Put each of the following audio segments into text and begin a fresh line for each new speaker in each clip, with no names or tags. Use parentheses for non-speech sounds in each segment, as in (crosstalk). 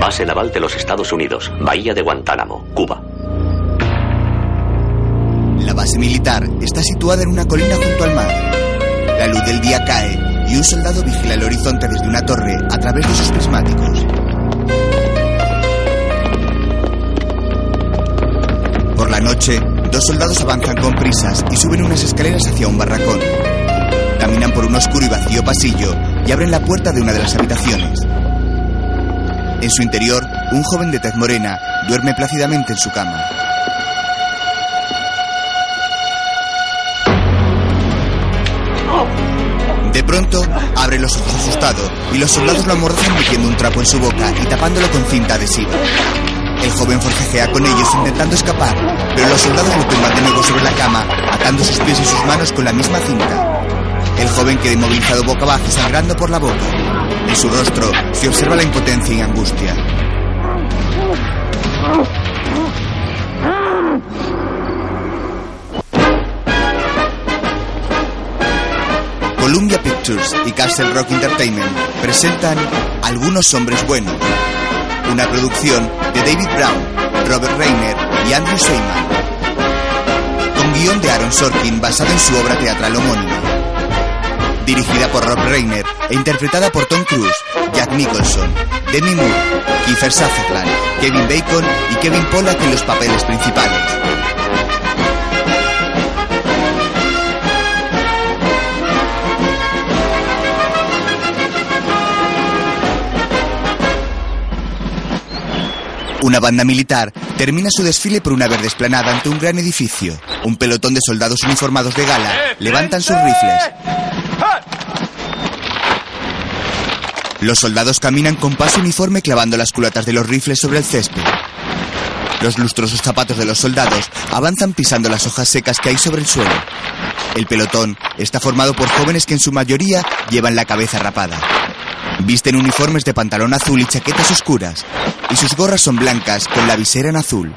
Base naval de los Estados Unidos, Bahía de Guantánamo, Cuba.
La base militar está situada en una colina junto al mar. La luz del día cae y un soldado vigila el horizonte desde una torre a través de sus prismáticos. Por la noche, dos soldados avanzan con prisas y suben unas escaleras hacia un barracón. Caminan por un oscuro y vacío pasillo y abren la puerta de una de las habitaciones. En su interior, un joven de tez morena duerme plácidamente en su cama. De pronto, abre los ojos asustado y los soldados lo amordazan metiendo un trapo en su boca y tapándolo con cinta adhesiva. El joven forcejea con ellos intentando escapar, pero los soldados lo tumban de nuevo sobre la cama, atando sus pies y sus manos con la misma cinta. El joven queda inmovilizado boca abajo, sangrando por la boca. En su rostro se observa la impotencia y angustia. Columbia Pictures y Castle Rock Entertainment presentan Algunos Hombres Buenos, una producción de David Brown, Robert Reiner y Andrew Seyman, con guión de Aaron Sorkin basado en su obra teatral homónima, dirigida por Rob Reiner e interpretada por Tom Cruise, Jack Nicholson, Demi Moore, Kiefer Sutherland, Kevin Bacon y Kevin Pollak en los papeles principales. Una banda militar termina su desfile por una verde esplanada ante un gran edificio. Un pelotón de soldados uniformados de gala levantan sus rifles. Los soldados caminan con paso uniforme clavando las culatas de los rifles sobre el césped. Los lustrosos zapatos de los soldados avanzan pisando las hojas secas que hay sobre el suelo. El pelotón está formado por jóvenes que en su mayoría llevan la cabeza rapada. Visten uniformes de pantalón azul y chaquetas oscuras, y sus gorras son blancas con la visera en azul.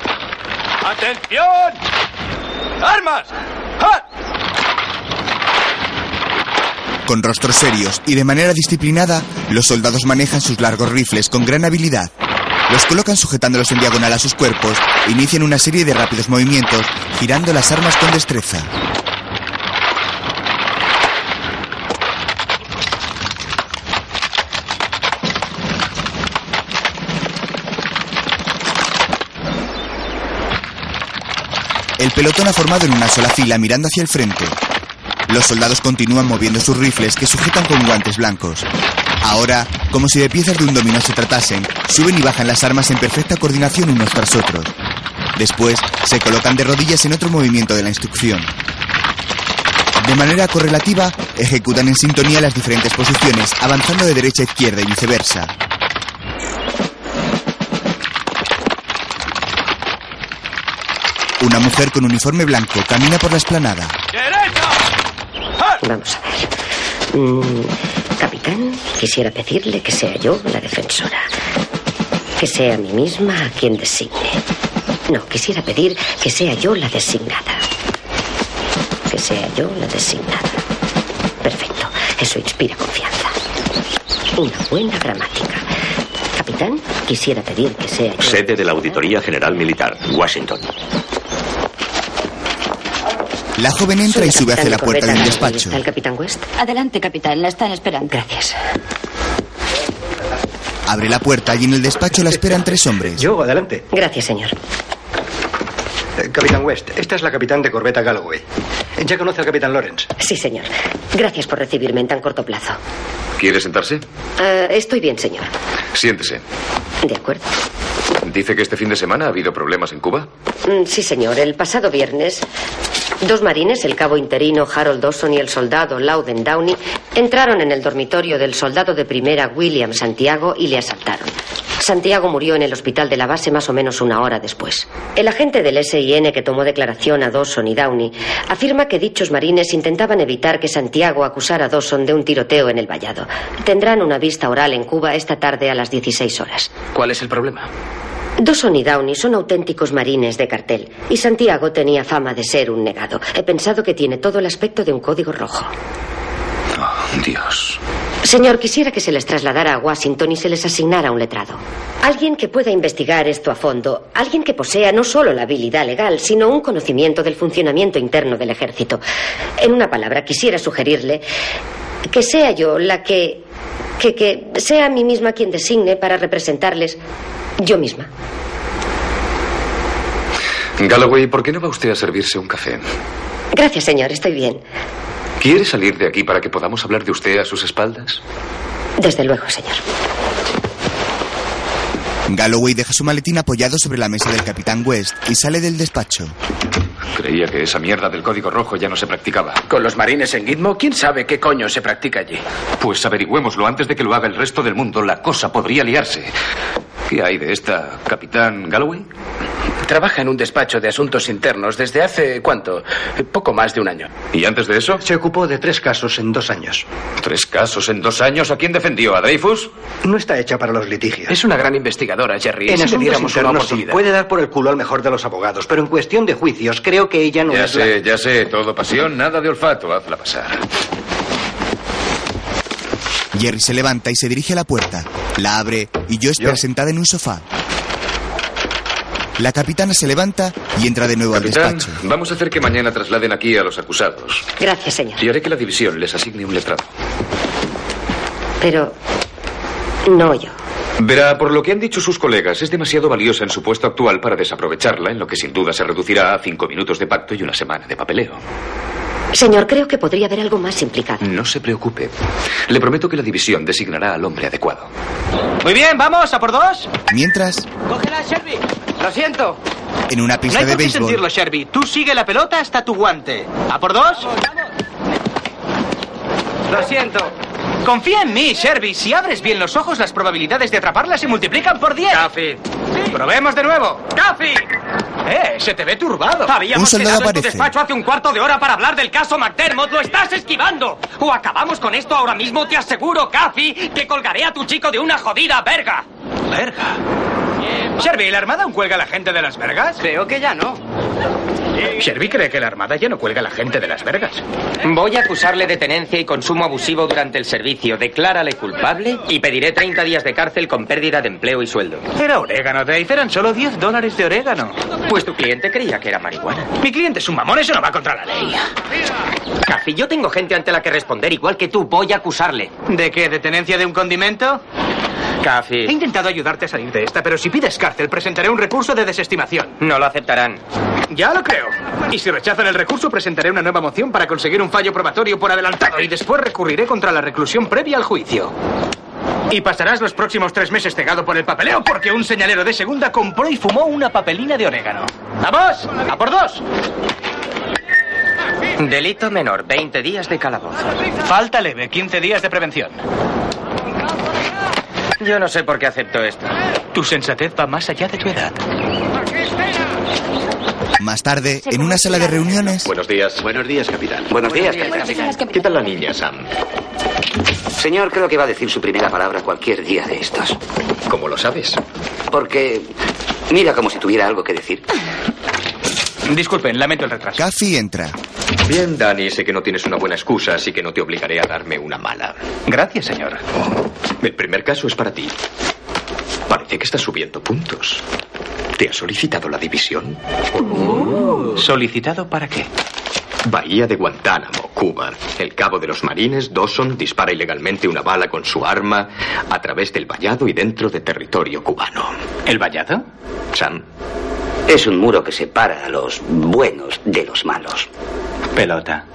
¡Atención! ¡Armas!
¡Ah!
Con rostros serios y de manera disciplinada, los soldados manejan sus largos rifles con gran habilidad. Los colocan sujetándolos en diagonal a sus cuerpos, e inician una serie de rápidos movimientos, girando las armas con destreza. El pelotón ha formado en una sola fila mirando hacia el frente. Los soldados continúan moviendo sus rifles que sujetan con guantes blancos. Ahora, como si de piezas de un dominó se tratasen, suben y bajan las armas en perfecta coordinación unos tras otros. Después, se colocan de rodillas en otro movimiento de la instrucción. De manera correlativa, ejecutan en sintonía las diferentes posiciones, avanzando de derecha a izquierda y viceversa. Una mujer con uniforme blanco camina por la esplanada.
¡Derecha!
Vamos a ver. Mm, capitán, quisiera pedirle que sea yo la defensora. Que sea a mí misma a quien designe. No, quisiera pedir que sea yo la designada. Que sea yo la designada. Perfecto. Eso inspira confianza. Una buena gramática. Capitán, quisiera pedir que sea yo.
Sede de la Auditoría General Militar, Washington.
La joven entra
Soy
y sube hacia la
capitán
puerta de un
Corbeta.
despacho.
¿Está el capitán West?
Adelante, capitán, la están esperando.
Gracias.
Abre la puerta y en el despacho la esperan tres hombres.
Yo, adelante.
Gracias, señor.
Eh, Capitán West, esta es la capitán de corbeta Galloway. Eh, Ya conoce al capitán Lawrence.
Sí, señor. Gracias por recibirme en tan corto plazo.
¿Quiere sentarse?
Ah, estoy bien, señor.
Siéntese.
De acuerdo.
Dice que este fin de semana ha habido problemas en Cuba.
Mm, Sí, señor. El pasado viernes, dos marines, el cabo interino Harold Dawson y el soldado Loudon Downey, entraron en el dormitorio del soldado de primera William Santiago y le asaltaron. Santiago murió en el hospital de la base más o menos una hora después. El agente del SIN que tomó declaración a Dawson y Downey afirma que dichos marines intentaban evitar que Santiago acusara a Dawson de un tiroteo en el vallado. Tendrán una vista oral en Cuba esta tarde a las 16 horas.
¿Cuál es el problema?
Dawson y Downey son auténticos marines de cartel y Santiago tenía fama de ser un negado. He pensado que tiene todo el aspecto de un código rojo.
Oh, Dios.
Señor, quisiera que se les trasladara a Washington y se les asignara un letrado. Alguien que pueda investigar esto a fondo, alguien que posea no solo la habilidad legal, sino un conocimiento del funcionamiento interno del ejército. En una palabra, quisiera sugerirle que sea yo la que... que, que sea a mí misma quien designe para representarles yo misma.
Galloway, ¿por qué no va usted a servirse un café?
Gracias, señor, estoy bien.
¿Quiere salir de aquí para que podamos hablar de usted a sus espaldas?
Desde luego, señor.
Galloway deja su maletín apoyado sobre la mesa del capitán West y sale del despacho.
Creía que esa mierda del código rojo ya no se practicaba.
Ah, Con los marines en Gitmo, ¿quién sabe qué coño se practica allí?
Pues averigüémoslo antes de que lo haga el resto del mundo. La cosa podría liarse. ¿Qué hay de esta capitán Galloway?
Trabaja en un despacho de asuntos internos desde hace, ¿cuánto? Poco más de un año.
¿Y antes de eso?
Se ocupó de tres casos en dos años.
¿Tres casos en dos años? ¿A quién defendió? ¿A Dreyfus?
No está hecha para los litigios.
Es una gran investigadora, Jerry.
en
si le
asuntos
diéramos una
internos sí,
oportunidad.
puede dar por el culo al mejor de los abogados, pero en cuestión de juicios creo que ella no
ya
es la-
sé, ya sé. Todo pasión, nada de olfato. Hazla pasar.
Jerry se levanta y se dirige a la puerta. La abre y yo está
Yo.
sentada en un sofá. La capitana se levanta y entra de nuevo al
Capitán,
despacho.
vamos a hacer que mañana trasladen aquí a los acusados.
Gracias, señor.
Y haré que la división les asigne un letrado.
Pero... no yo.
Verá, por lo que han dicho sus colegas, es demasiado valiosa en su puesto actual para desaprovecharla, en lo que sin duda se reducirá a cinco minutos de pacto y una semana de papeleo.
Señor, creo que podría haber algo más implicado.
No se preocupe. Le prometo que la división designará al hombre adecuado.
Muy bien, vamos, a por dos.
Mientras,
Cógela, Sherby. Lo siento.
en una
No
pista
hay
de
por qué sentirlo,
béisbol,
Sherby. Tú sigue la pelota hasta tu guante. ¿A por dos? Lo siento. Confía en mí, Sherby. Si abres bien los ojos, las probabilidades de atraparla se multiplican por 10. Caffey. Probemos de nuevo. Caffey. Eh, se te ve turbado.
Un soldado aparece.
hace un cuarto de hora para hablar del caso McDermott. Lo estás esquivando. O acabamos con esto ahora mismo, te aseguro, Caffey, que colgaré a tu chico de una jodida verga. ¿Verga? Sherby, ¿la Armada aún cuelga a la gente de las vergas? Creo que ya no. Sherby cree que la Armada ya no cuelga a la gente de las vergas.
Voy a acusarle de tenencia y consumo abusivo durante el servicio. Declárale culpable y pediré 30 días de cárcel con pérdida de empleo y sueldo.
Era orégano, Dave. Eran solo 10 dólares de orégano.
Pues tu cliente creía que era marihuana.
Mi cliente es un mamón, eso no va contra la ley.
Casi yo tengo gente ante la que responder, igual que tú. Voy a acusarle.
¿De qué? ¿De tenencia de un condimento? He
Café.
intentado ayudarte a salir de esta, pero si pides cárcel, presentaré un recurso de desestimación.
No lo aceptarán.
Ya lo creo. Y si rechazan el recurso, presentaré una nueva moción para conseguir un fallo probatorio por adelantado y después recurriré contra la reclusión previa al juicio. Y pasarás los próximos tres meses cegado por el papeleo porque un señalero de segunda compró y fumó una papelina de orégano. ¡Vamos! ¡A por dos!
Delito menor, 20 días de calabozo.
Falta leve, 15 días de prevención.
Yo no sé por qué acepto esto.
Tu sensatez va más allá de tu edad.
más tarde, en una sala de reuniones,
Buenos días.
Buenos días, capitán.
Buenos días,
Buenos días,
¿Qué
capitán.
tal la niña, Sam?
Señor, creo que va a decir su primera palabra cualquier día de estos.
¿Cómo lo sabes?
Porque mira como si tuviera algo que decir.
Disculpen, lamento el retraso.
Kathy entra.
Bien, Dani, sé que no tienes una buena excusa, así que no te obligaré a darme una mala. Oh,
Gracias, señor.
El primer caso es para ti. Parece que estás subiendo puntos. ¿Te ha solicitado la división?
¿Solicitado para qué?
Bahía de Guantánamo, Cuba. El cabo de los marines, Dawson, dispara ilegalmente una bala con su arma a través del vallado y dentro de territorio cubano.
¿El vallado?
Sam,
Es un muro que separa a los buenos de los malos.
Pelota.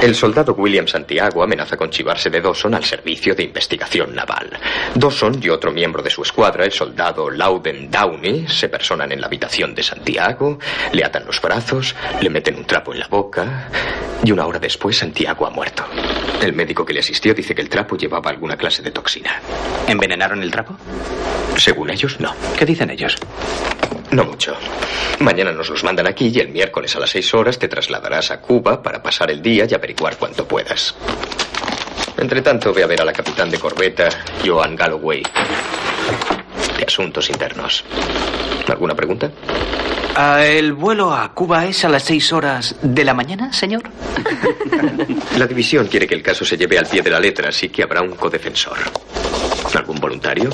el soldado William Santiago amenaza con chivarse de Dawson al servicio de investigación naval. Dawson y otro miembro de su escuadra, el soldado Loudon Downey, se personan en la habitación de Santiago, le atan los brazos, le meten un trapo en la boca y una hora después Santiago ha muerto. El médico que le asistió dice que el trapo llevaba alguna clase de toxina.
¿Envenenaron el trapo?
Según ellos, no.
¿Qué dicen ellos?
No mucho. Mañana nos los mandan aquí y el miércoles a las seis horas te trasladarás a Cuba para pasar el día y averiguar cuanto puedas. Entre tanto, ve a ver a la capitán de corbeta, Joan Galloway, de Asuntos Internos. ¿Alguna pregunta?
Ah, ¿El vuelo a Cuba es a las seis horas de la mañana, señor?
La división quiere que el caso se lleve al pie de la letra, así que habrá un codefensor. ¿Algún voluntario?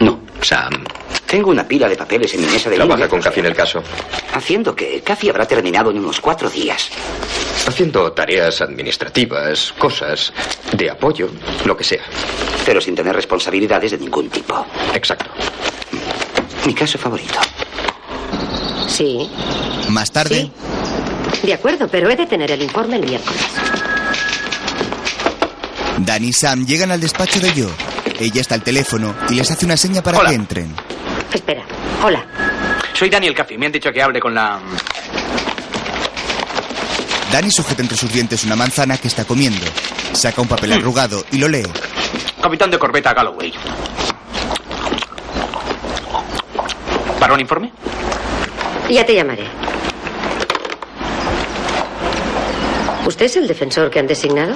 No. Sam.
Tengo una pila de papeles en mi mesa de
Trabaja con Café en el caso.
Haciendo que Café habrá terminado en unos cuatro días.
Haciendo tareas administrativas, cosas de apoyo, lo que sea.
Pero sin tener responsabilidades de ningún tipo.
Exacto.
Mi caso favorito.
Sí.
Más tarde,
De acuerdo, pero he de tener el informe el miércoles.
Dan y Sam llegan al despacho de Joe. Ella está al teléfono y les hace una seña para que entren.
Espera. Hola.
Soy Daniel Caffey. Me han dicho que hable con la...
Danny sujeta entre sus dientes una manzana que está comiendo. Saca un
Mm.
papel arrugado y lo lee.
Capitán de corbeta Galloway. ¿Para un informe?
Ya te llamaré. ¿Usted es el defensor que han designado?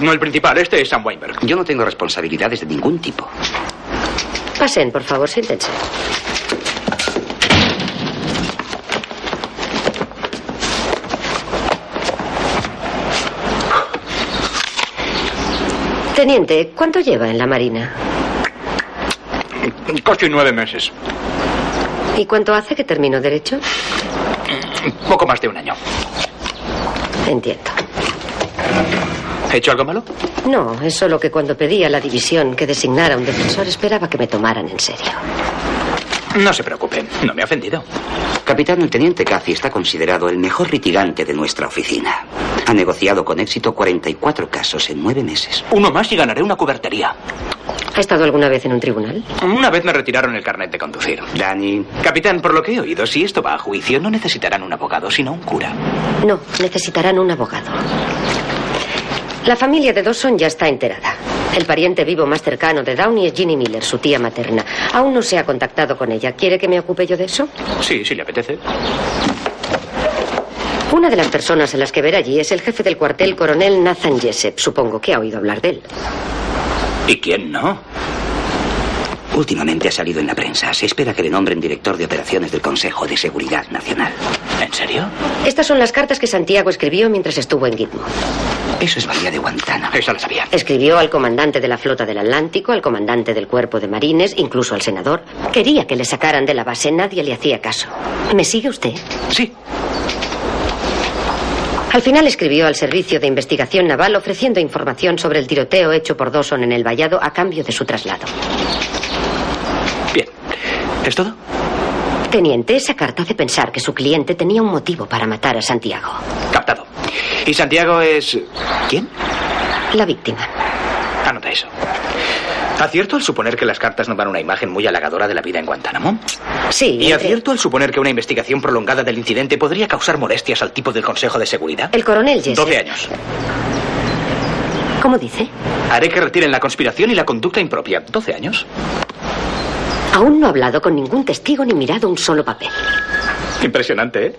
No el principal, este es Sam Weinberg.
Yo no tengo responsabilidades de ningún tipo.
Pasen, por favor, siéntense. Teniente, ¿cuánto lleva en la Marina?
Casi nueve meses.
¿Y cuánto hace que terminó derecho?
Poco más de un año.
Entiendo.
¿He hecho algo malo?
No, es solo que cuando pedí a la división que designara un defensor esperaba que me tomaran en serio.
No se preocupen, no me ha ofendido.
Capitán, el teniente Cathy está considerado el mejor litigante de nuestra oficina. Ha negociado con éxito 44 casos en nueve meses.
Uno más y ganaré una cubertería.
¿Ha estado alguna vez en un tribunal?
Una vez me retiraron el carnet de conducir.
Dani.
Capitán, por lo que he oído, si esto va a juicio, no necesitarán un abogado, sino un cura.
No, necesitarán un abogado. La familia de Dawson ya está enterada. El pariente vivo más cercano de Downey es Ginny Miller, su tía materna. Aún no se ha contactado con ella. ¿Quiere que me ocupe yo de eso?
Sí, si le apetece.
Una de las personas a las que ver allí es el jefe del cuartel, coronel Nathan Jessup. Supongo que ha oído hablar de él.
¿Y quién no?
Últimamente ha salido en la prensa. Se espera que le nombren director de operaciones del Consejo de Seguridad Nacional.
¿En serio?
Estas son las cartas que Santiago escribió mientras estuvo en Gitmo.
Eso es Bahía de Guantánamo.
Eso lo sabía.
Escribió al comandante de la flota del Atlántico, al comandante del cuerpo de marines, incluso al senador. Quería que le sacaran de la base, nadie le hacía caso. ¿Me sigue usted?
Sí.
Al final escribió al Servicio de Investigación Naval ofreciendo información sobre el tiroteo hecho por Dawson en el vallado a cambio de su traslado.
Bien. ¿Es todo?
Teniente, esa carta hace pensar que su cliente tenía un motivo para matar a Santiago.
Captado. ¿Y Santiago es... ¿Quién?
La víctima.
Anota eso. ¿Acierto al suponer que las cartas nos dan una imagen muy halagadora de la vida en Guantánamo?
Sí.
¿Y acierto al suponer que una investigación prolongada del incidente podría causar molestias al tipo del Consejo de Seguridad?
El coronel Jesse.
12 años.
¿Cómo dice?
Haré que retiren la conspiración y la conducta impropia. 12 años.
Aún no ha hablado con ningún testigo ni mirado un solo papel.
Impresionante, ¿eh?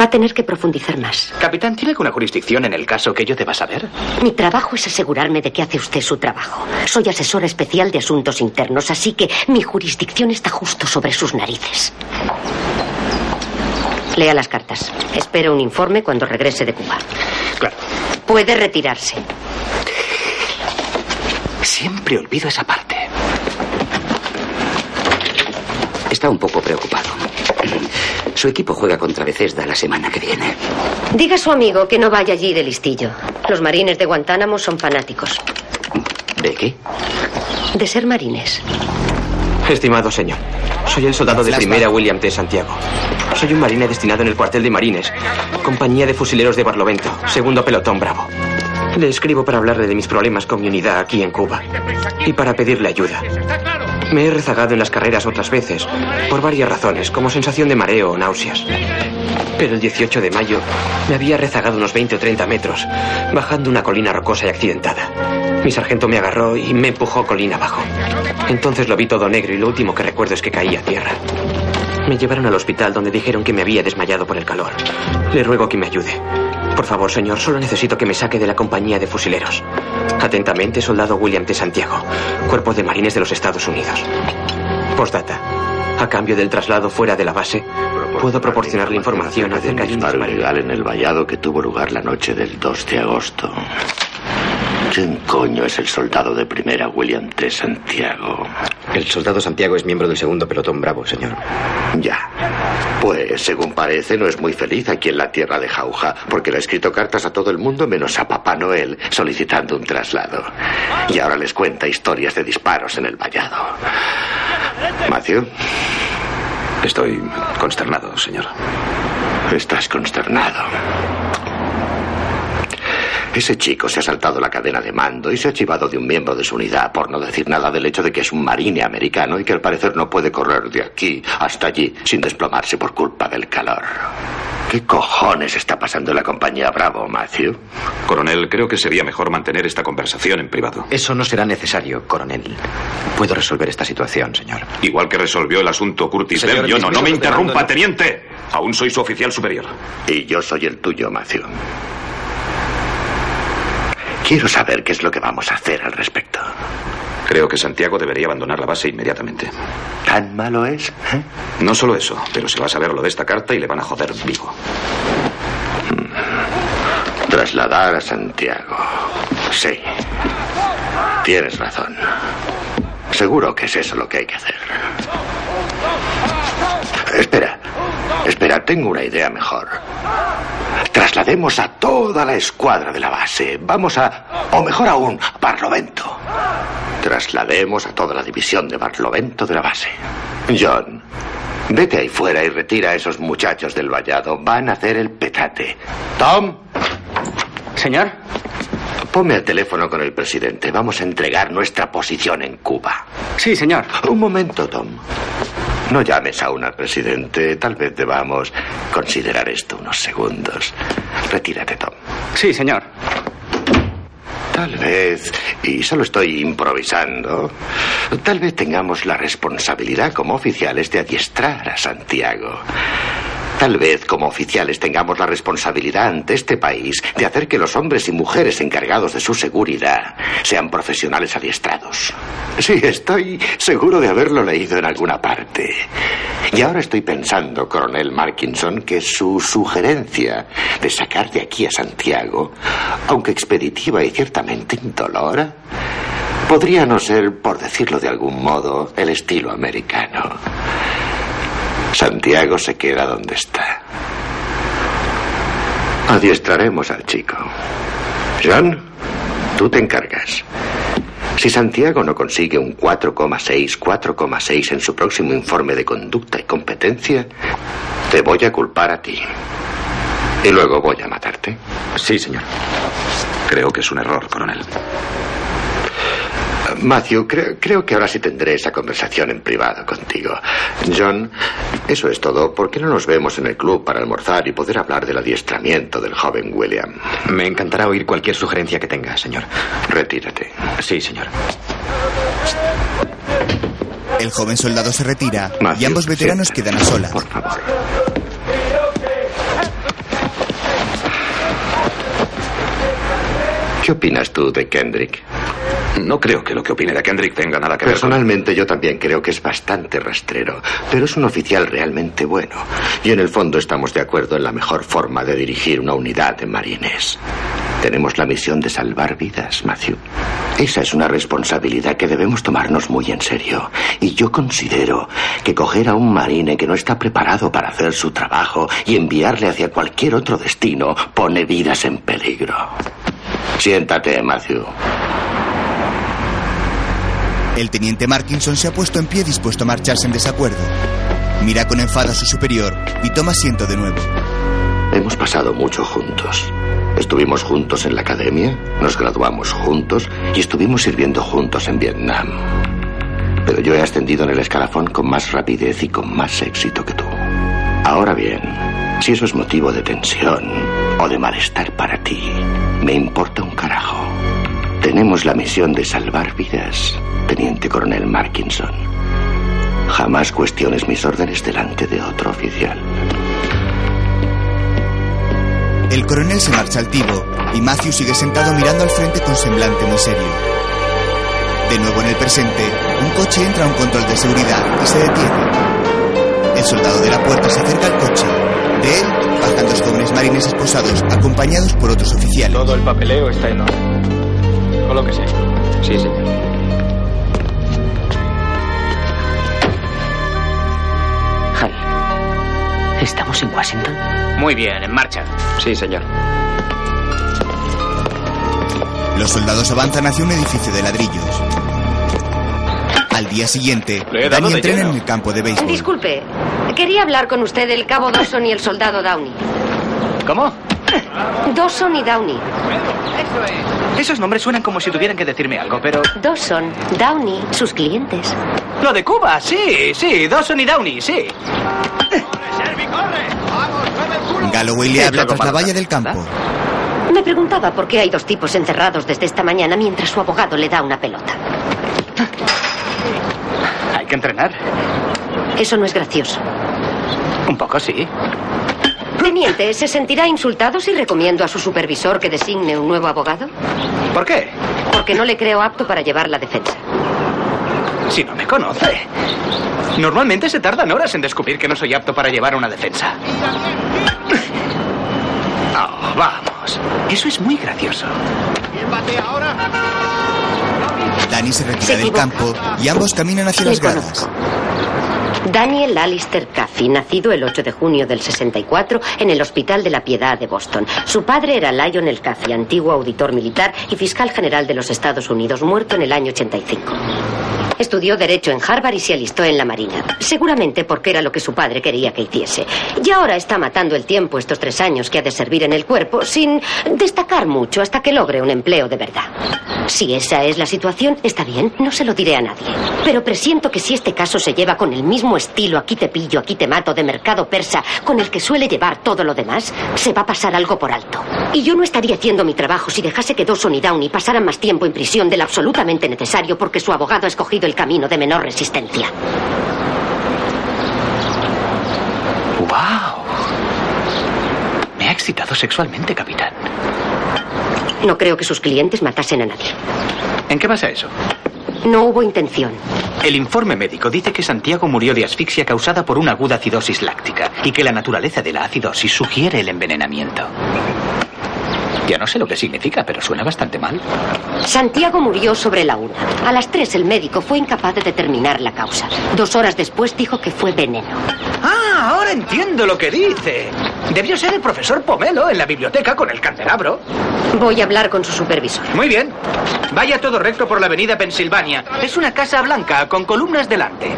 Va a tener que profundizar más.
Capitán, ¿tiene alguna jurisdicción en el caso que yo deba saber?
Mi trabajo es asegurarme de que hace usted su trabajo. Soy asesora especial de asuntos internos, así que mi jurisdicción está justo sobre sus narices. Lea las cartas. Espero un informe cuando regrese de Cuba.
Claro.
Puede retirarse.
Siempre olvido esa parte.
Está un poco preocupado. Su equipo juega contra Bethesda la semana que viene.
Diga a su amigo que no vaya allí de listillo. Los marines de Guantánamo son fanáticos.
¿De qué?
De ser marines.
Estimado señor, soy el soldado de primera William T. Santiago. Soy un marine destinado en el cuartel de marines, compañía de fusileros de Barlovento, segundo pelotón bravo. Le escribo para hablarle de mis problemas con mi unidad aquí en Cuba y para pedirle ayuda. Me he rezagado en las carreras otras veces, por varias razones, como sensación de mareo o náuseas. Pero el 18 de mayo me había rezagado unos 20 o 30 metros, bajando una colina rocosa y accidentada. Mi sargento me agarró y me empujó colina abajo. Entonces lo vi todo negro y lo último que recuerdo es que caí a tierra. Me llevaron al hospital donde dijeron que me había desmayado por el calor. Le ruego que me ayude. Por favor, señor, solo necesito que me saque de la compañía de fusileros. Atentamente, soldado William T. Santiago, Cuerpo de Marines de los Estados Unidos. Postdata.
A cambio del traslado fuera de la base, puedo proporcionarle información acerca de
disparo ilegal en el vallado que tuvo lugar la noche del 2 de agosto. ¿Quién coño es el soldado de primera William T. Santiago?
El soldado Santiago es miembro del segundo pelotón Bravo, señor.
Ya. Pues, según parece, no es muy feliz aquí en la tierra de Jauja, porque le ha escrito cartas a todo el mundo menos a Papá Noel solicitando un traslado. Y ahora les cuenta historias de disparos en el vallado. Matthew.
Estoy consternado, señor.
Estás consternado. Ese chico se ha saltado la cadena de mando y se ha chivado de un miembro de su unidad, por no decir nada del hecho de que es un marine americano y que al parecer no puede correr de aquí hasta allí sin desplomarse por culpa del calor. ¿Qué cojones está pasando en la compañía Bravo, Matthew?
Coronel, creo que sería mejor mantener esta conversación en privado.
Eso no será necesario, coronel. Puedo resolver esta situación, señor.
Igual que resolvió el asunto Curtis
Señor,
Bellion. No, no
disminuye
me
de mando,
interrumpa,
no.
teniente. Aún soy su oficial superior.
Y yo soy el tuyo, Matthew. Quiero saber qué es lo que vamos a hacer al respecto.
Creo que Santiago debería abandonar la base inmediatamente.
¿Tan malo es? eh?
No solo eso, pero se va a saber lo de esta carta y le van a joder vivo.
Trasladar a Santiago. Sí. Tienes razón. Seguro que es eso lo que hay que hacer. Espera. Espera, tengo una idea mejor. Traslademos a toda la escuadra de la base. Vamos a... O mejor aún, a Barlovento. Traslademos a toda la división de Barlovento de la base. John, vete ahí fuera y retira a esos muchachos del vallado. Van a hacer el petate. Tom.
Señor.
Ponme al teléfono con el presidente. Vamos a entregar nuestra posición en Cuba.
Sí, señor.
Un momento, Tom. No llames aún al presidente. Tal vez debamos considerar esto unos segundos. Retírate, Tom.
Sí, señor.
Tal vez, y solo estoy improvisando, tal vez tengamos la responsabilidad como oficiales de adiestrar a Santiago. Tal vez como oficiales tengamos la responsabilidad ante este país de hacer que los hombres y mujeres encargados de su seguridad sean profesionales adiestrados. Sí, estoy seguro de haberlo leído en alguna parte. Y ahora estoy pensando, coronel Markinson, que su sugerencia de sacar de aquí a Santiago, aunque expeditiva y ciertamente indolora, podría no ser, por decirlo de algún modo, el estilo americano. Santiago se queda donde está. Adiestraremos al chico. John, tú te encargas. Si Santiago no consigue un 4,6, 4,6 en su próximo informe de conducta y competencia, te voy a culpar a ti. Y luego voy a matarte.
Sí, señor. Creo que es un error, coronel.
Matthew, creo, creo que ahora sí tendré esa conversación en privado contigo. John, eso es todo. ¿Por qué no nos vemos en el club para almorzar y poder hablar del adiestramiento del joven William?
Me encantará oír cualquier sugerencia que tenga, señor.
Retírate.
Sí, señor.
El joven soldado se retira y
Matthew,
ambos veteranos quedan a solas.
Por favor. ¿Qué opinas tú de Kendrick?
No creo que lo que opine de Kendrick tenga nada que ver con...
Personalmente yo también creo que es bastante rastrero, pero es un oficial realmente bueno. Y en el fondo estamos de acuerdo en la mejor forma de dirigir una unidad de marines. Tenemos la misión de salvar vidas, Matthew. Esa es una responsabilidad que debemos tomarnos muy en serio. Y yo considero que coger a un marine que no está preparado para hacer su trabajo y enviarle hacia cualquier otro destino pone vidas en peligro. Siéntate, Matthew.
El teniente Markinson se ha puesto en pie dispuesto a marcharse en desacuerdo. Mira con enfado a su superior y toma asiento de nuevo.
Hemos pasado mucho juntos. Estuvimos juntos en la academia, nos graduamos juntos y estuvimos sirviendo juntos en Vietnam. Pero yo he ascendido en el escalafón con más rapidez y con más éxito que tú. Ahora bien, si eso es motivo de tensión o de malestar para ti, me importa un carajo. Tenemos la misión de salvar vidas, Teniente Coronel Markinson. Jamás cuestiones mis órdenes delante de otro oficial.
El coronel se marcha altivo y Matthew sigue sentado mirando al frente con semblante muy serio. De nuevo en el presente, un coche entra a un control de seguridad y se detiene. El soldado de la puerta se acerca al coche. De él bajan dos jóvenes marines esposados, acompañados por otros oficiales.
Todo el papeleo está en orden. Colóquese. Sí, sí.
¿Estamos en Washington?
Muy bien, en marcha.
Sí, señor.
Los soldados avanzan hacia un edificio de ladrillos. Al día siguiente,
Le he dado
Danny
de
entrena
lleno.
en el campo de béisbol.
Disculpe, quería hablar con usted del cabo Dawson y el soldado Downey.
¿Cómo?
Dawson y Downey.
Esos nombres suenan como si tuvieran que decirme algo, pero...
Dawson, Downey, sus clientes.
Lo de Cuba, sí, sí, Dawson y Downey, sí.
Galloway le
Sí,
habla
claro,
tras la
Marta.
valla del campo.
Me preguntaba por qué hay dos tipos encerrados desde esta mañana mientras su abogado le da una pelota.
Hay que entrenar.
Eso no es gracioso.
Un poco, sí.
Teniente, ¿se sentirá insultado si recomiendo a su supervisor que designe un nuevo abogado?
¿Por qué?
Porque no le creo apto para llevar la defensa.
Si no me conoce. Normalmente se tardan horas en descubrir que no soy apto para llevar una defensa. Oh, vamos. Eso es muy gracioso.
Danny se retira
Se
del
equivoca.
campo y ambos caminan hacia
Le
las gradas.
Daniel Alistair Caffey, nacido el 8 de junio del 64 en el Hospital de la Piedad de Boston. Su padre era Lionel Caffey, antiguo auditor militar y fiscal general de los Estados Unidos, muerto en el año 85. Estudió Derecho en Harvard y se alistó en la Marina. Seguramente porque era lo que su padre quería que hiciese. Y ahora está matando el tiempo estos tres años que ha de servir en el cuerpo sin destacar mucho hasta que logre un empleo de verdad. Si esa es la situación, está bien, no se lo diré a nadie. Pero presiento que si este caso se lleva con el mismo estilo aquí te pillo, aquí te mato de mercado persa con el que suele llevar todo lo demás, se va a pasar algo por alto. Y yo no estaría haciendo mi trabajo si dejase que Dawson y Downey pasaran más tiempo en prisión del absolutamente necesario porque su abogado ha escogido el camino de menor resistencia.
¡Wow! Me ha excitado sexualmente, capitán.
No creo que sus clientes matasen a nadie.
¿En qué basa eso?
No hubo intención.
El informe médico dice que Santiago murió de asfixia causada por una aguda acidosis láctica y que la naturaleza de la acidosis sugiere el envenenamiento. Ya no sé lo que significa, pero suena bastante mal.
Santiago murió sobre la una. A las tres el médico fue incapaz de determinar la causa. Dos horas después dijo que fue veneno.
Ah, ahora entiendo lo que dice. Debió ser el profesor Pomelo en la biblioteca con el candelabro.
Voy a hablar con su supervisor.
Muy bien. Vaya todo recto por la avenida Pensilvania. Es una casa blanca con columnas delante.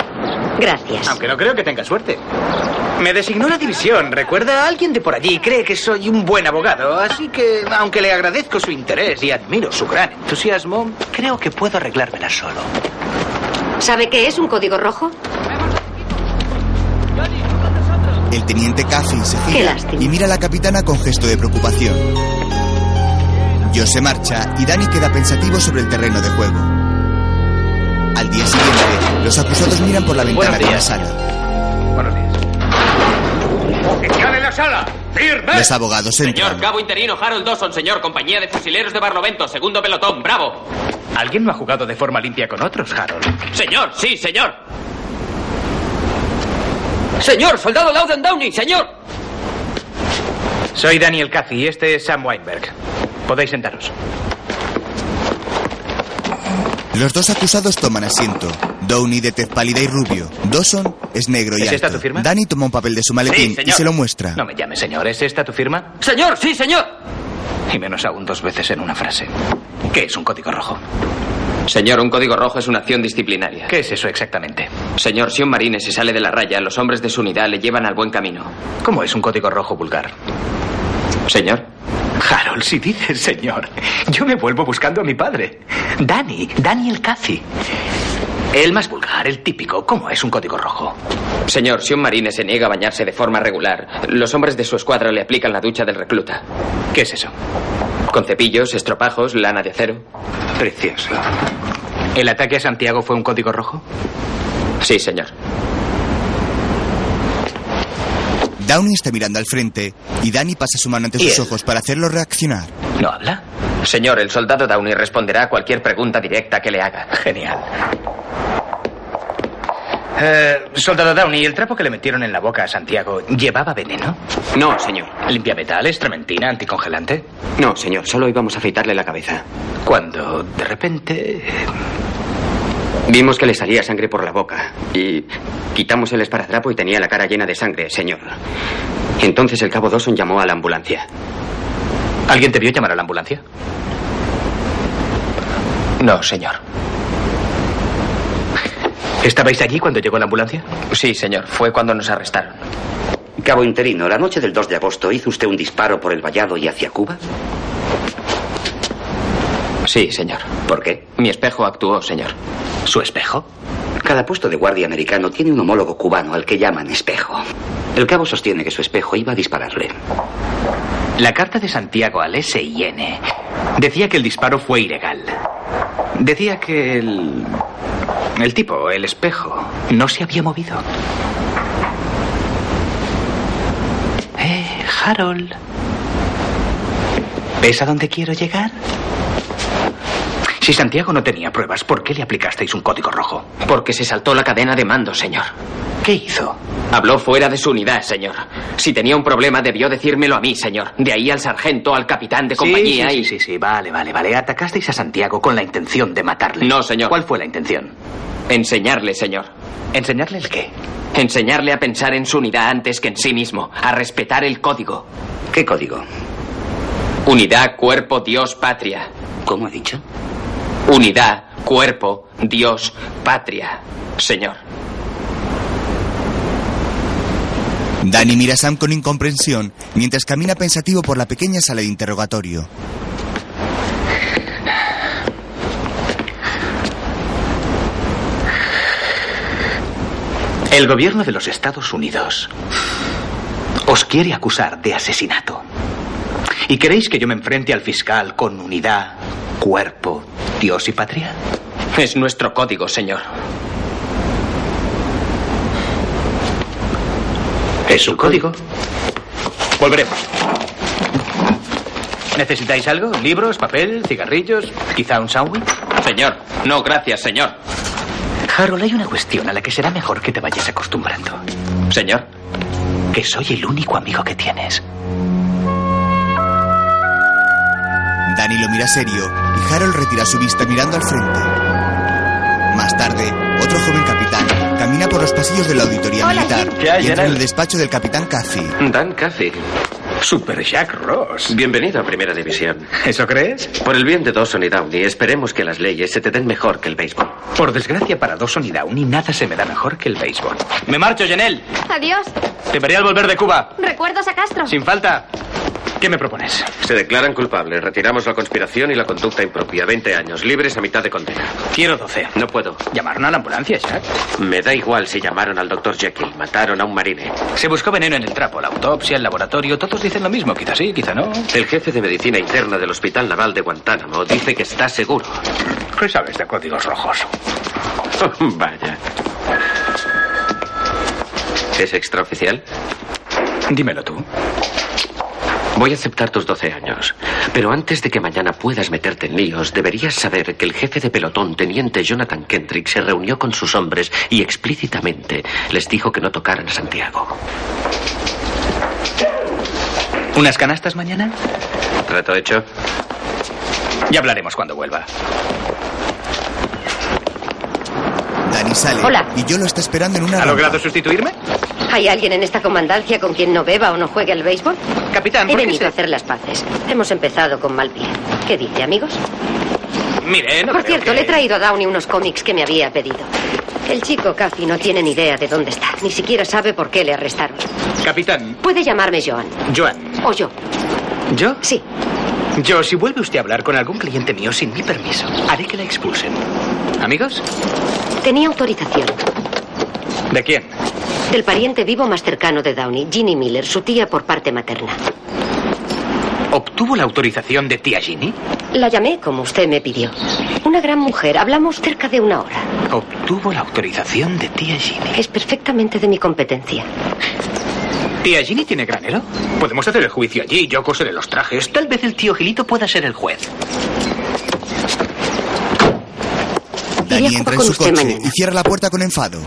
Gracias.
Aunque no creo que tenga suerte. Me designó la división. Recuerda, alguien de por allí cree que soy un buen abogado. Así que, aunque le agradezco su interés y admiro su gran entusiasmo, creo que puedo arreglármela solo.
¿Sabe qué es un código rojo?
El teniente Caffey se
Qué
gira
lástima.
y mira a la capitana con gesto de preocupación. Joe se marcha y Danny queda pensativo sobre el terreno de juego. Al día siguiente, los acusados miran por la ventana de la sala.
¡Fiscal la sala! ¡Firme!
Los abogados entran.
Señor cabo interino Harold Dawson, señor, compañía de fusileros de Barlovento, segundo pelotón, bravo.
Alguien no ha jugado de forma limpia con otros, Harold.
Señor, sí, señor. Señor, soldado Loudon Downey, señor.
Soy Daniel Cathy y este es Sam Weinberg. Podéis sentaros.
Los dos acusados toman asiento. Downey de tez pálida y rubio. Dawson es negro y
¿Es esta
alto.
tu firma?
Danny toma un papel de su maletín y
señor.
se lo muestra.
No me llame, señor. ¿Es esta tu firma?
Señor, sí, señor.
Y menos aún dos veces en una frase. ¿Qué es un código rojo?
Señor, un código rojo es una acción disciplinaria.
¿Qué es eso exactamente?
Señor, si un marine se sale de la raya, los hombres de su unidad le llevan al buen camino.
¿Cómo es un código rojo vulgar?
Señor.
Harold, si dices señor, yo me vuelvo buscando a mi padre. Danny, Daniel Cathy. El más vulgar, el típico. ¿Cómo es un código rojo?
Señor, si un marine se niega a bañarse de forma regular, los hombres de su escuadra le aplican la ducha del recluta.
¿Qué es eso?
Con cepillos, estropajos, lana de acero.
Precioso. ¿El ataque a Santiago fue un código rojo?
Sí, señor.
Downey está mirando al frente y Danny pasa su mano ante
¿Y
sus
él?
ojos para hacerlo reaccionar.
¿No habla?
Señor, el soldado Downey responderá a cualquier pregunta directa que le haga.
Genial. Eh, soldado Downey, ¿el trapo que le metieron en la boca a Santiago llevaba veneno?
No, señor.
¿Limpia metales, trementina, anticongelante?
No, señor. Solo íbamos a afeitarle la cabeza.
Cuando, de repente...
Vimos que le salía sangre por la boca y quitamos el esparadrapo y tenía la cara llena de sangre, señor. Entonces el cabo Dawson llamó a la ambulancia.
¿Alguien te vio llamar a la ambulancia?
No, señor.
¿Estabais allí cuando llegó la ambulancia?
Sí, señor. Fue cuando nos arrestaron.
Cabo interino, la noche del 2 de agosto hizo usted un disparo por el vallado y hacia Cuba.
Sí, señor.
¿Por qué?
Mi espejo actuó, señor.
¿Su espejo?
Cada puesto de guardia americano tiene un homólogo cubano al que llaman espejo. El cabo sostiene que su espejo iba a dispararle.
La carta de Santiago al SIN decía que el disparo fue ilegal. Decía que el. El tipo, el espejo, no se había movido. Eh, Harold. ¿Ves a dónde quiero llegar? Si Santiago no tenía pruebas, ¿por qué le aplicasteis un código rojo?
Porque se saltó la cadena de mando, señor.
¿Qué hizo?
Habló fuera de su unidad, señor. Si tenía un problema, debió decírmelo a mí, señor. De ahí al sargento, al capitán de compañía
sí, sí,
y.
Sí, sí, sí, vale, vale, vale. Atacasteis a Santiago con la intención de matarle.
No, señor.
¿Cuál fue la intención?
Enseñarle, señor.
¿Enseñarle el qué?
Enseñarle a pensar en su unidad antes que en sí mismo, a respetar el código.
¿Qué código?
Unidad, cuerpo, Dios, patria.
¿Cómo ha dicho?
Unidad, cuerpo, Dios, patria. Señor.
Danny mira a Sam con incomprensión mientras camina pensativo por la pequeña sala de interrogatorio.
El gobierno de los Estados Unidos os quiere acusar de asesinato. ¿Y queréis que yo me enfrente al fiscal con unidad, cuerpo, Dios y patria?
Es nuestro código, señor.
¿Es su código?
Volveremos.
¿Necesitáis algo? ¿Libros, papel, cigarrillos? ¿Quizá un sándwich?
Señor, no, gracias, señor.
Harold, hay una cuestión a la que será mejor que te vayas acostumbrando.
Señor.
Que soy el único amigo que tienes.
Danny lo mira serio y Harold retira su vista mirando al frente. Más tarde, otro joven capitán camina por los pasillos de la auditoría
Hola,
militar
Jim.
y
¿Qué
entra
hay,
en
Gerald?
el despacho del capitán Cathy.
Dan Cathy.
Super Jack Ross.
Bienvenido a Primera División.
¿Eso crees?
Por el bien de Dawson y Downey, esperemos que las leyes se te den mejor que el béisbol.
Por desgracia para Dawson y Downey, nada se me da mejor que el béisbol. Me marcho, Janel.
Adiós.
Te veré al volver de Cuba.
Recuerdos a Castro.
Sin falta. ¿Qué me propones?
Se declaran culpables. Retiramos la conspiración y la conducta impropia. 20 años, libres a mitad de condena.
Quiero 12.
No puedo.
¿Llamaron a la ambulancia, Jack?
Me da igual si llamaron al doctor Jekyll. Mataron a un marine.
Se buscó veneno en el trapo, la autopsia, el laboratorio. Todos dicen lo mismo. Quizá sí, quizá no.
El jefe de medicina interna del Hospital Naval de Guantánamo dice que está seguro.
¿Qué sabes de códigos
(laughs)
rojos?
Vaya. ¿Es extraoficial?
Dímelo tú.
Voy a aceptar tus 12 años. Pero antes de que mañana puedas meterte en líos, deberías saber que el jefe de pelotón, teniente Jonathan Kendrick, se reunió con sus hombres y explícitamente les dijo que no tocaran a Santiago.
¿Unas canastas mañana?
¿Trato hecho?
Ya hablaremos cuando vuelva.
Danny sale
Hola.
y yo lo está esperando en una
¿Ha
rampa.
logrado sustituirme?
¿Hay alguien en esta comandancia con quien no beba o no juegue al béisbol?
Capitán,
He
¿por qué
venido
se-
a hacer las paces. Hemos empezado con mal pie. ¿Qué dice, amigos?
Mire, no
Por
creo
cierto,
que-
le he traído a Downey unos cómics que me había pedido. El chico casi no tiene ni idea de dónde está. Ni siquiera sabe por qué le arrestaron.
Capitán,
Puede llamarme Joan.
Joan.
O yo.
¿Yo?
Sí.
Yo, si vuelve usted a hablar con algún cliente mío sin mi permiso, haré que la expulsen. ¿Amigos?
Tenía autorización
¿De quién?
del pariente vivo más cercano de Downey, Ginny Miller, su tía por parte materna.
¿Obtuvo la autorización de tía Ginny?
La llamé como usted me pidió. Una gran mujer. Hablamos cerca de una hora.
Obtuvo la autorización de tía Ginny.
Es perfectamente de mi competencia.
¿Tía Ginny tiene granero? Podemos hacer el juicio allí, yo coseré los trajes. Tal vez el tío Gilito pueda ser el juez.
Iré a
Danny
Cuba
entra en
con
su
usted
coche
mañana.
y cierra la puerta con enfado.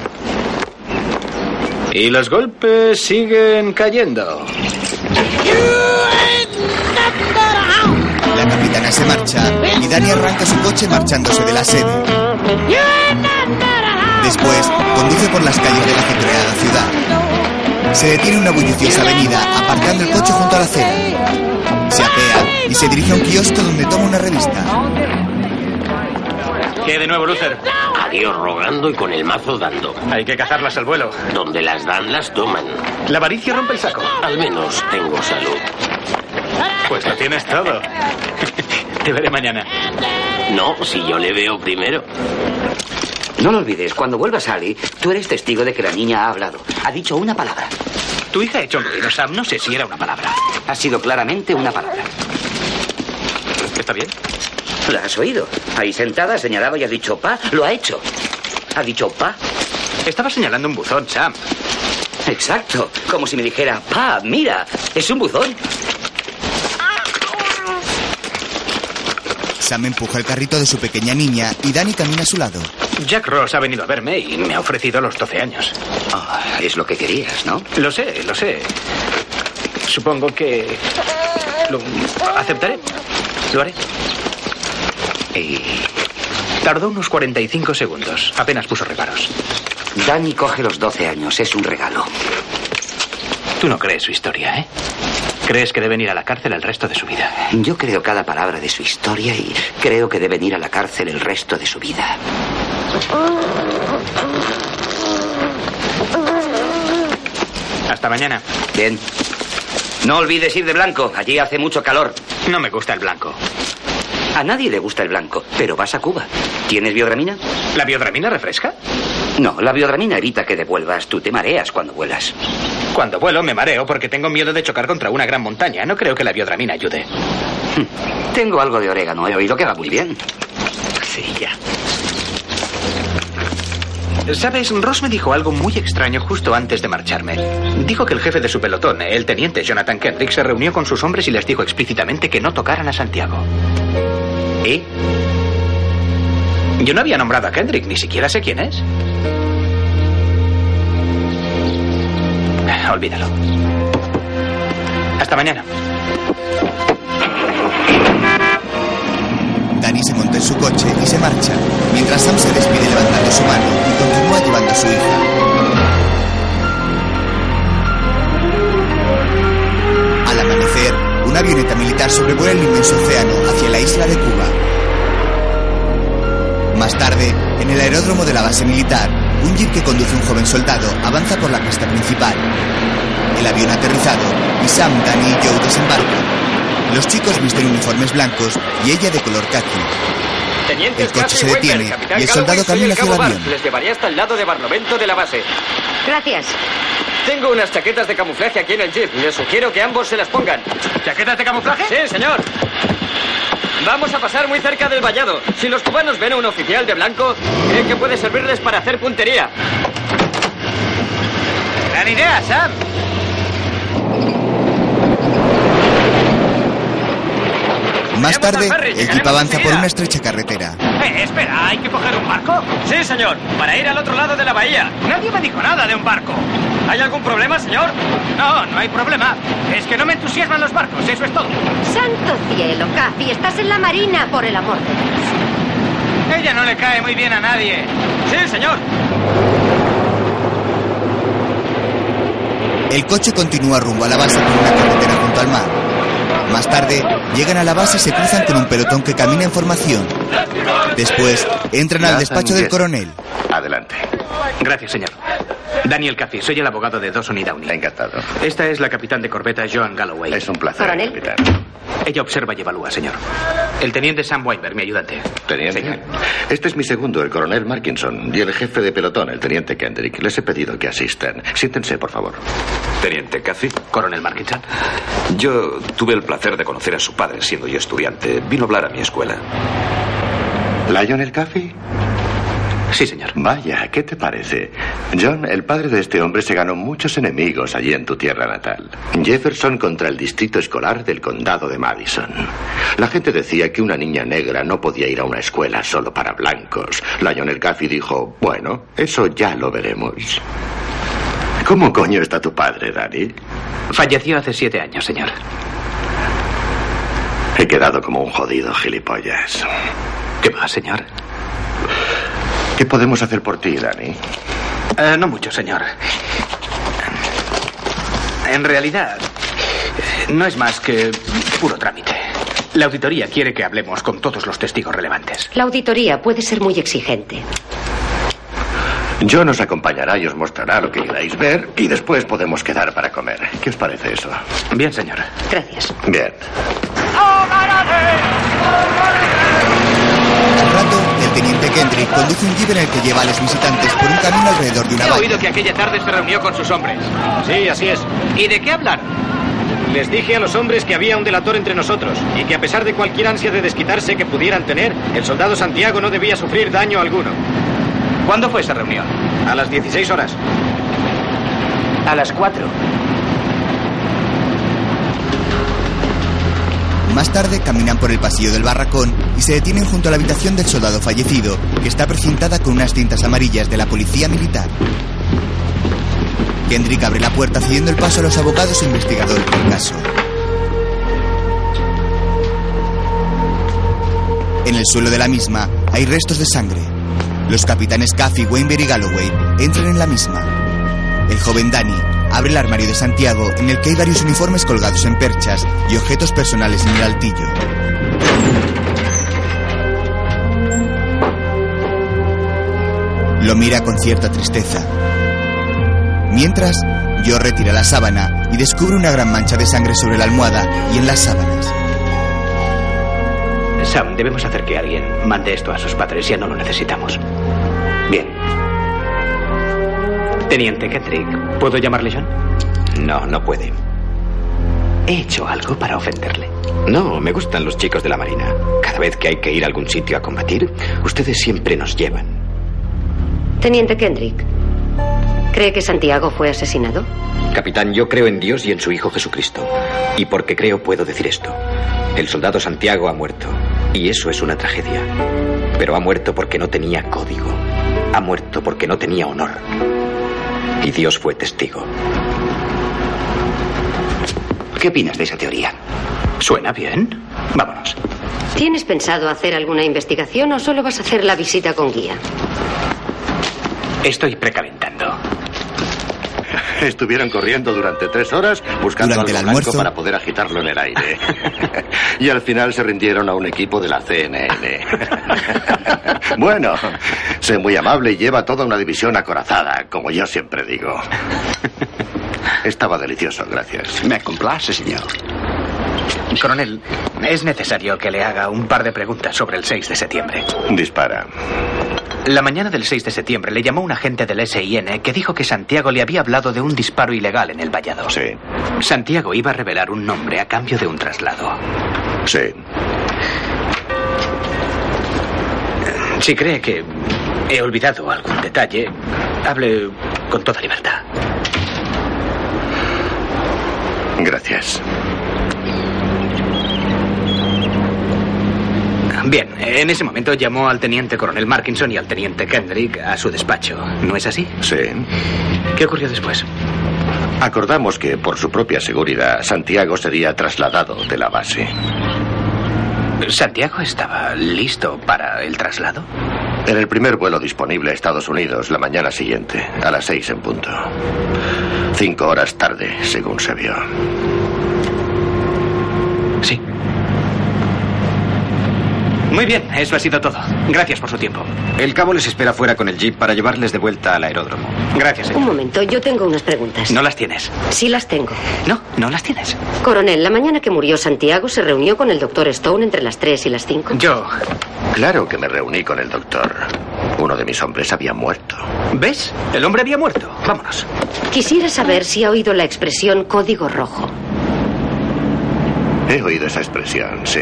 Y los golpes siguen cayendo.
La capitana se marcha y Dani arranca su coche marchándose de la sede. Después, conduce por las calles de la ajetreada ciudad. Se detiene en una bulliciosa avenida, aparcando el coche junto a la acera. Se apea y se dirige a un kiosco donde toma una revista.
¿Qué de nuevo, Luther? Adiós rogando y con el mazo dando. Hay que cazarlas al vuelo. Donde las dan, las toman. La avaricia rompe el saco. Al menos tengo salud. Pues lo tienes todo. Te veré mañana. No, si yo le veo primero.
No lo olvides, cuando vuelvas a Ali, tú eres testigo de que la niña ha hablado. Ha dicho una palabra.
Tu hija ha hecho un ruido, Sam. No sé si era una palabra.
Ha sido claramente una palabra.
¿Está bien?
La has oído. Ahí sentada ha señalado y ha dicho pa. Lo ha hecho. Ha dicho pa.
Estaba señalando un buzón, Sam.
Exacto. Como si me dijera, pa, mira, es un buzón.
Sam empuja el carrito de su pequeña niña y Dani camina a su lado.
Jack Ross ha venido a verme y me ha ofrecido los 12 años.
Ah, es lo que querías, ¿no?
Lo sé, lo sé. Supongo que... Lo aceptaré. Lo haré. Y... Tardó unos 45 segundos. Apenas puso reparos.
Dani coge los 12 años, es un regalo.
Tú no crees su historia, ¿eh? ¿Crees que deben ir a la cárcel el resto de su vida?
Yo creo cada palabra de su historia y creo que deben ir a la cárcel el resto de su vida.
Hasta mañana.
Bien. No olvides ir de blanco. Allí hace mucho calor.
No me gusta el blanco.
A nadie le gusta el blanco, pero vas a Cuba. ¿Tienes biodramina?
¿La biodramina refresca?
No, la biodramina evita que devuelvas. Tú te mareas cuando vuelas.
Cuando vuelo me mareo porque tengo miedo de chocar contra una gran montaña. No creo que la biodramina ayude.
Hmm. Tengo algo de orégano, he oído que va muy bien.
Sí, ya. Sabes, Ross me dijo algo muy extraño justo antes de marcharme. Dijo que el jefe de su pelotón, el teniente Jonathan Kendrick, se reunió con sus hombres y les dijo explícitamente que no tocaran a Santiago. ¿Y? Yo no había nombrado a Kendrick, ni siquiera sé quién es. Olvídalo. Hasta mañana.
Dani se monta en su coche y se marcha, mientras Sam se despide levantando su mano y continúa llevando a su hija. Al amanecer, una avioneta militar sobrevuela el inmenso océano hacia la isla de Cuba. Más tarde, en el aeródromo de la base militar, un jeep que conduce un joven soldado avanza por la pista principal. El avión ha aterrizado y Sam, Danny y Joe desembarcan. Los chicos visten uniformes blancos y ella de color khaki.
Tenientes
El coche
Caffey
se
Weber,
detiene
capitán
y el soldado
Galloway, soy
camina
el
hacia
cabo
el
Barth.
avión.
Les llevaré hasta el lado de Barlovento de la base.
Gracias.
Tengo unas chaquetas de camuflaje aquí en el jeep. Les sugiero que ambos se las pongan. ¿Chaquetas de camuflaje? Sí, señor. Vamos a pasar muy cerca del vallado. Si los cubanos ven a un oficial de blanco, creen que puede servirles para hacer puntería.
Gran idea, Sam.
Más tarde,
ferry,
el
llegaremos
jeep avanza por
enseguida.
una estrecha carretera.
Eh, espera, ¿hay que coger un barco? Sí, señor, para ir al otro lado de la bahía. Nadie me dijo nada de un barco. ¿Hay algún problema, señor?
No, no hay problema. Es que no me entusiasman los barcos, eso es todo.
Santo cielo, Cathy, estás en la marina, por el amor de Dios.
Ella no le cae muy bien a nadie. Sí, señor.
El coche continúa rumbo a la base por una carretera junto al mar. Más tarde, llegan a la base y se cruzan con un pelotón que camina en formación. Después, entran al despacho del coronel.
Adelante. Gracias, señor. Daniel Caffey, soy el abogado de Dawson y Downey. Encantado. Esta es la capitán de corbeta Joan Galloway. Es un placer,
Coronel.
Ella observa y evalúa, señor. El teniente Sam Weinberg, mi ayudante.
Teniente. Este es mi segundo, el coronel Markinson, y el jefe de pelotón, el teniente Kendrick. Les he pedido que asistan. Siéntense, por favor.
Teniente Cathy.
Coronel Markinson.
Yo tuve el placer de conocer a su padre siendo yo estudiante. Vino a hablar a mi escuela.
¿Lionel Caffey?
Sí, señor.
Vaya, ¿qué te parece? John, el padre de este hombre se ganó muchos enemigos allí en tu tierra natal. Jefferson contra el distrito escolar del condado de Madison. La gente decía que una niña negra no podía ir a una escuela solo para blancos. Lionel Caffey dijo, bueno, eso ya lo veremos. ¿Cómo coño está tu padre, Dani?
Falleció hace siete años, señor.
He quedado como un jodido gilipollas.
¿Qué va, señor?
¿Qué podemos hacer por ti, Dani?
Eh, no mucho, señor. En realidad, no es más que puro trámite. La auditoría quiere que hablemos con todos los testigos relevantes.
La auditoría puede ser muy exigente.
John os acompañará y os mostrará lo que queráis ver y después podemos quedar para comer. ¿Qué os parece eso?
Bien, señora.
Gracias.
Bien.
Al rato, el teniente Kendrick conduce un jeep en el que lleva a los visitantes por un camino alrededor de una
He
valla.
oído que aquella tarde se reunió con sus hombres. Sí, así es. ¿Y de qué hablaron?
Les dije a los hombres que había un delator entre nosotros y que a pesar de cualquier ansia de desquitarse que pudieran tener, el soldado Santiago no debía sufrir daño alguno.
¿Cuándo fue esa reunión?
A las 16 horas.
A las cuatro.
Más tarde caminan por el pasillo del barracón y se detienen junto a la habitación del soldado fallecido, que está precintada con unas cintas amarillas de la policía militar. Kendrick abre la puerta cediendo el paso a los abogados e investigadores del caso. En el suelo de la misma hay restos de sangre. Los capitanes Caffey, Weinberg y Galloway entran en la misma. El joven Danny abre el armario de Santiago en el que hay varios uniformes colgados en perchas y objetos personales en el altillo. Lo mira con cierta tristeza. Mientras, Joe retira la sábana y descubre una gran mancha de sangre sobre la almohada y en las sábanas.
Sam, debemos hacer que alguien mande esto a sus padres. Ya no lo necesitamos. Bien. Teniente Kendrick, ¿puedo llamarle John?
No, no puede.
He hecho algo para ofenderle.
No, me gustan los chicos de la Marina. Cada vez que hay que ir a algún sitio a combatir, ustedes siempre nos llevan.
Teniente Kendrick, ¿cree que Santiago fue asesinado?
Capitán, yo creo en Dios y en su Hijo Jesucristo. Y porque creo puedo decir esto. El soldado Santiago ha muerto. Y eso es una tragedia. Pero ha muerto porque no tenía código. Ha muerto porque no tenía honor. Y Dios fue testigo.
¿Qué opinas de esa teoría?
Suena bien. Vámonos.
¿Tienes pensado hacer alguna investigación o solo vas a hacer la visita con guía?
Estoy precalentando.
Estuvieron corriendo durante tres horas buscando
Durante el
algo blanco
almuerzo.
para poder agitarlo en el aire. y al final se rindieron a un equipo de la CNN. bueno, sé muy amable y lleva toda una división acorazada, como yo siempre digo. Estaba delicioso, gracias.
Me complace, señor. Coronel, es necesario que le haga un par de preguntas sobre el 6 de septiembre.
Dispara.
La mañana del 6 de septiembre le llamó un agente del SIN que dijo que Santiago le había hablado de un disparo ilegal en el vallado.
Sí.
Santiago iba a revelar un nombre a cambio de un traslado.
Sí.
Si cree que he olvidado algún detalle, hable con toda libertad.
Gracias.
Bien, en ese momento llamó al teniente coronel Markinson y al teniente Kendrick a su despacho. ¿No es así?
Sí.
¿Qué ocurrió después?
Acordamos que, por su propia seguridad, Santiago sería trasladado de la base.
¿Santiago estaba listo para el traslado?
En el primer vuelo disponible a Estados Unidos la mañana siguiente, a las seis en punto. Cinco horas tarde, según se vio.
Sí. Muy bien, eso ha sido todo. Gracias por su tiempo.
El cabo les espera fuera con el jeep para llevarles de vuelta al aeródromo.
Gracias,
Un momento, yo tengo unas preguntas.
No las tienes.
Sí las tengo.
No, no las tienes.
Coronel, la mañana que murió Santiago se reunió con el doctor Stone entre las 3 y las 5.
Yo.
Claro que me reuní con el doctor. Uno de mis hombres había muerto.
¿Ves? El hombre había muerto. Vámonos.
Quisiera saber si ha oído la expresión código rojo.
He oído esa expresión, sí.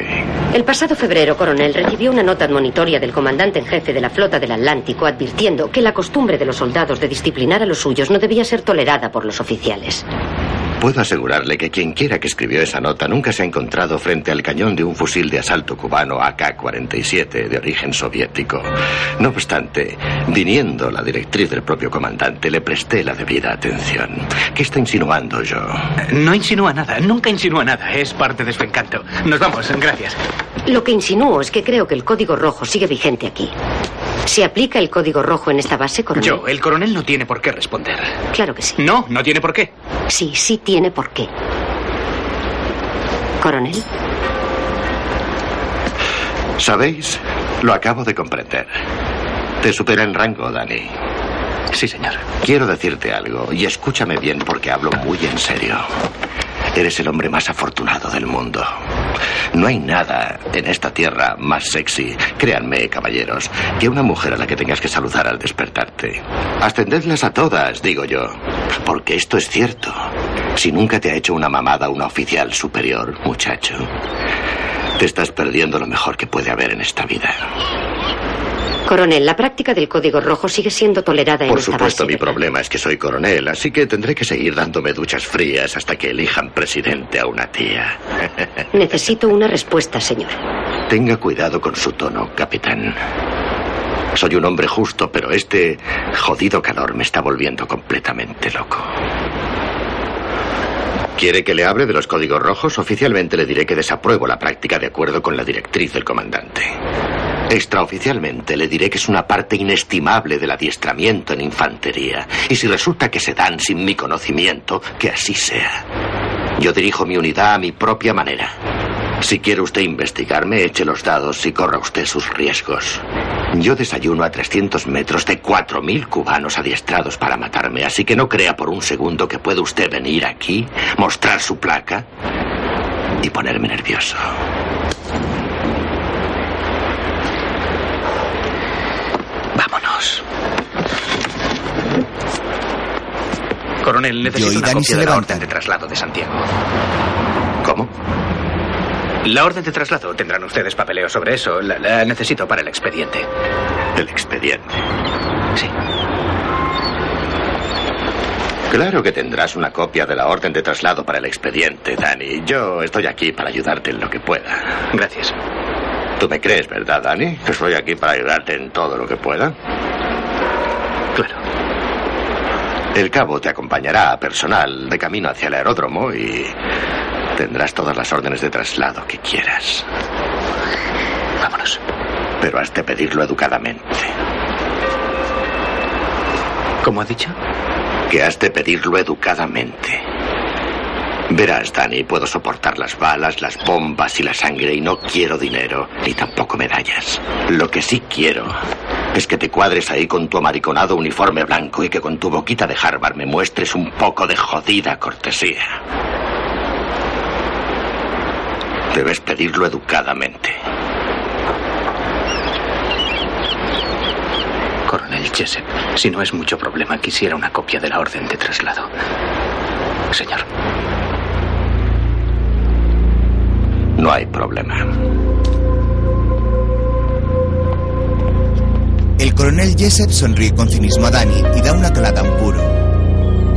El pasado febrero, coronel, recibió una nota admonitoria del comandante en jefe de la flota del Atlántico advirtiendo que la costumbre de los soldados de disciplinar a los suyos no debía ser tolerada por los oficiales.
Puedo asegurarle que quien quiera que escribió esa nota nunca se ha encontrado frente al cañón de un fusil de asalto cubano AK-47 de origen soviético. No obstante, viniendo la directriz del propio comandante, le presté la debida atención. ¿Qué está insinuando yo?
No insinúa nada, nunca insinúa nada. Es parte de su encanto. Nos vamos, gracias.
Lo que insinúo es que creo que el código rojo sigue vigente aquí. ¿Se aplica el código rojo en esta base, coronel?
Yo, el coronel no tiene por qué responder.
Claro que sí.
No, no tiene por qué.
Sí, sí tiene por qué. Coronel,
¿Sabéis? Lo acabo de comprender. Te supera en rango, Dani. Sí, señor. Quiero decirte algo, y escúchame bien porque hablo muy en serio. Eres el hombre más afortunado del mundo. No hay nada en esta tierra más sexy, créanme, caballeros, que una mujer a la que tengas que saludar al despertarte. Ascendedlas a todas, digo yo, porque esto es cierto. Si nunca te ha hecho una mamada una oficial superior, muchacho, te estás perdiendo lo mejor que puede haber en esta vida.
coronel, la práctica del código rojo sigue siendo tolerada en
Por
esta
supuesto,
base.
mi problema es que soy coronel, así que tendré que seguir dándome duchas frías hasta que elijan presidente a una tía. (laughs)
Necesito una respuesta, señor.
Tenga cuidado con su tono, capitán. Soy un hombre justo, pero este jodido calor me está volviendo completamente loco. ¿Quiere que le hable de los códigos rojos? Oficialmente le diré que desapruebo la práctica de acuerdo con la directriz del comandante. Extraoficialmente le diré que es una parte inestimable del adiestramiento en infantería. Y si resulta que se dan sin mi conocimiento, que así sea. Yo dirijo mi unidad a mi propia manera. Si quiere usted investigarme, eche los dados y corra usted sus riesgos. Yo desayuno a 300 metros de 4.000 cubanos adiestrados para matarme, así que no crea por un segundo que puede usted venir aquí, mostrar su placa y ponerme nervioso.
Vámonos. Coronel, necesito
Yo y
una
Dani
copia
se
de la
levantan.
orden de traslado de Santiago.
¿Cómo?
La orden de traslado. Tendrán ustedes papeleo sobre eso. La, la necesito para el expediente.
¿El expediente? Sí. Claro que tendrás una copia de la orden de traslado para el expediente, Dani. Yo estoy aquí para ayudarte en lo que pueda.
Gracias.
Tú me crees, ¿verdad, Dani? Que estoy aquí para ayudarte en todo lo que pueda. Claro. El cabo te acompañará a personal de camino hacia el aeródromo y tendrás todas las órdenes de traslado que quieras. Vámonos. Pero has de pedirlo educadamente.
¿Cómo ha dicho?
Que has de pedirlo educadamente. Verás, Dani, puedo soportar las balas, las bombas y la sangre y no quiero dinero, ni tampoco medallas. Lo que sí quiero es que te cuadres ahí con tu amariconado uniforme blanco y que con tu boquita de Harvard me muestres un poco de jodida cortesía. Debes pedirlo educadamente.
Coronel Jessup, si no es mucho problema, quisiera una copia de la orden de traslado. Señor.
No hay problema.
El coronel Jessup sonríe con cinismo a Danny y da una calada a un puro.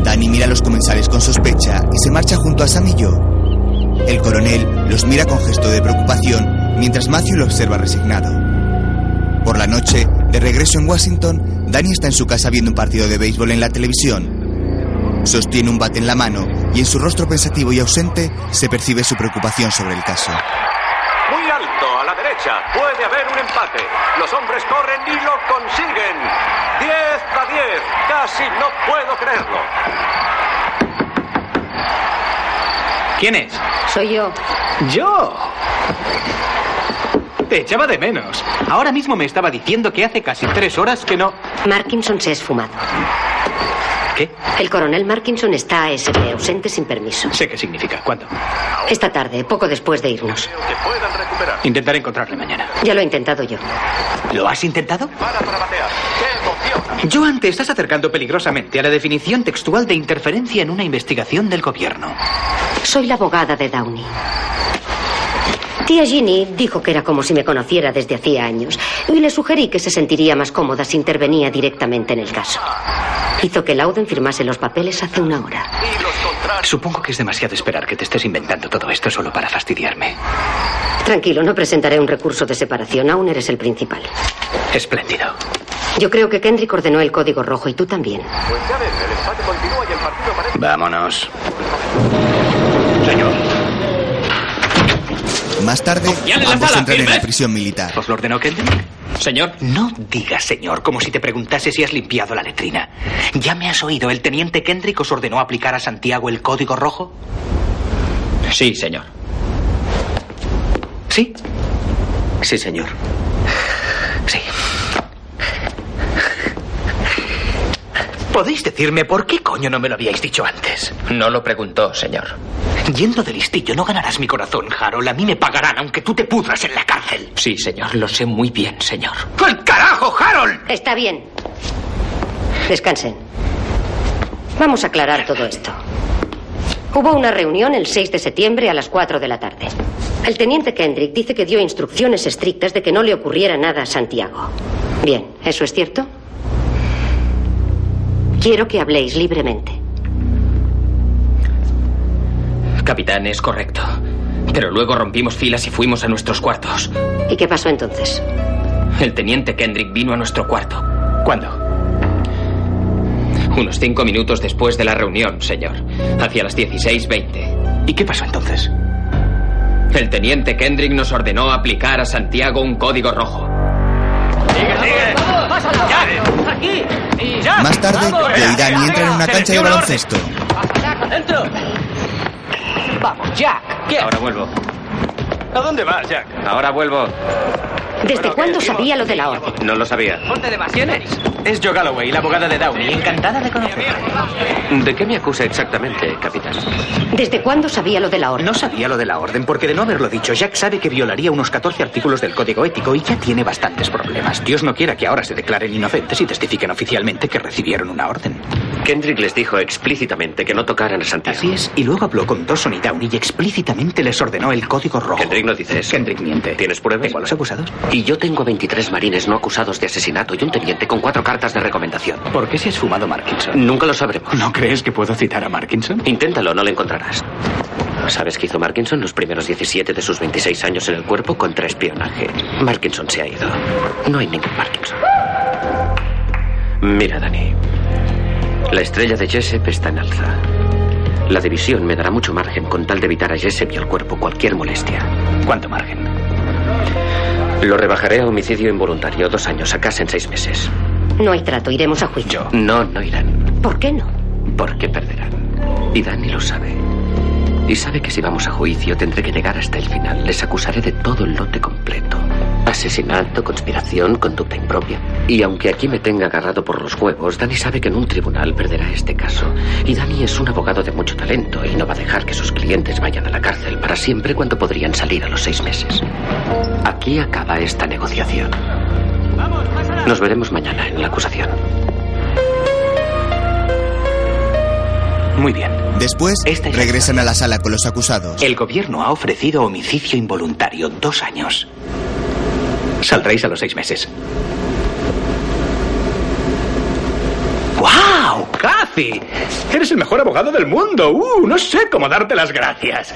Danny mira a los comensales con sospecha y se marcha junto a Sam y yo. El coronel los mira con gesto de preocupación mientras Matthew lo observa resignado. Por la noche, de regreso en Washington, Danny está en su casa viendo un partido de béisbol en la televisión. Sostiene un bate en la mano y en su rostro pensativo y ausente se percibe su preocupación sobre el caso.
Muy alto, a la derecha.
Pues-
Puede haber un empate. Los hombres corren y lo consiguen. 10 a 10. Casi no puedo creerlo.
¿Quién es?
Soy yo.
¡Yo! Te echaba de menos. Ahora mismo me estaba diciendo que hace casi tres horas que no.
Markinson se ha esfumado.
¿Qué?
El coronel Markinson está ASP, ausente sin permiso.
Sé qué significa. ¿Cuándo?
Esta tarde, poco después de irnos.
Intentaré encontrarle mañana.
Ya lo he intentado yo.
¿Lo has intentado? Joan, te estás acercando peligrosamente a la definición textual de interferencia en una investigación del gobierno.
Soy la abogada de Downey. Tía Ginny dijo que era como si me conociera desde hacía años y le sugerí que se sentiría más cómoda si intervenía directamente en el caso. Hizo que Lauden firmase los papeles hace una hora.
Supongo que es demasiado esperar que te estés inventando todo esto solo para fastidiarme.
Tranquilo, no presentaré un recurso de separación. Aún eres el principal.
Espléndido.
Yo creo que Kendrick ordenó el código rojo y tú también.
Pues ya ven, el empate continúa y el partido parece...
Vámonos.
Más tarde,
Ya le
ambos
lanzada,
entran en la
Gilbert.
prisión militar.
¿Os lo ordenó Kendrick? Señor. No digas señor, como si te preguntase si has limpiado la letrina. Ya me has oído, el teniente Kendrick os ordenó aplicar a Santiago el código rojo.
Sí, señor.
¿Sí?
Sí, señor.
Sí. ¿Podéis decirme por qué coño no me lo habíais dicho antes?
No lo preguntó, señor.
Yendo de listillo no ganarás mi corazón, Harold. A mí me pagarán aunque tú te pudras en la cárcel.
Sí, señor, lo sé muy bien, señor.
¡Al carajo, Harold!
Está bien. Descansen. Vamos a aclarar todo esto. Hubo una reunión el 6 de septiembre a las 4 de la tarde. El teniente Kendrick dice que dio instrucciones estrictas de que no le ocurriera nada a Santiago. Bien, ¿eso es cierto? Quiero que habléis libremente.
Capitán, es correcto. Pero luego rompimos filas y fuimos a nuestros cuartos.
¿Y qué pasó entonces?
El teniente Kendrick vino a nuestro cuarto. ¿Cuándo? Unos cinco minutos después de la reunión, señor. Hacia las 16.20. ¿Y qué pasó entonces? El teniente Kendrick nos ordenó aplicar a Santiago un código rojo.
¡Aquí!
Más tarde, Yoidani entra en una cancha de baloncesto.
¡Adentro!
Vamos, Jack. Ahora vuelvo.
¿A dónde vas, Jack?
Ahora vuelvo.
¿Desde cuándo sabía lo de la orden?
No lo sabía.
¿Ponte de vacaciones?
Es Joe Galloway, la abogada de Downey. Encantada de conocerla.
¿De qué me acusa exactamente, capitán?
¿Desde cuándo sabía lo de la orden?
No sabía lo de la orden, porque de no haberlo dicho, Jack sabe que violaría unos 14 artículos del código ético y ya tiene bastantes problemas. Dios no quiera que ahora se declaren inocentes y testifiquen oficialmente que recibieron una orden.
Kendrick les dijo explícitamente que no tocaran a Santiago.
Así es, y luego habló con Dawson y Downey y explícitamente les ordenó el código rojo.
Kendrick no dice eso.
Kendrick miente.
¿Tienes pruebas?
Tengo a los acusados.
Y yo tengo 23 marines no acusados de asesinato y un teniente con cuatro cartas de recomendación.
¿Por qué se ha esfumado Markinson?
Nunca lo sabremos.
¿No crees que puedo citar a Markinson?
Inténtalo, no lo encontrarás. ¿Sabes qué hizo Markinson los primeros 17 de sus 26 años en el cuerpo contra espionaje? Markinson se ha ido. No hay ningún Markinson. Mira, Dani. La estrella de Jessep está en alza. La división me dará mucho margen con tal de evitar a Jessep y al cuerpo cualquier molestia.
¿Cuánto margen?
Lo rebajaré a homicidio involuntario dos años, a casa en seis meses.
No hay trato, iremos a juicio.
No, no irán,
¿Por qué no?
porque perderán. Y Dani lo sabe. Y sabe que si vamos a juicio tendré que llegar hasta el final. Les acusaré de todo el lote completo. Asesinato, conspiración, conducta impropia. Y aunque aquí me tenga agarrado por los huevos, Dani sabe que en un tribunal perderá este caso. Y Dani es un abogado de mucho talento y no va a dejar que sus clientes vayan a la cárcel para siempre cuando podrían salir a los seis meses. Aquí acaba esta negociación. Nos veremos mañana en la acusación.
Muy bien. Este
Después, regresan a la sala con los acusados.
El gobierno ha ofrecido homicidio involuntario dos años. Saldréis a los seis meses. ¡Wow! ¡Cathy! Eres el mejor abogado del mundo. ¡Uh! No sé cómo darte las gracias.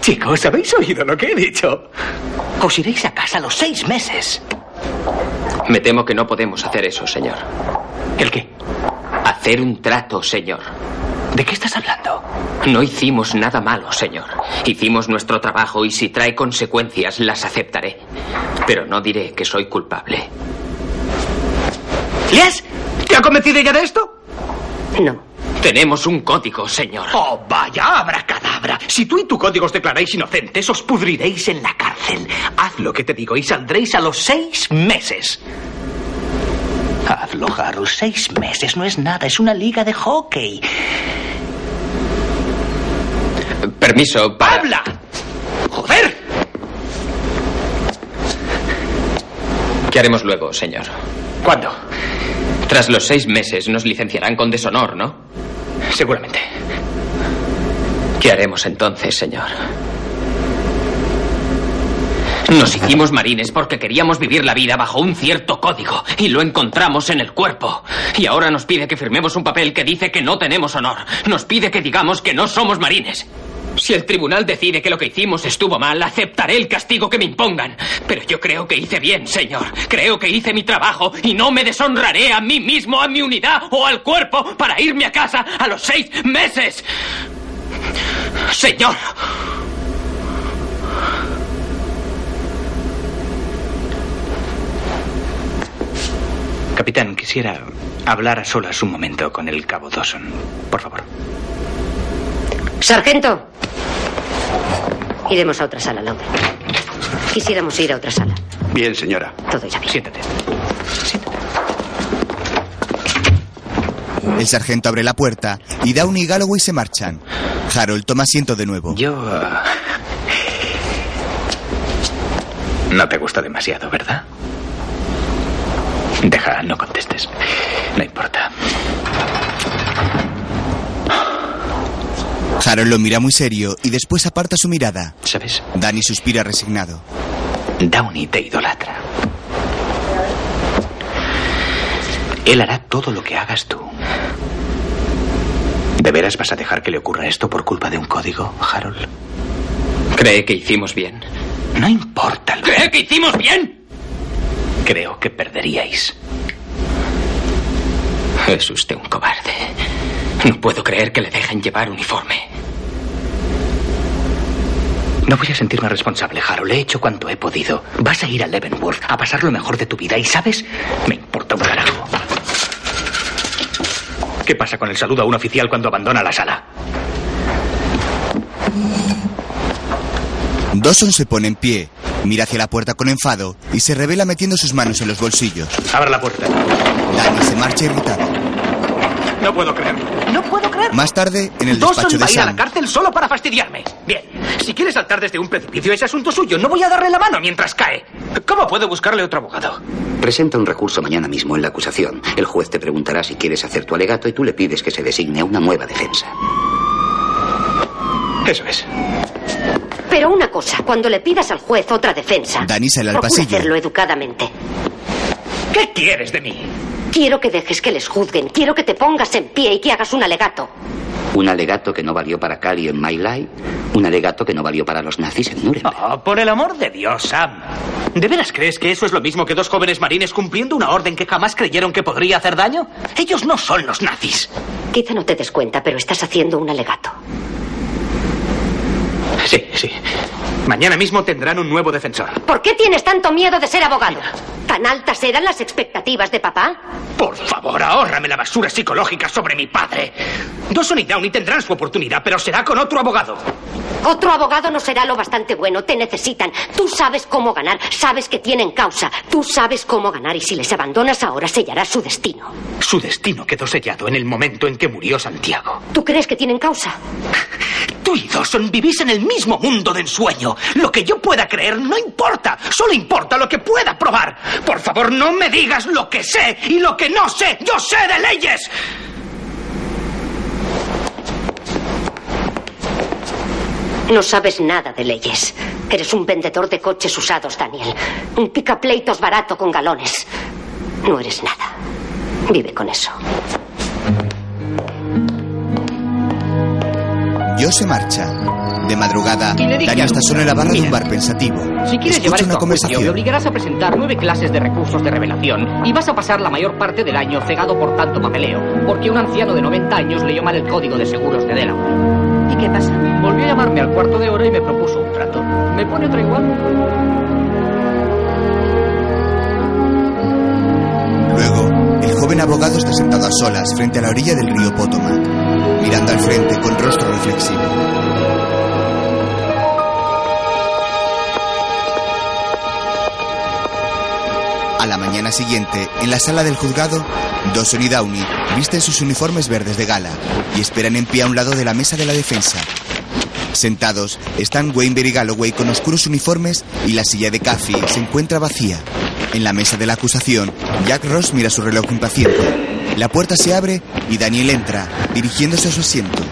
Chicos, ¿habéis oído lo que he dicho? Os iréis a casa a los seis meses.
Me temo que no podemos hacer eso, señor.
¿El qué?
Hacer un trato, señor.
¿De qué estás hablando?
No hicimos nada malo, señor. Hicimos nuestro trabajo y si trae consecuencias las aceptaré. Pero no diré que soy culpable.
¿Yes? ¿Te ha convencido ya de esto?
No.
Tenemos un código, señor.
Oh, vaya, abracadabra. Si tú y tu código os declaráis inocentes, os pudriréis en la cárcel. Haz lo que te digo y saldréis a los seis meses. Hazlo, Harold. Seis meses no es nada. Es una liga de hockey.
Permiso, para...
¡Habla! ¡Joder!
¿Qué haremos luego, señor?
¿Cuándo?
Tras los seis meses nos licenciarán con deshonor, ¿no?
Seguramente.
¿Qué haremos entonces, señor?
Nos hicimos marines porque queríamos vivir la vida bajo un cierto código y lo encontramos en el cuerpo. Y ahora nos pide que firmemos un papel que dice que no tenemos honor. Nos pide que digamos que no somos marines. Si el tribunal decide que lo que hicimos estuvo mal, aceptaré el castigo que me impongan. Pero yo creo que hice bien, señor. Creo que hice mi trabajo y no me deshonraré a mí mismo, a mi unidad o al cuerpo para irme a casa a los seis meses. Señor,
Capitán, quisiera hablar a solas un momento con el cabo Dawson. Por favor.
Sargento. Iremos a otra sala, Laura. Quisiéramos ir a otra sala.
Bien, señora.
Todo irá bien.
Siéntate.
El sargento abre la puerta y Downey y Galloway se marchan. Harold toma asiento de nuevo.
Yo. eh, No te gusta demasiado, ¿verdad? Deja, no contestes. No importa.
Harold lo mira muy serio y después aparta su mirada.
¿Sabes?
Danny suspira resignado.
Downey te idolatra. Él hará todo lo que hagas tú. ¿De veras vas a dejar que le ocurra esto por culpa de un código, Harold?
¿Cree que hicimos bien?
No importa.
¿Cree que hicimos bien?
Creo que perderíais.
Es usted un cobarde. No puedo creer que le dejen llevar uniforme.
No voy a sentirme responsable, Harold. He hecho cuanto he podido. Vas a ir a Leavenworth a pasar lo mejor de tu vida y, ¿sabes? Me importa un carajo. ¿Qué pasa con el saludo a un oficial cuando abandona la sala?
Dawson se pone en pie, mira hacia la puerta con enfado y se revela metiendo sus manos en los bolsillos.
Abre la puerta.
Danny se marcha irritado.
No puedo creerlo.
No puedo creerlo. Más tarde, en el despacho
Dawson va
de
a ir a la
Sam,
cárcel solo para fastidiarme. Bien, si quiere saltar desde un precipicio es asunto suyo. No voy a darle la mano mientras cae. ¿Cómo puedo buscarle otro abogado?
Presenta un recurso mañana mismo en la acusación. El juez te preguntará si quieres hacer tu alegato y tú le pides que se designe una nueva defensa.
Eso es.
Pero una cosa, cuando le pidas al juez otra defensa.
Dani sale al
procura
pasillo.
hacerlo educadamente.
¿Qué quieres de mí?
Quiero que dejes que les juzguen. Quiero que te pongas en pie y que hagas un alegato.
Un alegato que no valió para Cali en My Life, un alegato que no valió para los nazis en Nuremberg.
Oh, por el amor de Dios, Sam. ¿De veras crees que eso es lo mismo que dos jóvenes marines cumpliendo una orden que jamás creyeron que podría hacer daño? Ellos no son los nazis.
Quizá no te des cuenta, pero estás haciendo un alegato.
Sí, sí. Mañana mismo tendrán un nuevo defensor.
¿Por qué tienes tanto miedo de ser abogado? ¿Tan altas eran las expectativas de papá?
Por favor, ahórrame la basura psicológica sobre mi padre. Dawson y Downey tendrán su oportunidad, pero será con otro abogado.
Otro abogado no será lo bastante bueno. Te necesitan. Tú sabes cómo ganar. Sabes que tienen causa. Tú sabes cómo ganar. Y si les abandonas ahora, sellarás su destino.
Su destino quedó sellado en el momento en que murió Santiago.
¿Tú crees que tienen causa?
Tú y Dawson vivís en el mismo mundo de ensueño. Lo que yo pueda creer no importa. Solo importa lo que pueda probar. Por favor, no me digas lo que sé y lo que no sé. Yo sé de leyes.
No sabes nada de leyes. Eres un vendedor de coches usados, Daniel. Un picapleitos barato con galones. No eres nada. Vive con eso.
Joe se marcha. De madrugada,
Y le dije
Danny
a
está
Luke,
solo en la barra de un
mira,
bar pensativo.
Si
Escucha
quieres
una
llevar esto a juicio, me
conversación.
obligarás a presentar nueve clases de recursos de revelación y vas a pasar la mayor parte del año cegado por tanto papeleo, porque un anciano de 90 años leyó mal el código de seguros de Delaware. ¿Y qué pasa? Volvió a llamarme al cuarto de hora y me propuso un trato. ¿Me pone otro igual?
El joven abogado está sentado a solas frente a la orilla del río Potomac, mirando al frente con rostro reflexivo. A la mañana siguiente, en la sala del juzgado, Dawson y Downey visten sus uniformes verdes de gala y esperan en pie a un lado de la mesa de la defensa. Sentados están Weinberg y Galloway con oscuros uniformes y la silla de Caffey se encuentra vacía. En la mesa de la acusación, Jack Ross mira su reloj impaciente. La puerta se abre y Daniel entra, dirigiéndose a su asiento.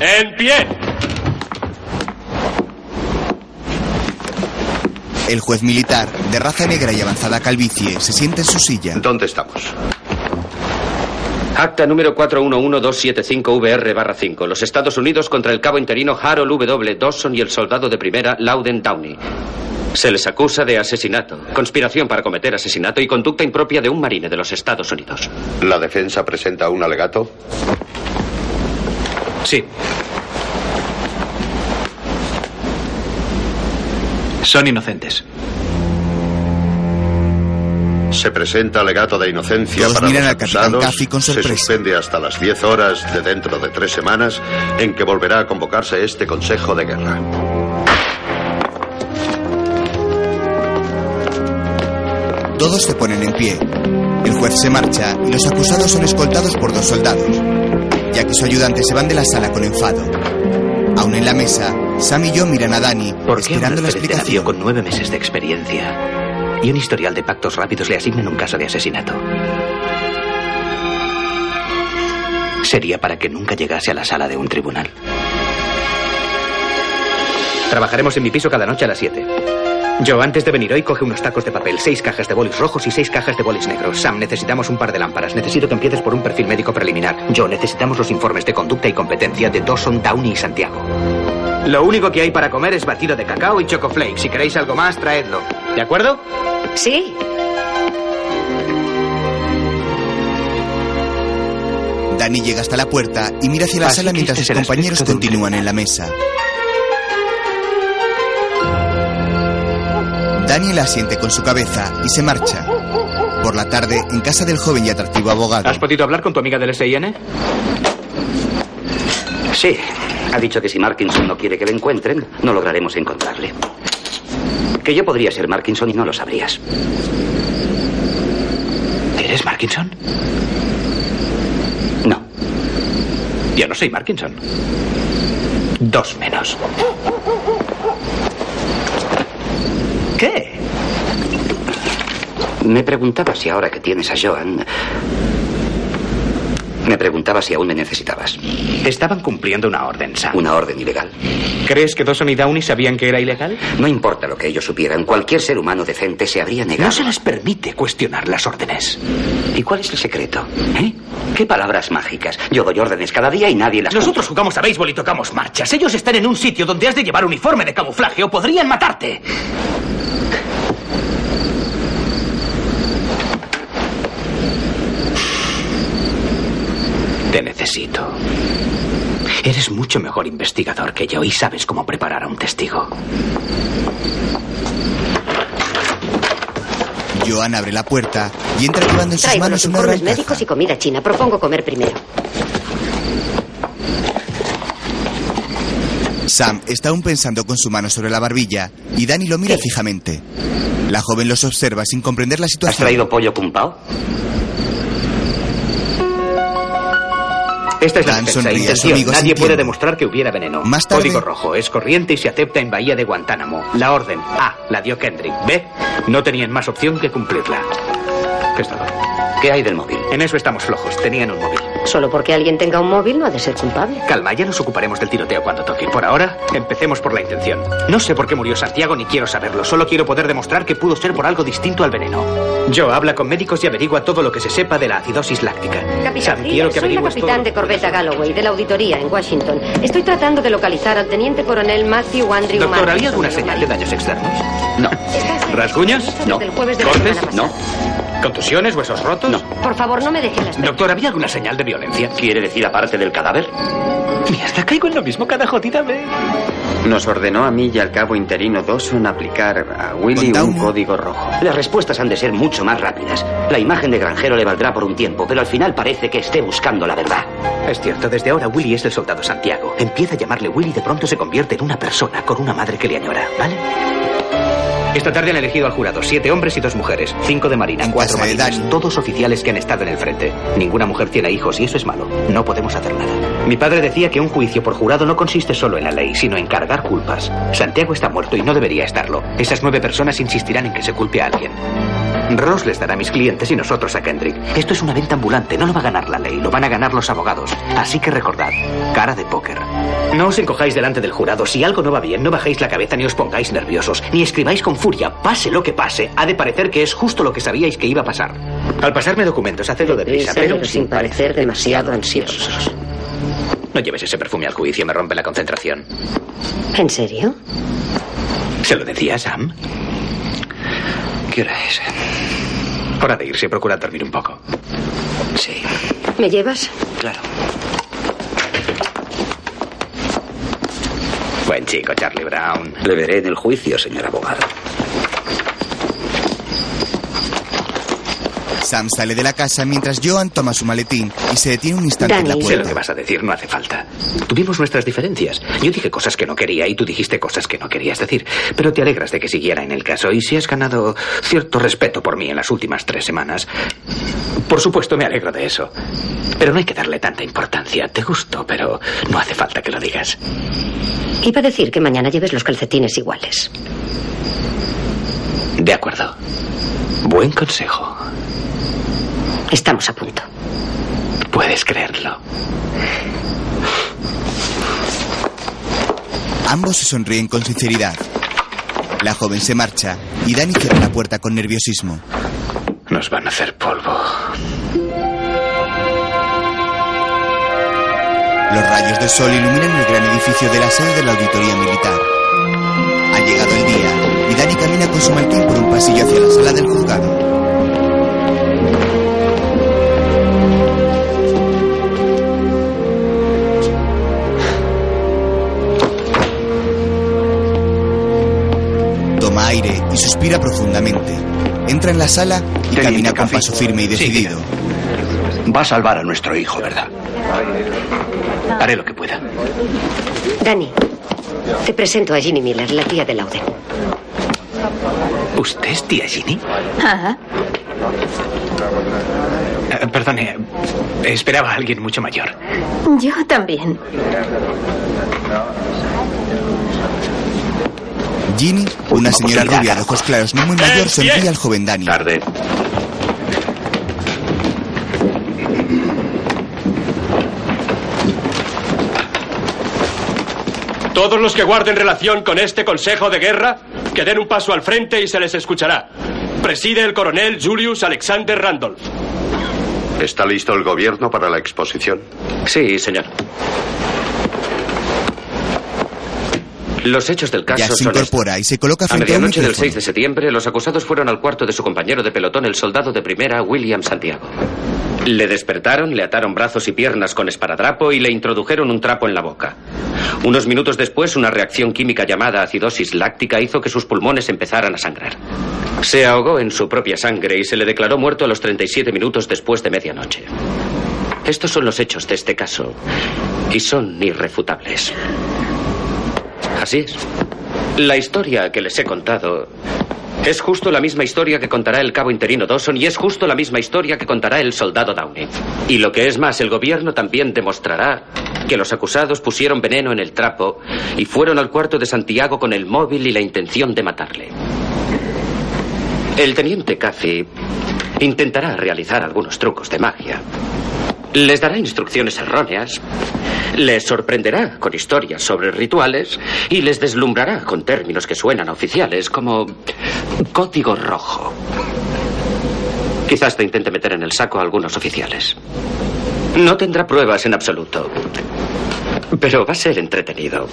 ¡En pie!
El juez militar, de raza negra y avanzada calvicie, se sienta en su silla.
¿Dónde estamos?
Acta número 411275VR-5. Los Estados Unidos contra el cabo interino Harold W. Dawson y el soldado de primera Loudon Downey. Se les acusa de asesinato, conspiración para cometer asesinato y conducta impropia de un marine de los Estados Unidos.
¿La defensa presenta un alegato?
Sí.
Son inocentes.
Se presenta alegato de inocencia
Todos
para
miran
los
al capitán
acusados.
Caffey con
se
sorpresa.
suspende hasta las 10 horas de dentro de tres semanas en que volverá a convocarse este Consejo de Guerra.
Todos se ponen en pie. El juez se marcha y los acusados son escoltados por dos soldados. Jack y su ayudante se van de la sala con enfado. Aún en la mesa, Sam y yo miran a Danny,
¿Por qué un
esperando la explicación.
con nueve meses de experiencia y un historial de pactos rápidos le asignan un caso de asesinato? Sería para que nunca llegase a la sala de un tribunal.
Trabajaremos en mi piso cada noche a las 7. Yo, antes de venir hoy, coge unos tacos de papel, seis cajas de bolis rojos y seis cajas de bolis negros. Sam, necesitamos un par de lámparas. Necesito que empieces por un perfil médico preliminar. Yo, necesitamos los informes de conducta y competencia de Dawson, Downey y Santiago.
Lo único que hay para comer es batido de cacao y chocoflake. Si queréis algo más, traedlo. ¿De acuerdo?
Sí.
Danny llega hasta la puerta y mira
Ah,
hacia la
Así
sala
que
mientras
este
sus
es el
compañeros
aspecto de un
continúan en la mesa. Danny la asiente con su cabeza y se marcha. Por la tarde, en casa del joven y atractivo abogado.
¿Has podido hablar con tu amiga del SIN?
Sí, ha dicho que si Markinson no quiere que le encuentren, no lograremos encontrarle. Que yo podría ser Markinson y no lo sabrías.
¿Eres Markinson?
No.
Yo no soy Markinson. Dos menos.
¿Qué? Me preguntaba si ahora que tienes a Joan... Me preguntaba si aún me necesitabas.
Estaban cumpliendo una orden, Sam.
Una orden ilegal.
¿Crees que Dawson y Downey sabían que era ilegal?
No importa lo que ellos supieran, cualquier ser humano decente se habría negado.
No se les permite cuestionar las órdenes.
¿Y cuál es el secreto? ¿Eh? ¿Qué palabras mágicas? Yo doy órdenes cada día y nadie las...
Nosotros jugamos a béisbol y tocamos marchas. Ellos están en un sitio donde has de llevar uniforme de camuflaje o podrían matarte. Te necesito. Eres mucho mejor investigador que yo y sabes cómo preparar a un testigo.
Joan abre la puerta y entra llevando en sus
Traigo los
manos una
informes
gran
médicos y comida china. Propongo comer primero.
Sam está aún pensando con su mano sobre la barbilla y Danny lo mira fijamente. La joven los observa sin comprender la
¿Has
situación.
traído pollo kung pao?
Esta es la
Dan
defensa.
sonríe a su
Intención.
amigo
Nadie
sintiendo.
puede demostrar que hubiera veneno.
Más tarde-
Código rojo. Es corriente y se acepta en Bahía de Guantánamo. La orden A la dio Kendrick. B no tenían más opción que cumplirla. ¿Qué es todo?
¿Qué hay del móvil?
En eso estamos flojos. Tenían un móvil.
Solo porque alguien tenga un móvil no ha de ser culpable.
Calma, ya nos ocuparemos del tiroteo cuando toque. Por ahora, empecemos por la intención. No sé por qué murió Santiago ni quiero saberlo. Solo quiero poder demostrar que pudo ser por algo distinto al veneno. Yo habla con médicos y averigua todo lo que se sepa de la acidosis láctica.
Capitán,
Sam, quiero
soy
que
la
averigües todo.
capitán de corbeta Galloway de la auditoría en Washington. Estoy tratando de localizar al teniente coronel Matthew Andrew
Doctor, ¿había
Martinson.
alguna señal de daños externos? No.
Está
¿Rasguños?
desde el jueves de la semana
No. ¿Contusiones? ¿Huesos rotos? No.
Por favor, no me deje las...
Doctor, ¿había alguna señal de violencia?
¿Quiere decir aparte del cadáver?
Mierda, caigo en lo mismo cada jodida vez.
Nos ordenó a mí y al cabo interino Dawson aplicar a Willy un código rojo.
Las respuestas han de ser mucho más rápidas. La imagen de granjero le valdrá por un tiempo, pero al final parece que esté buscando la verdad.
Es cierto, desde ahora Willy es el soldado Santiago. Empieza a llamarle Willy y de pronto se convierte en una persona con una madre que le añora, ¿vale? Esta tarde han elegido al jurado siete hombres y dos mujeres, cinco de marina, cuatro marines, todos oficiales que han estado en el frente. Ninguna mujer tiene hijos y eso es malo. No podemos hacer nada. Mi padre decía que un juicio por jurado no consiste solo en la ley, sino en cargar culpas. Santiago está muerto y no debería estarlo. Esas nueve personas insistirán en que se culpe a alguien. Ross les dará a mis clientes y nosotros a Kendrick. Esto es una venta ambulante, no lo va a ganar la ley, lo van a ganar los abogados. Así que recordad, cara de póker. No os encojáis delante del jurado. Si algo no va bien, no bajéis la cabeza ni os pongáis nerviosos, ni escribáis con furia. Pase lo que pase, ha de parecer que es justo lo que sabíais que iba a pasar. Al pasarme documentos, hacedlo deprisa,
Deprisa,
pero
pero sin parecer demasiado ansiosos.
No lleves ese perfume al juicio, me rompe la concentración.
¿En serio?
¿Se lo decía a Sam? ¿Qué hora es? Hora de irse, procura dormir un poco. Sí.
¿Me llevas?
Claro. Buen chico, Charlie Brown.
Le veré en el juicio, señor abogado.
Sam sale de la casa mientras Joan toma su maletín y se detiene un instante en la
Sé lo que
puerta.
vas a decir, no hace falta. Tuvimos nuestras diferencias. Yo dije cosas que no quería y tú dijiste cosas que no querías decir. Pero te alegras de que siguiera en el caso y si has ganado cierto respeto por mí en las últimas tres semanas. Por supuesto, me alegro de eso. Pero no hay que darle tanta importancia. Te gusto, pero no hace falta que lo digas.
Iba a decir que mañana lleves los calcetines iguales.
De acuerdo. Buen consejo.
Estamos a punto.
Puedes creerlo.
Ambos se sonríen con sinceridad. La joven se marcha y Danny cierra la puerta con nerviosismo.
Nos van a hacer polvo.
Los rayos del sol iluminan el gran edificio de la sede de la auditoría militar. Ha llegado el día y Danny camina con su maletín por un pasillo hacia la sala del juzgado. Toma aire y suspira profundamente. Entra en la sala y camina con paso firme y decidido.
Va a salvar a nuestro hijo, ¿verdad? Haré lo que pueda.
Dani, te presento a Ginny Miller, la tía de Lauden.
¿Usted es tía Ginny?
Ajá.
Eh, perdone, esperaba a alguien mucho mayor.
Yo también.
Ginny, una señora rubia de ojos claros no muy mayor, sonríe al joven Danny. Tarde.
Todos los que guarden relación con este Consejo de Guerra, que den un paso al frente y se les escuchará. Preside el coronel Julius Alexander Randolph.
¿Está listo el gobierno para la exposición?
Sí, señor. Los hechos del caso
Ya se
son estos.
incorpora y se coloca
A
frente a un
medianoche del
micrófono.
6 de septiembre, los acusados fueron al cuarto de su compañero de pelotón, el soldado de primera, William Santiago. Le despertaron, le ataron brazos y piernas con esparadrapo y le introdujeron un trapo en la boca. Unos minutos después, una reacción química llamada acidosis láctica hizo que sus pulmones empezaran a sangrar. Se ahogó en su propia sangre y se le declaró muerto a los 37 minutos después de medianoche. Estos son los hechos de este caso y son irrefutables. Así es. La historia que les he contado es justo la misma historia que contará el cabo interino Dawson y es justo la misma historia que contará el soldado Downey. Y lo que es más, el gobierno también demostrará que los acusados pusieron veneno en el trapo y fueron al cuarto de Santiago con el móvil y la intención de matarle. El teniente Cathy intentará realizar algunos trucos de magia. Les dará instrucciones erróneas, les sorprenderá con historias sobre rituales y les deslumbrará con términos que suenan a oficiales como código rojo. Quizás te intente meter en el saco a algunos oficiales. No tendrá pruebas en absoluto, pero va a ser entretenido.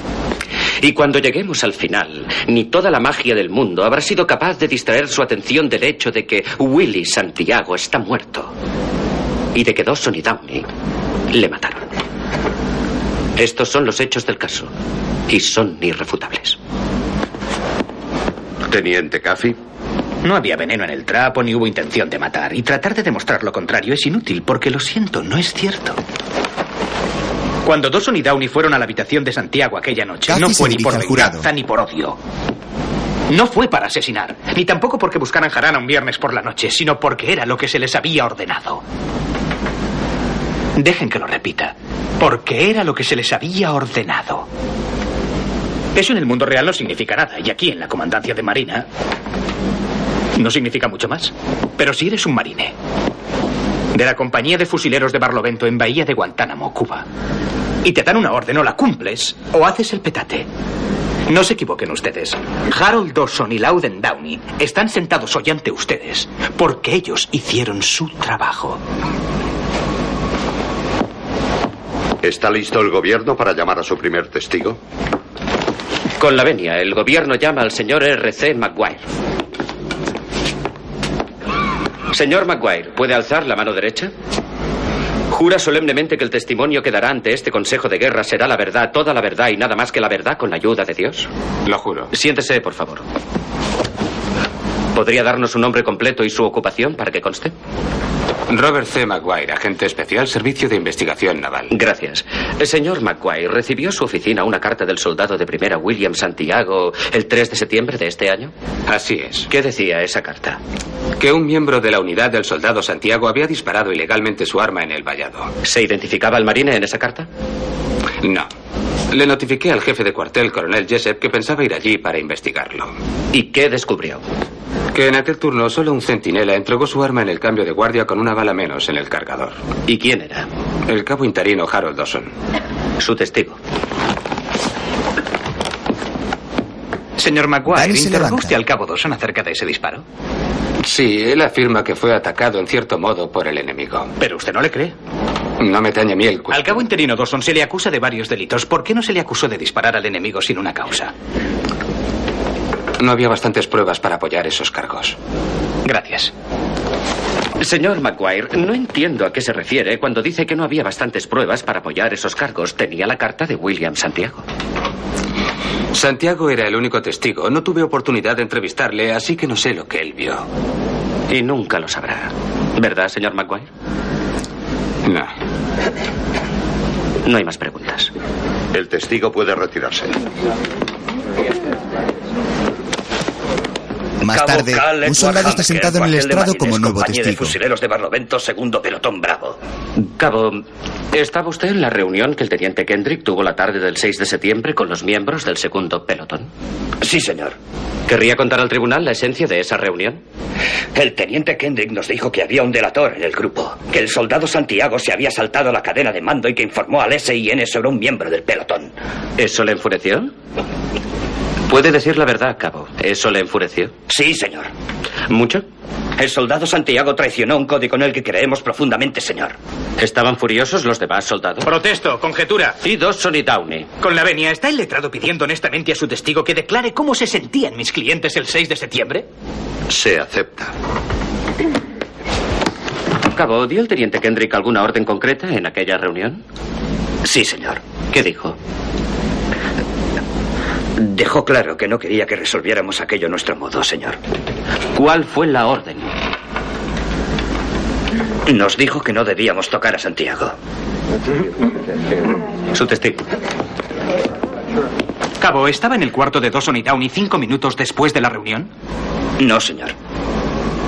Y cuando lleguemos al final, ni toda la magia del mundo habrá sido capaz de distraer su atención del hecho de que Willy Santiago está muerto y de que Dawson y Downey le mataron. Estos son los hechos del caso y son irrefutables.
Teniente Caffey.
No había veneno en el trapo ni hubo intención de matar. Y tratar de demostrar lo contrario es inútil porque lo siento, no es cierto. Cuando Dawson y Downey fueron a la habitación de Santiago aquella noche,
Cathy
no
se
fue ni
dirige
por
al jurado.
venganza ni por odio. No fue para asesinar, ni tampoco porque buscaran jarana un viernes por la noche, sino porque era lo que se les había ordenado. Dejen que lo repita. Porque era lo que se les había ordenado. Eso en el mundo real no significa nada, y aquí en la comandancia de Marina No significa mucho más. Pero si eres un marine de la compañía de fusileros de Barlovento en Bahía de Guantánamo, Cuba, y te dan una orden o la cumples o haces el petate. No se equivoquen ustedes. Harold Dawson y Loudon Downey están sentados hoy ante ustedes porque ellos hicieron su trabajo.
¿Está listo el gobierno para llamar a su primer testigo?
Con la venia, el gobierno llama al señor R.C. Maguire. Señor Maguire, ¿puede alzar la mano derecha? Jura solemnemente que el testimonio que dará ante este Consejo de Guerra será la verdad, toda la verdad y nada más que la verdad con la ayuda de Dios.
Lo juro.
Siéntese, por favor. ¿Podría darnos su nombre completo y su ocupación para que conste?
Robert C. Maguire, agente especial, Servicio de Investigación Naval.
Gracias. El señor Maguire, ¿recibió su oficina una carta del soldado de primera William Santiago el 3 de septiembre de este año?
Así es.
¿Qué decía esa carta?
Que un miembro de la unidad del soldado Santiago había disparado ilegalmente su arma en el vallado.
¿Se identificaba al marine en esa carta?
No. Le notifiqué al jefe de cuartel, coronel Jessup, que pensaba ir allí para investigarlo.
¿Y qué descubrió?
Que en aquel turno solo un centinela entregó su arma en el cambio de guardia con una bala menos en el cargador.
¿Y quién era?
El cabo interino Harold Dawson.
Su testigo.
Señor McGuire, se ¿interrogó usted al cabo Dawson acerca de ese disparo?
Sí, él afirma que fue atacado en cierto modo por el enemigo.
Pero usted no le cree.
No me tañe miel.
Al cabo interino Dawson se le acusa de varios delitos. ¿Por qué no se le acusó de disparar al enemigo sin una causa?
No había bastantes pruebas para apoyar esos cargos.
Gracias.
Señor Maguire, no entiendo a qué se refiere cuando dice que no había bastantes pruebas para apoyar esos cargos. Tenía la carta de William Santiago.
Santiago era el único testigo. No tuve oportunidad de entrevistarle, así que no sé lo que él vio.
Y nunca lo sabrá. ¿Verdad, señor Maguire?
No.
No hay más preguntas.
El testigo puede retirarse.
Más tarde, un soldado está sentado en el estrado como nuevo testigo.
De fusileros de Barlovento, segundo pelotón bravo.
Cabo, ¿estaba usted en la reunión que el teniente Kendrick tuvo la tarde del 6 de septiembre con los miembros del segundo pelotón?
Sí, señor.
¿Querría contar al tribunal la esencia de esa reunión?
El teniente Kendrick nos dijo que había un delator en el grupo, que el soldado Santiago se había saltado la cadena de mando y que informó al SIN sobre un miembro del pelotón.
¿Eso le enfureció? Puede decir la verdad, cabo. ¿Eso le enfureció?
Sí, señor.
¿Mucho?
El soldado Santiago traicionó un código en el que creemos profundamente, señor.
¿Estaban furiosos los demás soldados?
Protesto, conjetura.
Y Dawson y Downey.
Con la venia, ¿está el letrado pidiendo honestamente a su testigo que declare cómo se sentían mis clientes el 6 de septiembre?
Se acepta.
Cabo, ¿dio el teniente Kendrick alguna orden concreta en aquella reunión?
Sí, señor.
¿Qué dijo?
Dejó claro que no quería que resolviéramos aquello a nuestro modo, señor.
¿Cuál fue la orden?
Nos dijo que no debíamos tocar a Santiago.
Su testigo.
Cabo, ¿estaba en el cuarto de Dawson y Downey cinco minutos después de la reunión?
No, señor.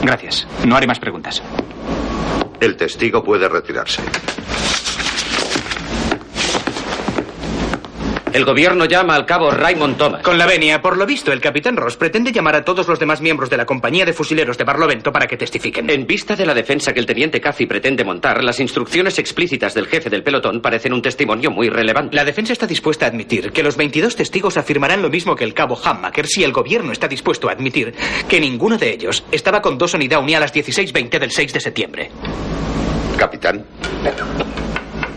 Gracias. No haré más preguntas.
El testigo puede retirarse.
El gobierno llama al cabo Raymond Thomas.
Con la venia, por lo visto, el capitán Ross pretende llamar a todos los demás miembros de la compañía de fusileros de Barlovento para que testifiquen.
En vista de la defensa que el teniente Caffey pretende montar, las instrucciones explícitas del jefe del pelotón parecen un testimonio muy relevante.
La defensa está dispuesta a admitir que los 22 testigos afirmarán lo mismo que el cabo Hammaker si el gobierno está dispuesto a admitir que ninguno de ellos estaba con Dawson y Downey a las 16.20 del 6 de septiembre.
Capitán.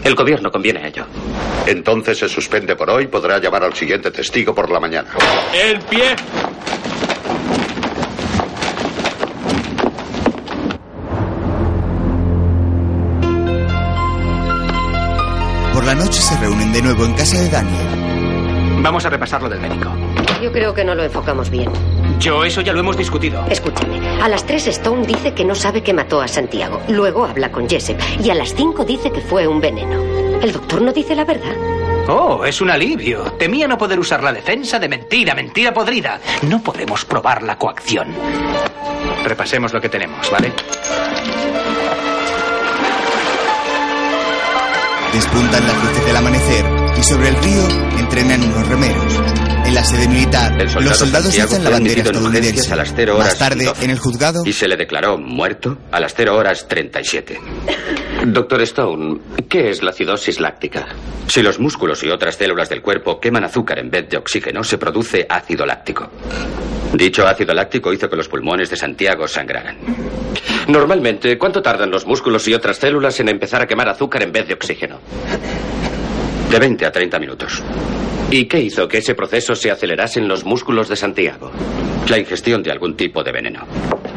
El gobierno conviene a ello.
Entonces se suspende por hoy. Podrá llamar al siguiente testigo por la mañana.
¡En pie!
Por la noche se reúnen de nuevo en casa de Daniel.
Vamos a repasar lo del médico.
Yo creo que no lo enfocamos bien.
Yo eso ya lo hemos discutido.
Escúchame, a las 3 Stone dice que no sabe que mató a Santiago. Luego habla con Jessup y a las 5 dice que fue un veneno. ¿El doctor no dice la verdad?
Oh, es un alivio. Temía no poder usar la defensa de mentira, mentira podrida. No podemos probar la coacción. Repasemos lo que tenemos, ¿vale?
Despuntan las luces del amanecer y sobre el río entrenan unos remeros. En la sede militar,
soldado
los soldados
Santiago
alzan la
fue
bandera
admitido en
estadounidense.
urgencias a las cero horas
Más tarde, en el juzgado,
Y se le declaró muerto a las 0 horas 37. Doctor Stone, ¿qué es la acidosis láctica? Si los músculos y otras células del cuerpo queman azúcar en vez de oxígeno, se produce ácido láctico. Dicho ácido láctico hizo que los pulmones de Santiago sangraran. Normalmente, ¿cuánto tardan los músculos y otras células en empezar a quemar azúcar en vez de oxígeno? De 20 a 30 minutos. ¿Y qué hizo que ese proceso se acelerase en los músculos de Santiago? La ingestión de algún tipo de veneno.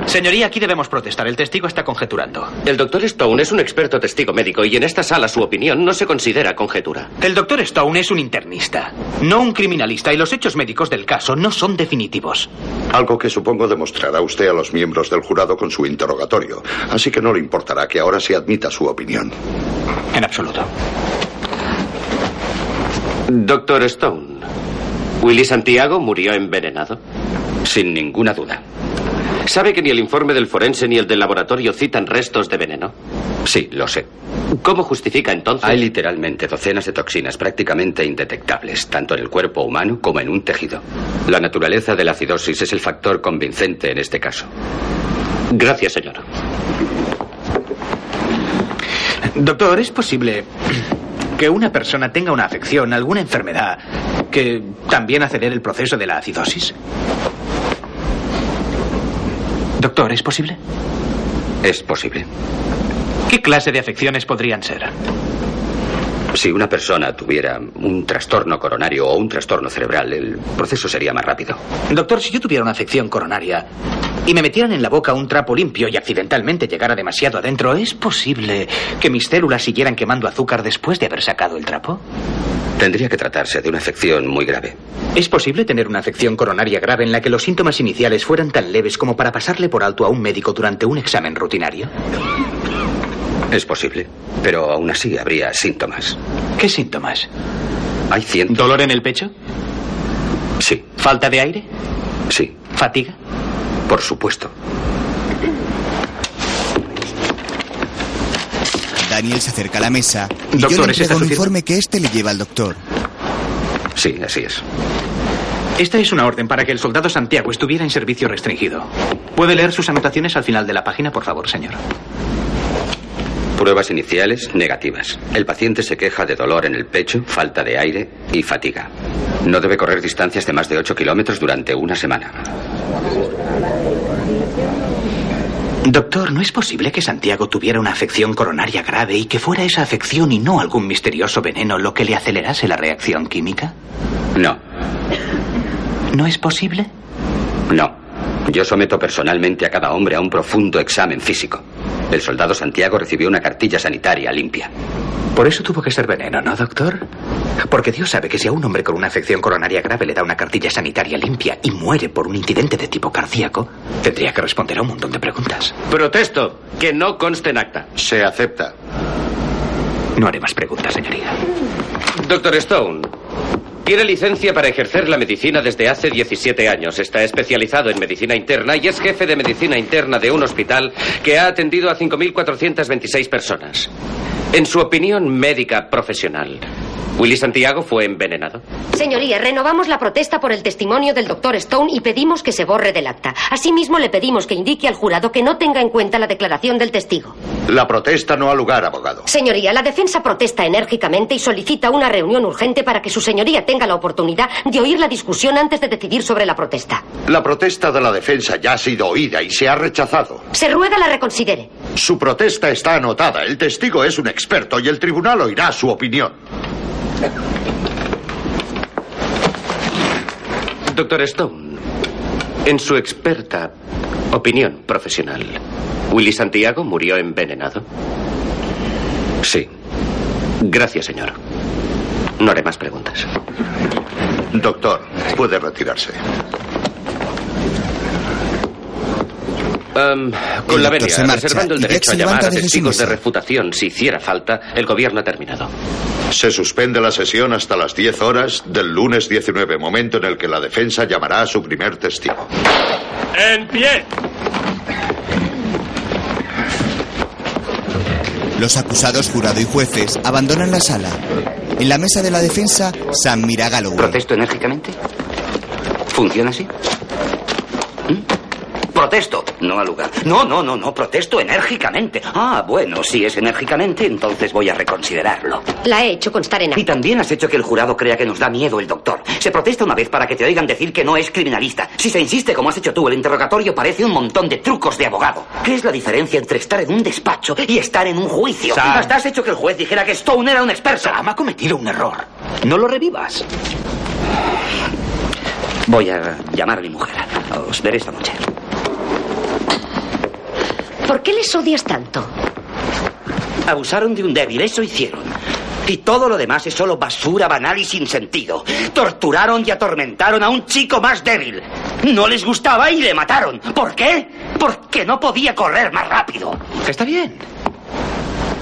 Señoría, aquí debemos protestar. El testigo está conjeturando.
El doctor Stone es un experto testigo médico y en esta sala su opinión no se considera conjetura.
El doctor Stone es un internista, no un criminalista, y los hechos médicos del caso no son definitivos.
Algo que supongo demostrará usted a los miembros del jurado con su interrogatorio. Así que no le importará que ahora se admita su opinión.
En absoluto.
Doctor Stone, ¿Willy Santiago murió envenenado? Sin ninguna duda. ¿Sabe que ni el informe del forense ni el del laboratorio citan restos de veneno? Sí, lo sé. ¿Cómo justifica entonces?
Hay literalmente docenas de toxinas prácticamente indetectables, tanto en el cuerpo humano como en un tejido. La naturaleza de la acidosis es el factor convincente en este caso.
Gracias, señor.
Doctor, ¿es posible que una persona tenga una afección, alguna enfermedad, que también acelere el proceso de la acidosis? Doctor, ¿es posible?
Es posible.
¿Qué clase de afecciones podrían ser?
Si una persona tuviera un trastorno coronario o un trastorno cerebral, el proceso sería más rápido.
Doctor, si yo tuviera una afección coronaria y me metieran en la boca un trapo limpio y accidentalmente llegara demasiado adentro, ¿es posible que mis células siguieran quemando azúcar después de haber sacado el trapo?
Tendría que tratarse de una afección muy grave.
¿Es posible tener una afección coronaria grave en la que los síntomas iniciales fueran tan leves como para pasarle por alto a un médico durante un examen rutinario?
Es posible, pero aún así habría síntomas.
¿Qué síntomas?
Hay cientos.
¿Dolor en el pecho?
Sí.
¿Falta de aire?
Sí.
¿Fatiga?
Por supuesto.
Daniel se acerca a la mesa y
Doctor,
yo le
¿es
entrego
esta
un
su firma?
informe que este le lleva al doctor.
Sí, así es.
Esta es una orden para que el soldado Santiago estuviera en servicio restringido. ¿Puede leer sus anotaciones al final de la página, por favor, señor?
Pruebas iniciales negativas. El paciente se queja de dolor en el pecho, falta de aire y fatiga. No debe correr distancias de más de 8 kilómetros durante una semana.
Doctor, ¿no es posible que Santiago tuviera una afección coronaria grave y que fuera esa afección y no algún misterioso veneno lo que le acelerase la reacción química?
No,
¿No es posible?
no. Yo someto personalmente a cada hombre a un profundo examen físico. El soldado Santiago recibió una cartilla sanitaria limpia.
Por eso tuvo que ser veneno, ¿no, doctor? Porque Dios sabe que si a un hombre con una afección coronaria grave le da una cartilla sanitaria limpia y muere por un incidente de tipo cardíaco, tendría que responder a un montón de preguntas.
Protesto que no conste en acta.
Se acepta.
No haré más preguntas, señoría.
Doctor Stone, tiene licencia para ejercer la medicina desde hace 17 años. Está especializado en medicina interna y es jefe de medicina interna de un hospital que ha atendido a 5.426 personas. En su opinión médica profesional, ¿Willy Santiago fue envenenado?
Señoría, renovamos la protesta por el testimonio del doctor Stone y pedimos que se borre del acta. Asimismo, le pedimos que indique al jurado que no tenga en cuenta la declaración del testigo.
La protesta no ha lugar, abogado.
Señoría, la defensa protesta enérgicamente y solicita una reunión urgente para que su señoría tenga la oportunidad de oír la discusión antes de decidir sobre la protesta.
La protesta de la defensa ya ha sido oída y se ha rechazado.
Se ruega la reconsidere.
Su protesta está anotada. El testigo es un experto y el tribunal oirá su opinión.
Doctor Stone, en su experta opinión profesional, ¿Willy Santiago murió envenenado?
Sí.
Gracias, señor. No haré más preguntas.
Doctor, puede retirarse. El
Em, con la
doctor
venia,
se marcha
reservando el
y Jack
derecho a
se
llamar
levanta
a
desde su
testigos de
mesa.
refutación si hiciera falta, el gobierno ha terminado.
Se suspende la sesión hasta las 10 horas del lunes 19, momento en el que la defensa llamará a su primer testigo.
¡En pie!
Los acusados, jurado y jueces abandonan la sala. En la mesa de la defensa, Sam mira a Galloway.
¿Protesto enérgicamente? ¿Funciona así? ¿Mm?
Protesto.
No al lugar. No, no, no, no, protesto enérgicamente. Ah, bueno, si es enérgicamente, entonces voy a reconsiderarlo.
La he hecho constar en
Y
acta.
también has hecho que el jurado crea que nos da miedo el doctor. Se protesta una vez para que te oigan decir que no es criminalista. Si se insiste como has hecho tú, el interrogatorio parece un montón de trucos de abogado. ¿Qué es la diferencia entre estar en un despacho y estar en un juicio?
Sam.
Hasta has hecho que el juez dijera que Stone era un experto.
Sam ha cometido un error. No lo revivas.
Voy a llamar a mi mujer. Os veré esta noche.
¿Por qué les odias tanto?
Abusaron de un débil, eso hicieron. Y todo lo demás es solo basura banal y sin sentido. Torturaron y atormentaron a un chico más débil. No les gustaba y le mataron. ¿Por qué? Porque no podía correr más rápido.
Está bien.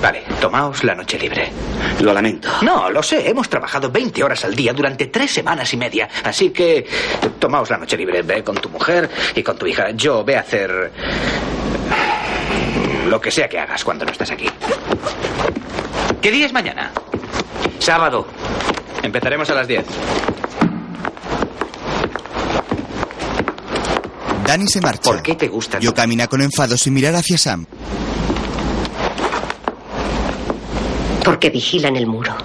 Vale, tomaos la noche libre.
Lo lamento.
No, lo sé. Hemos trabajado 20 horas al día durante tres semanas y media. Así que tomaos la noche libre. Ve con tu mujer y con tu hija. Yo ve a hacer lo que sea que hagas cuando no estás aquí. ¿Qué día es mañana?
Sábado.
Empezaremos a las 10.
Danny se marcha. ¿Por
qué te gusta?
Yo camina con enfado sin mirar hacia Sam.
Porque vigilan el muro.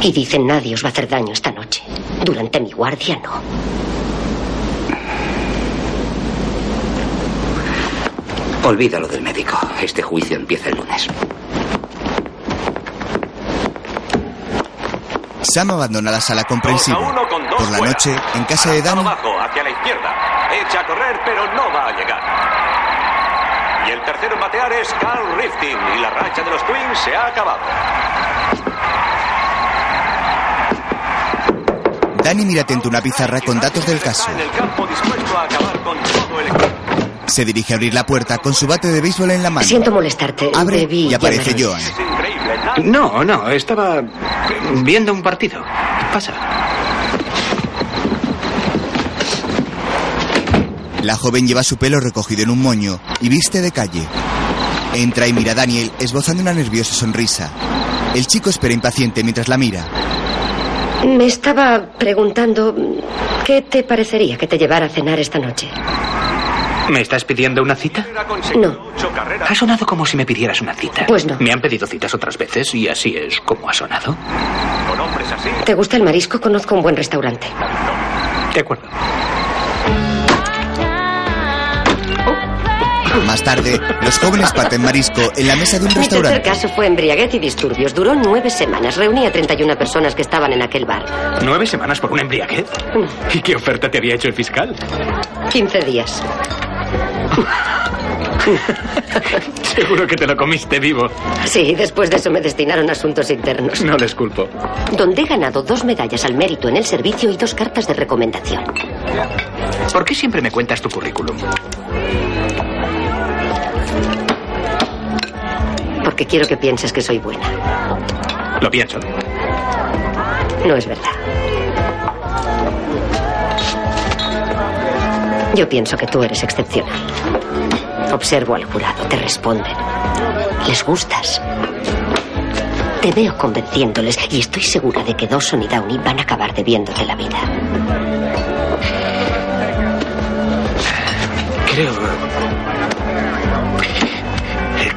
Y dicen nadie os va a hacer daño esta noche. Durante mi guardia no.
Olvídalo del médico. Este juicio empieza el lunes.
Sam abandona la sala comprensiva.
Dos a uno con dos
Por la
fuera.
noche, en casa de Danny,
Abajo, hacia la izquierda. Echa a correr, pero no va a llegar. Y el tercero en batear es Carl Rifting. Y la racha de los Twins se ha acabado.
Danny mira atento una pizarra con datos del caso.
Está en el campo dispuesto a acabar con todo el equipo.
Se dirige a abrir la puerta con su bate de béisbol en la mano.
Siento molestarte.
Abre
Debí
y aparece
llamaros.
Joan.
No, no, estaba viendo un partido. Pasa.
La joven lleva su pelo recogido en un moño y viste de calle. Entra y mira a Daniel esbozando una nerviosa sonrisa. El chico espera impaciente mientras la mira.
Me estaba preguntando qué te parecería que te llevara a cenar esta noche.
¿Me estás pidiendo una cita?
No,
Ha sonado como si me pidieras una cita.
Pues no.
Me han pedido citas otras veces y así es como ha sonado.
Con hombres así.
¿te gusta el marisco? Conozco un buen restaurante.
De acuerdo.
Más tarde, los jóvenes parten marisco en la mesa de un
Mi tercer
restaurante.
caso fue embriaguez y disturbios. Duró nueve semanas. Reunía a 31 personas que estaban en aquel bar.
¿Nueve semanas por una embriaguez?
Mm.
¿Y qué oferta te había hecho el fiscal?
15 días.
Seguro que te lo comiste vivo.
Sí, después de eso me destinaron a asuntos internos.
No les culpo.
Donde he ganado dos medallas al mérito en el servicio y dos cartas de recomendación.
¿Por qué siempre me cuentas tu currículum?
Porque quiero que pienses que soy buena.
Lo pienso.
No es verdad. Yo pienso que tú eres excepcional. Observo al jurado, te responden. Les gustas. Te veo convenciéndoles y estoy segura de que Dawson y Downey van a acabar debiéndote la vida.
Creo.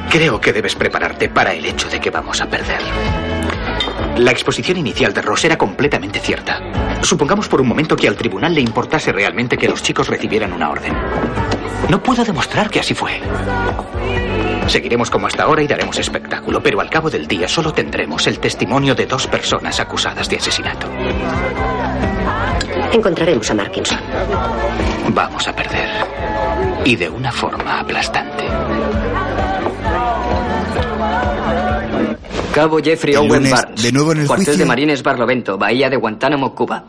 Creo que debes prepararte para el hecho de que vamos a perder. La exposición inicial de Ross era completamente cierta. Supongamos por un momento que al tribunal le importase realmente que los chicos recibieran una orden. No puedo demostrar que así fue. Seguiremos como hasta ahora y daremos espectáculo, pero al cabo del día solo tendremos el testimonio de dos personas acusadas de asesinato.
Encontraremos a Markinson.
Vamos a perder. Y de una forma aplastante.
Cabo Jeffrey
El
Owen
lunes,
Barnes.
de nuevo en el
cuartel
juicio.
de Marines Barlovento, Bahía de Guantánamo, Cuba.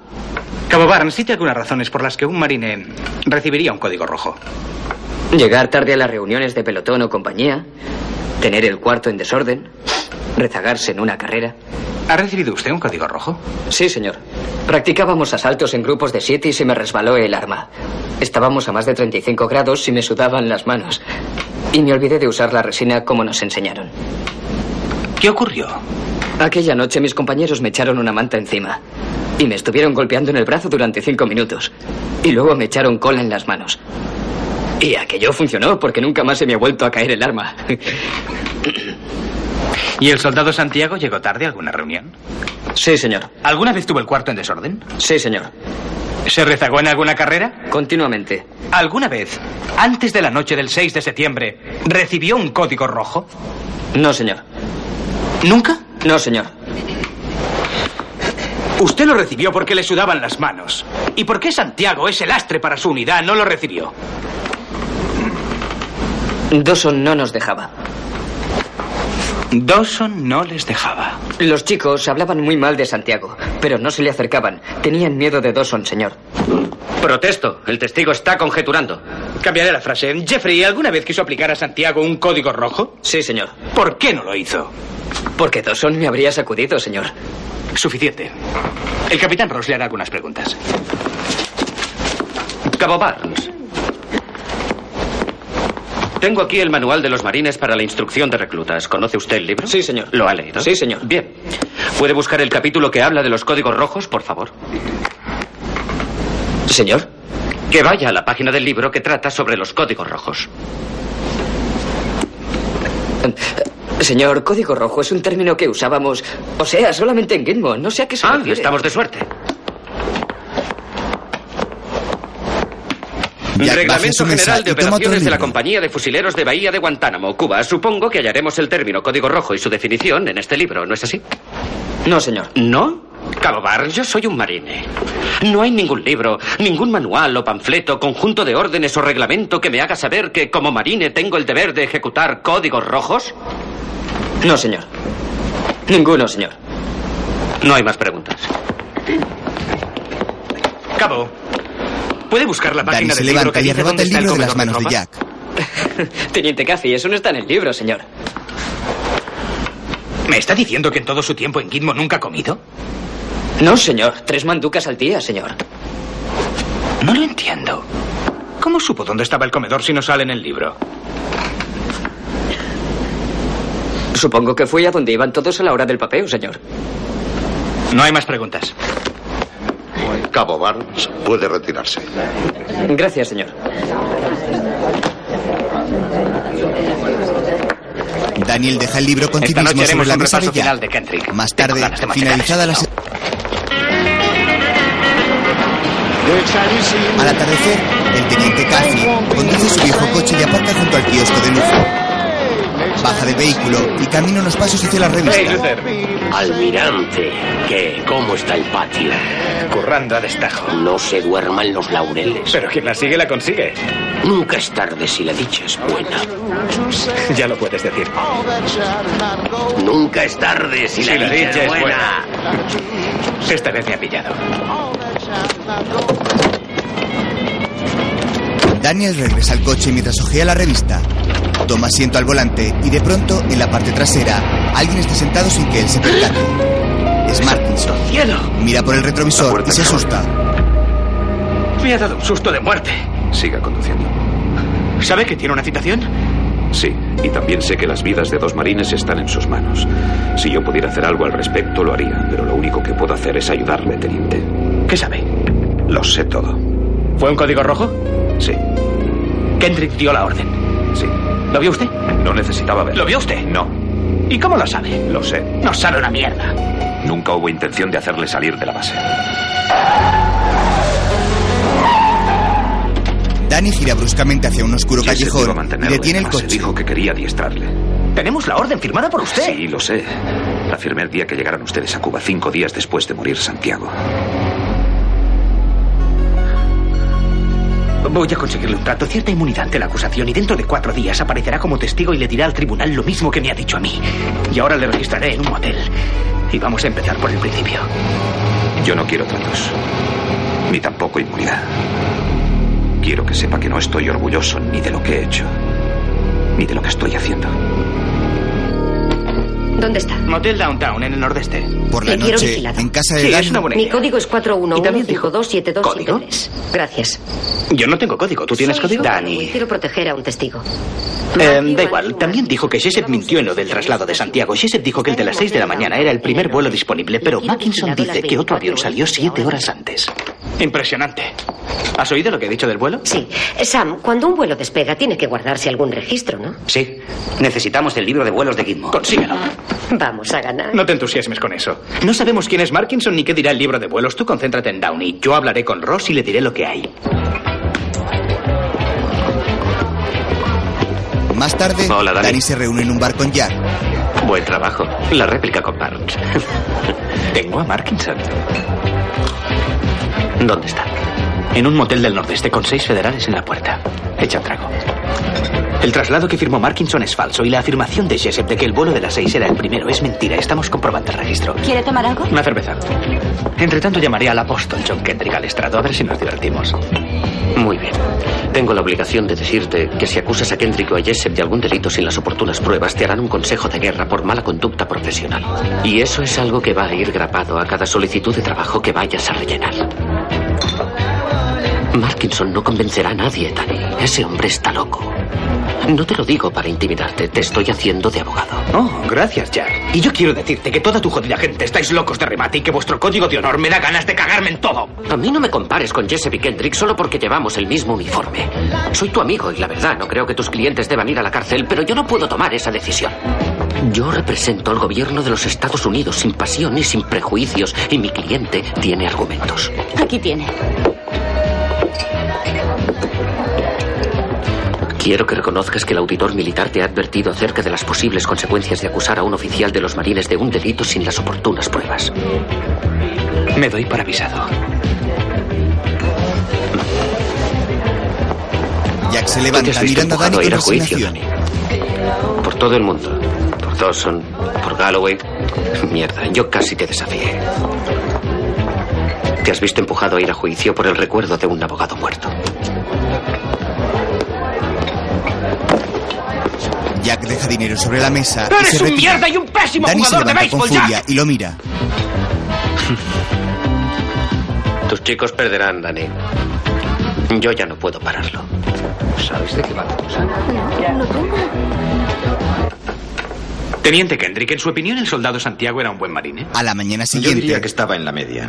Cabo Barnes, cite algunas razones por las que un marine recibiría un código rojo.
Llegar tarde a las reuniones de pelotón o compañía. Tener el cuarto en desorden. Rezagarse en una carrera.
¿Ha recibido usted un código rojo?
Sí, señor. Practicábamos asaltos en grupos de siete y se me resbaló el arma. Estábamos a más de 35 grados y me sudaban las manos. Y me olvidé de usar la resina como nos enseñaron.
¿Qué ocurrió?
Aquella noche mis compañeros me echaron una manta encima.
Y me estuvieron golpeando en el brazo durante cinco minutos. Y luego me echaron cola en las manos. Y aquello funcionó porque nunca más se me ha vuelto a caer el arma.
¿Y el soldado Santiago llegó tarde a alguna reunión?
Sí, señor.
¿Alguna vez tuvo el cuarto en desorden?
Sí, señor.
¿Se rezagó en alguna carrera?
Continuamente.
¿Alguna vez, antes de la noche del 6 de septiembre, recibió un código rojo?
No, señor.
¿Nunca?
No, señor.
Usted lo recibió porque le sudaban las manos. ¿Y por qué Santiago, ese lastre para su unidad, no lo recibió?
Dawson no nos dejaba.
Dawson no les dejaba.
Los chicos hablaban muy mal de Santiago, pero no se le acercaban. Tenían miedo de Dawson, señor.
Protesto. El testigo está conjeturando.
Cambiaré la frase. Jeffrey, ¿alguna vez quiso aplicar a Santiago un código rojo?
Sí, señor.
¿Por qué no lo hizo?
Porque Dawson me habría sacudido, señor.
Suficiente. El capitán Ross le hará algunas preguntas.
Cabo Barnes. Tengo aquí el manual de los marines para la instrucción de reclutas. ¿Conoce usted el libro?
Sí, señor.
¿Lo ha leído?
Sí, señor.
Bien. ¿Puede buscar el capítulo que habla de los códigos rojos, por favor?
Señor.
Que vaya a la página del libro que trata sobre los códigos rojos.
Señor, código rojo es un término que usábamos, o sea, solamente en Gilmo. No sé a qué se
Ah,
refiere.
estamos de suerte.
Jack
Reglamento
baja su mesa
General de
y toma otro
Operaciones de la
libro.
Compañía de Fusileros de Bahía de Guantánamo, Cuba. Supongo que hallaremos el término código rojo y su definición en este libro, ¿no es así?
No, señor.
¿No? Cabo Barnes, yo soy un marine. No hay ningún libro, ningún manual o panfleto, conjunto de órdenes o reglamento que me haga saber que como marine tengo el deber de ejecutar códigos rojos.
No, señor. Ninguno, señor.
No hay más preguntas.
Cabo, ¿puede buscar la
Danny
página
se
del libro
levanta
que
y
dice
arrebata
dónde
el
está el
libro de
código
las manos de
rojo?
Jack.
Teniente Caffey, eso no está en el libro, señor.
¿Me está diciendo que en todo su tiempo en Gitmo nunca ha comido?
No, señor. Tres manducas al día, señor.
No lo entiendo. ¿Cómo supo dónde estaba el comedor si no sale en el libro?
Supongo que fui a donde iban todos a la hora del papeo, señor.
No hay más preguntas.
Cabo Barnes puede retirarse.
Gracias, señor.
Daniel deja el libro con
Esta
civismo
noche
sobre
haremos
la
un
mesa de
repaso
Jack.
final de Kendrick.
Más tarde,
ganas de machacar
finalizada la se- Al atardecer, el teniente Caffey conduce su viejo coche y aparca junto al kiosco de lujo. Baja del vehículo y camina unos pasos hacia la revista.
Almirante, ¿qué? ¿Cómo está el patio?
Currando a destajo.
No se duerman los laureles.
Pero quien la sigue, la consigue.
Nunca es tarde si la dicha es buena.
Ya lo puedes decir.
Nunca es tarde si, la, dicha, es buena.
Esta Este vez me ha pillado.
Daniel regresa al coche mientras ojea la revista. Toma asiento al volante y de pronto, en la parte trasera, alguien está sentado sin que él se percate. Es Martinson. Mira por el retrovisor y se asusta.
Me ha dado un susto de muerte.
Siga conduciendo.
¿Sabe que tiene una citación?
Sí, y también sé que las vidas de dos marines están en sus manos. Si yo pudiera hacer algo al respecto, lo haría, pero lo único que puedo hacer es ayudarle, teniente.
¿Qué sabe?
Lo sé todo.
¿Fue un código rojo?
Sí.
Kendrick dio la orden.
Sí.
¿Lo vio usted?
No necesitaba verlo.
¿Lo vio usted?
No,
¿Y cómo lo sabe?
lo sé.
No sabe una mierda.
Nunca hubo intención de hacerle salir de la base.
Danny gira bruscamente hacia un oscuro
Jesse pudo
callejón y
mantenerlo
detiene el
en la base.
coche.
Dijo que quería adiestrarle.
Tenemos la orden firmada por usted.
Sí, lo sé. La firmé el día que llegaron ustedes a Cuba, cinco días después de morir Santiago.
Voy a conseguirle un trato, cierta inmunidad ante la acusación y dentro de cuatro días aparecerá como testigo y le dirá al tribunal lo mismo que me ha dicho a mí. Y ahora le registraré en un motel. Y vamos a empezar por el principio.
Yo no quiero tratos. Ni tampoco inmunidad. Quiero que sepa que no estoy orgulloso ni de lo que he hecho, ni de lo que estoy haciendo.
¿Dónde está?
Motel Downtown, en el nordeste.
Por
Le quiero vigilado.
en casa
Sí, es una buena
Mi
idea.
código es
¿Código?
411-5272-7273. Gracias.
Yo no tengo código. ¿Tú tienes
Soy
código?
yo, y Quiero proteger a un testigo.
Eh, da igual, también dijo que Shesep mintió en lo del traslado de Santiago. Shesep dijo que el de las 6 de la mañana era el primer vuelo disponible, pero Mackinson dice que otro avión salió 7 horas antes. Impresionante. ¿Has oído lo que he dicho del vuelo?
Sí. Eh, Sam, cuando un vuelo despega tiene que guardarse algún registro, ¿no?
Sí. Necesitamos el libro de vuelos de Gizmo.
Consíguelo.
Vamos a ganar.
No te entusiasmes con eso. No sabemos quién es Markinson ni qué dirá el libro de vuelos. Tú concéntrate en Downey. Yo hablaré con Ross y le diré lo que hay.
Más tarde,
Hola, Dani.
se reúne en un bar con Jack.
Buen trabajo. La réplica con Barnes.
(laughs) Tengo a Markinson. ¿Dónde está? En un motel del nordeste con seis federales en la puerta. Echa un trago. El traslado que firmó Markinson es falso y la afirmación de Jessup de que el vuelo de las seis era el primero es mentira. Estamos comprobando el registro.
¿Quiere tomar algo?
Una cerveza. Entre tanto, llamaré al apóstol John Kendrick al estrado a ver si nos divertimos.
Muy bien. Tengo la obligación de decirte que si acusas a Kendrick o a Jessep de algún delito sin las oportunas pruebas, te harán un consejo de guerra por mala conducta profesional. Y eso es algo que va a ir grabado a cada solicitud de trabajo que vayas a rellenar. Markinson no convencerá a nadie, Danny. Ese hombre está loco. No te lo digo para intimidarte, te estoy haciendo de abogado.
Oh, gracias, Jack. Y yo quiero decirte que toda tu jodida gente estáis locos de remate y que vuestro código de honor me da ganas de cagarme en todo.
A mí no me compares con Jesse y Kendrick solo porque llevamos el mismo uniforme. Soy tu amigo y la verdad no creo que tus clientes deban ir a la cárcel, pero yo no puedo tomar esa decisión. Yo represento al gobierno de los Estados Unidos sin pasión y sin prejuicios y mi cliente tiene argumentos.
Aquí tiene.
Quiero que reconozcas que el auditor militar te ha advertido acerca de las posibles consecuencias de acusar a un oficial de los marines de un delito sin las oportunas pruebas.
Me doy para avisado.
Jack se
Tú te
levanta
has visto
mirando a Dani
empujado a
con
ir a juicio,
resignación.
Por todo el mundo. Por Dawson, por Galloway. Mierda, yo casi te desafié. Te has visto empujado a ir a juicio por el recuerdo de un abogado muerto.
Jack deja dinero sobre la mesa. y
¡Eres
se
un
retira.
mierda y un pésimo
Dani se
jugador de
levanta con
béisbol,
furia
Jack!
y lo mira.
Tus chicos perderán, Dani. Yo ya no puedo pararlo. ¿Sabes de qué va
Teniente Kendrick, en su opinión, el soldado Santiago era un buen ¿eh? marine.
A la mañana siguiente.
que estaba en la media.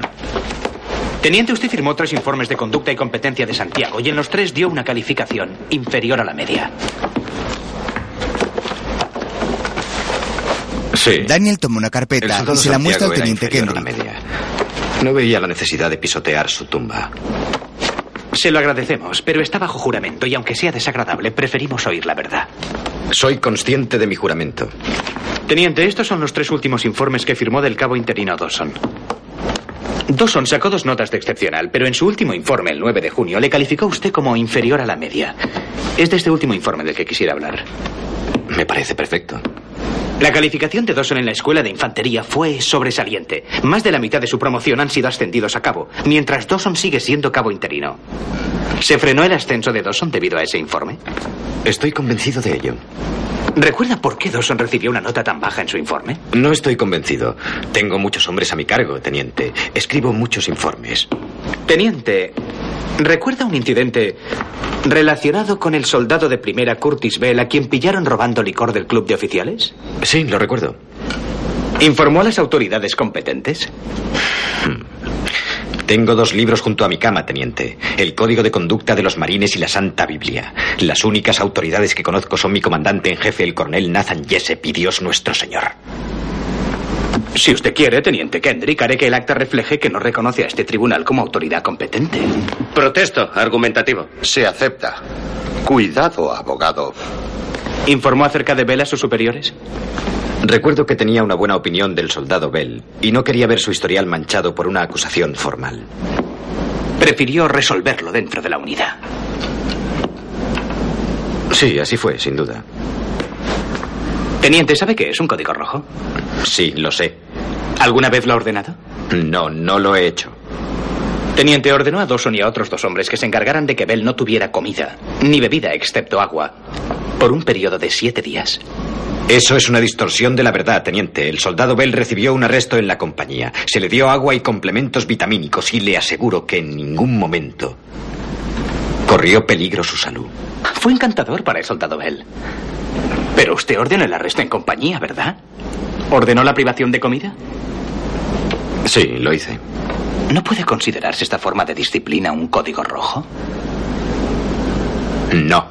Teniente, usted firmó tres informes de conducta y competencia de Santiago y en los tres dio una calificación inferior a la media.
Sí.
Daniel toma una
El
carpeta y
soldado
se la muestra al
Santiago
teniente
era inferior
Kendrick.
a la media. No veía la necesidad de pisotear su tumba.
Se lo agradecemos, pero está bajo juramento y aunque sea desagradable, preferimos oír la verdad.
Soy consciente de mi juramento.
Teniente, estos son los tres últimos informes que firmó del cabo interino Dawson. Dawson sacó dos notas de excepcional, pero en su último informe, el 9 de junio, le calificó a usted como inferior a la media. Es de este último informe del que quisiera hablar.
Me parece perfecto.
La calificación de Dawson en la escuela de infantería fue sobresaliente. Más de la mitad de su promoción han sido ascendidos a cabo, mientras Dawson sigue siendo cabo interino. ¿Se frenó el ascenso de Dawson debido a ese informe?
Estoy convencido de ello.
¿Recuerda por qué Dawson recibió una nota tan baja en su informe?
No estoy convencido. Tengo muchos hombres a mi cargo, teniente. Escribo muchos informes.
Teniente, ¿recuerda un incidente relacionado con el soldado de primera Curtis Bell a quien pillaron robando licor del club de oficiales?
Sí, lo recuerdo.
¿Informó a las autoridades competentes?
Hmm. Tengo dos libros junto a mi cama, teniente. El Código de Conducta de los Marines y la Santa Biblia. Las únicas autoridades que conozco son mi comandante en jefe, el coronel Nathan Jessup, y Dios nuestro Señor.
Si usted quiere, teniente Kendrick, haré que el acta refleje que no reconoce a este tribunal como autoridad competente.
Protesto, argumentativo.
Se acepta. Cuidado, abogado.
¿Informó acerca de Bell a sus superiores?
Recuerdo que tenía una buena opinión del soldado Bell y no quería ver su historial manchado por una acusación formal.
Prefirió resolverlo dentro de la unidad.
Sí, así fue, sin duda.
Teniente, ¿sabe qué es un código rojo?
Sí, lo sé.
¿Alguna vez lo ha ordenado?
No, no lo he hecho.
Teniente ordenó a Dawson y a otros dos hombres que se encargaran de que Bell no tuviera comida, ni bebida excepto agua, por un periodo de siete días.
Eso es una distorsión de la verdad, teniente. El soldado Bell recibió un arresto en la compañía. Se le dio agua y complementos vitamínicos y le aseguro que en ningún momento corrió peligro su salud.
Fue encantador para el soldado Bell. Pero usted ordenó el arresto en compañía, ¿verdad? ¿Ordenó la privación de comida?
Sí, lo hice.
¿No puede considerarse esta forma de disciplina un código rojo?
No.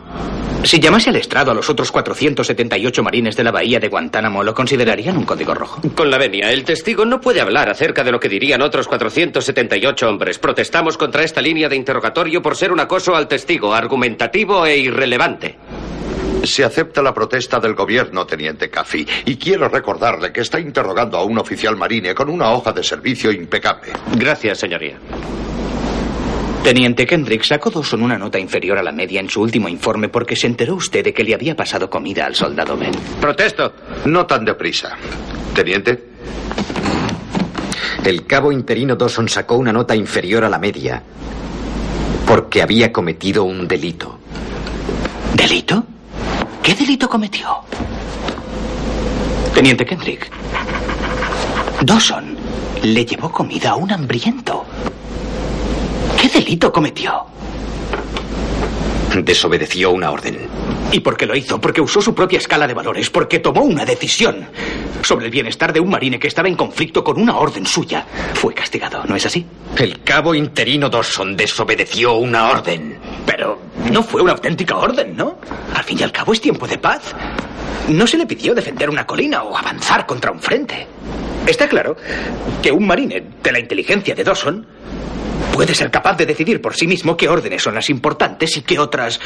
Si llamase al estrado a los otros 478 marines de la bahía de Guantánamo, ¿lo considerarían un código rojo?
Con la venia, el testigo no puede hablar acerca de lo que dirían otros 478 hombres. Protestamos contra esta línea de interrogatorio por ser un acoso al testigo, argumentativo e irrelevante.
Se acepta la protesta del gobierno, teniente Caffey, y quiero recordarle que está interrogando a un oficial marine con una hoja de servicio impecable.
Gracias, señoría.
Teniente Kendrick sacó dos en una nota inferior a la media en su último informe porque se enteró usted de que le había pasado comida al soldado Bell.
Protesto.
No tan deprisa. Teniente.
El cabo interino Dawson sacó una nota inferior a la media porque había cometido un delito.
¿Delito? ¿Qué delito cometió? Teniente Kendrick. Dawson le llevó comida a un hambriento. ¿Qué delito cometió?
Desobedeció una orden.
¿Y por qué lo hizo? Porque usó su propia escala de valores, porque tomó una decisión sobre el bienestar de un marine que estaba en conflicto con una orden suya. Fue castigado, ¿no es así?
El cabo interino Dawson desobedeció una orden.
Pero no fue una auténtica orden, ¿no? Al fin y al cabo es tiempo de paz. No se le pidió defender una colina o avanzar contra un frente. Está claro que un marine de la inteligencia de Dawson puede ser capaz de decidir por sí mismo qué órdenes son las importantes y qué otras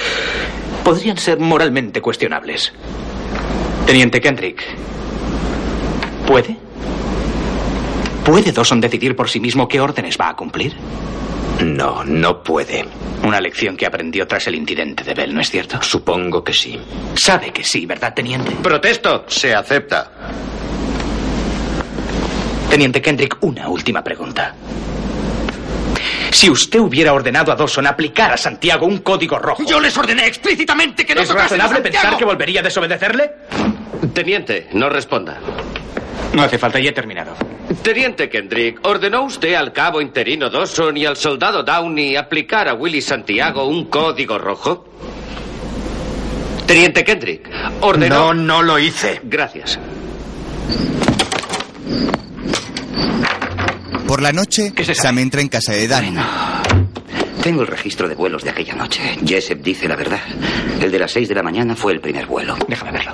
podrían ser moralmente cuestionables. Teniente Kendrick, ¿puede? ¿Puede Dawson decidir por sí mismo qué órdenes va a cumplir?
No, no puede.
Una lección que aprendió tras el incidente de Bell, ¿no es cierto?
Supongo que sí.
Sabe que sí, ¿verdad, teniente?
¡Protesto!
Se acepta.
Teniente Kendrick, una última pregunta. Si usted hubiera ordenado a Dawson aplicar a Santiago un código rojo.
Yo les ordené explícitamente que no
¿Es razonable pensar que volvería a desobedecerle?
Teniente, no responda.
No hace falta, ya he terminado.
Teniente Kendrick, ¿ordenó usted al cabo interino Dawson y al soldado Downey aplicar a Willy Santiago un código rojo? Teniente Kendrick,
No,
ordenó.
no lo hice.
Gracias.
Por la noche, Sam entra en casa de Danny.
Tengo el registro de vuelos de aquella noche. Jessup dice la verdad. El de las 6 de la mañana fue el primer vuelo.
Déjame verlo.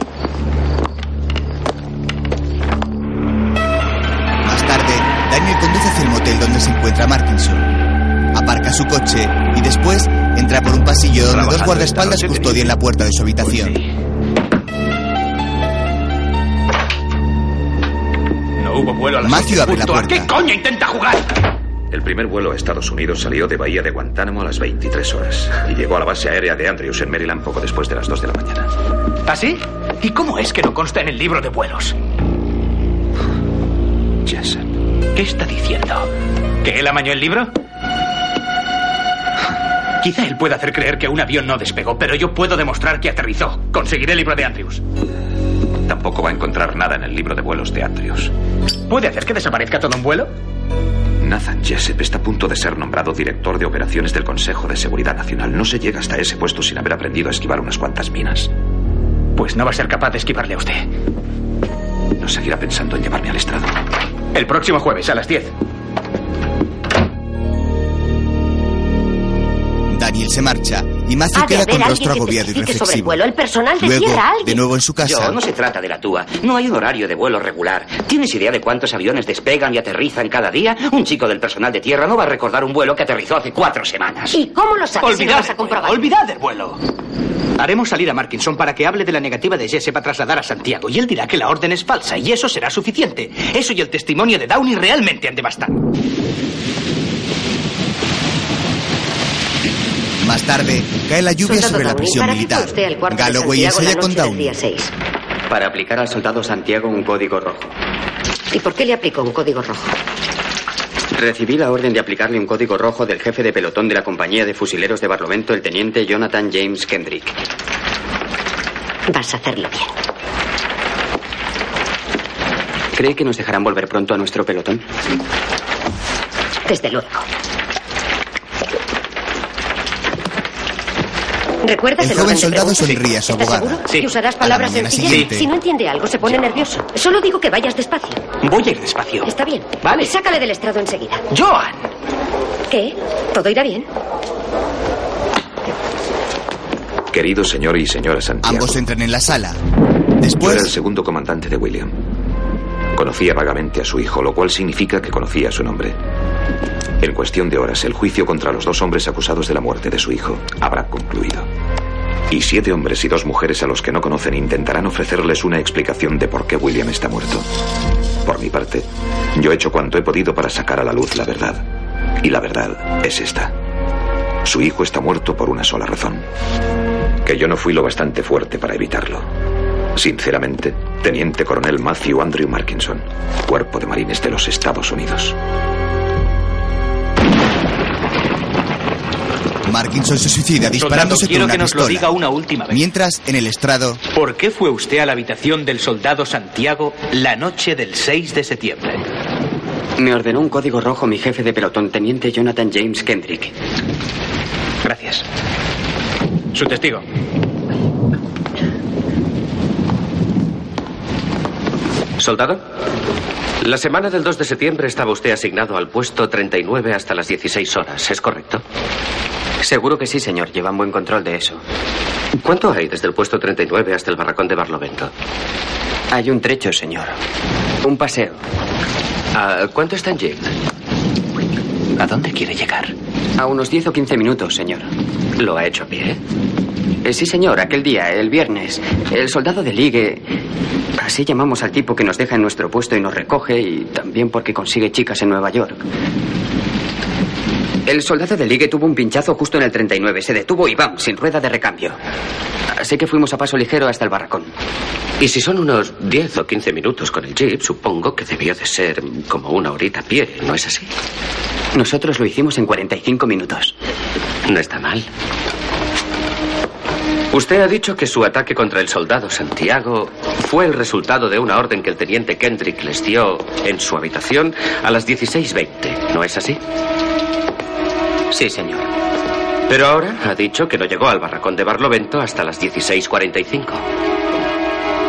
Más tarde, Daniel conduce hacia el motel donde se encuentra Markinson. Aparca su coche y después entra por un pasillo donde dos guardaespaldas custodian la puerta de su habitación.
hubo vuelo a las
Matthew abre la puerta.
¿A qué coño intenta jugar?
El primer vuelo a Estados Unidos salió de Bahía de Guantánamo a las 23 horas y llegó a la base aérea de Andrews en Maryland poco después de las 2 de la mañana.
¿Así? ¿Ah, ¿Y cómo es que no consta en el libro de vuelos?
Jessup.
¿Qué está diciendo? ¿Que él amañó el libro? Quizá él pueda hacer creer que un avión no despegó, pero yo puedo demostrar que aterrizó. Conseguiré el libro de Andrews.
Tampoco va a encontrar nada en el libro de vuelos de Andrews.
¿Puede hacer que desaparezca todo un vuelo?
Nathan Jessup está a punto de ser nombrado director de operaciones del Consejo de Seguridad Nacional. No se llega hasta ese puesto sin haber aprendido a esquivar unas cuantas minas.
Pues no va a ser capaz de esquivarle a usted.
No seguirá pensando en llevarme al estrado.
El próximo jueves a las 10.
Daniel se marcha y Matthew
Ha de
queda
haber
con rostro
alguien que
agobiado y
testifique sobre el
reflexivo.
vuelo. El personal de
Luego,
tierra, alguien.
de nuevo en su casa,
Yo, no se trata de la tuya. No hay un horario de vuelo regular. ¿Tienes idea de cuántos aviones despegan y aterrizan cada día? Un chico del personal de tierra no va a recordar un vuelo que aterrizó hace cuatro semanas.
¿Y cómo lo sabes si no
Olvidad
vas a
el vuelo,
comprobar?
olvidad el vuelo. Haremos salir a Markinson para que hable de la negativa de Jesse para trasladar a Santiago y él dirá que la orden es falsa y eso será suficiente. Eso y el testimonio de Downey realmente han de bastar.
Más tarde, cae la lluvia
Soldado
sobre la
Downey,
prisión
¿para qué
militar.
fue usted al cuarto de
Galloway
Santiago la
ensaya con
noche del
Downey.
día 6?
Para aplicar al soldado Santiago un código rojo.
¿Y por qué le aplicó un código rojo?
Recibí la orden de aplicarle un código rojo del jefe de pelotón de la compañía de fusileros de Barlovento, el teniente Jonathan James Kendrick.
Vas a hacerlo bien.
¿Cree que nos dejarán volver pronto a nuestro pelotón?
Desde luego. ¿Recuerdas
El
el
joven
orden de
soldado
preguntas?
sonríe a su
¿Estás
abogada.
seguro?
Sí.
Y usarás
A la
palabras
mañana
sencillas.
siguiente.
Si no entiende algo, se pone nervioso. Solo digo que vayas despacio.
Voy a ir despacio.
Está bien. Vale. Sácale del estrado enseguida.
¡Joan!
¿Qué? ¿Todo irá bien?
Querido señor y señora Santiago.
Ambos entran en la sala.
Yo era el segundo comandante de William. Conocía vagamente a su hijo, lo cual significa que conocía su nombre. En cuestión de horas, el juicio contra los dos hombres acusados de la muerte de su hijo habrá concluido. Y siete hombres y dos mujeres a los que no conocen intentarán ofrecerles una explicación de por qué William está muerto. Por mi parte, yo he hecho cuanto he podido para sacar a la luz la verdad. Y la verdad es esta. Su hijo está muerto por una sola razón. Que yo no fui lo bastante fuerte para evitarlo. Sinceramente, Teniente Coronel Matthew Andrew Markinson, Cuerpo de Marines de los Estados Unidos.
Markinson se suicida disparándose con
quiero
una
que nos lo
pistola.
diga una última vez.
Mientras, en el estrado,
¿Por qué fue usted a la habitación del soldado Santiago la noche del 6 de septiembre?
Me ordenó un código rojo mi jefe de pelotón, teniente Jonathan James Kendrick.
Gracias. Su testigo.
¿Soldado? La semana del 2 de septiembre estaba usted asignado al puesto 39 hasta las 16 horas, ¿es correcto?
Seguro que sí, señor. Llevan buen control de eso.
¿Cuánto hay desde el puesto 39 hasta el barracón de Barlovento?
Hay un trecho, señor. Un paseo. Ah,
¿A cuánto está en Jake?
¿A dónde quiere llegar? A unos 10 o 15 minutos, señor. ¿Lo ha hecho a pie? Eh, sí, señor, aquel día, el viernes. El soldado de ligue. Así llamamos al tipo que nos deja en nuestro puesto y nos recoge, y también porque consigue chicas en Nueva York. El soldado de ligue tuvo un pinchazo justo en el 39. Se detuvo y ¡bam! sin rueda de recambio. Así que fuimos a paso ligero hasta el barracón.
Y si son unos 10 o 15 minutos con el jeep, supongo que debió de ser como una horita a pie, ¿no es así?
Nosotros lo hicimos en 45 minutos.
No está mal. Usted ha dicho que su ataque contra el soldado Santiago fue el resultado de una orden que el teniente Kendrick les dio en su habitación a las 16.20, ¿no es así?
Sí, señor.
Pero ahora ha dicho que no llegó al barracón de Barlovento hasta las 16.45.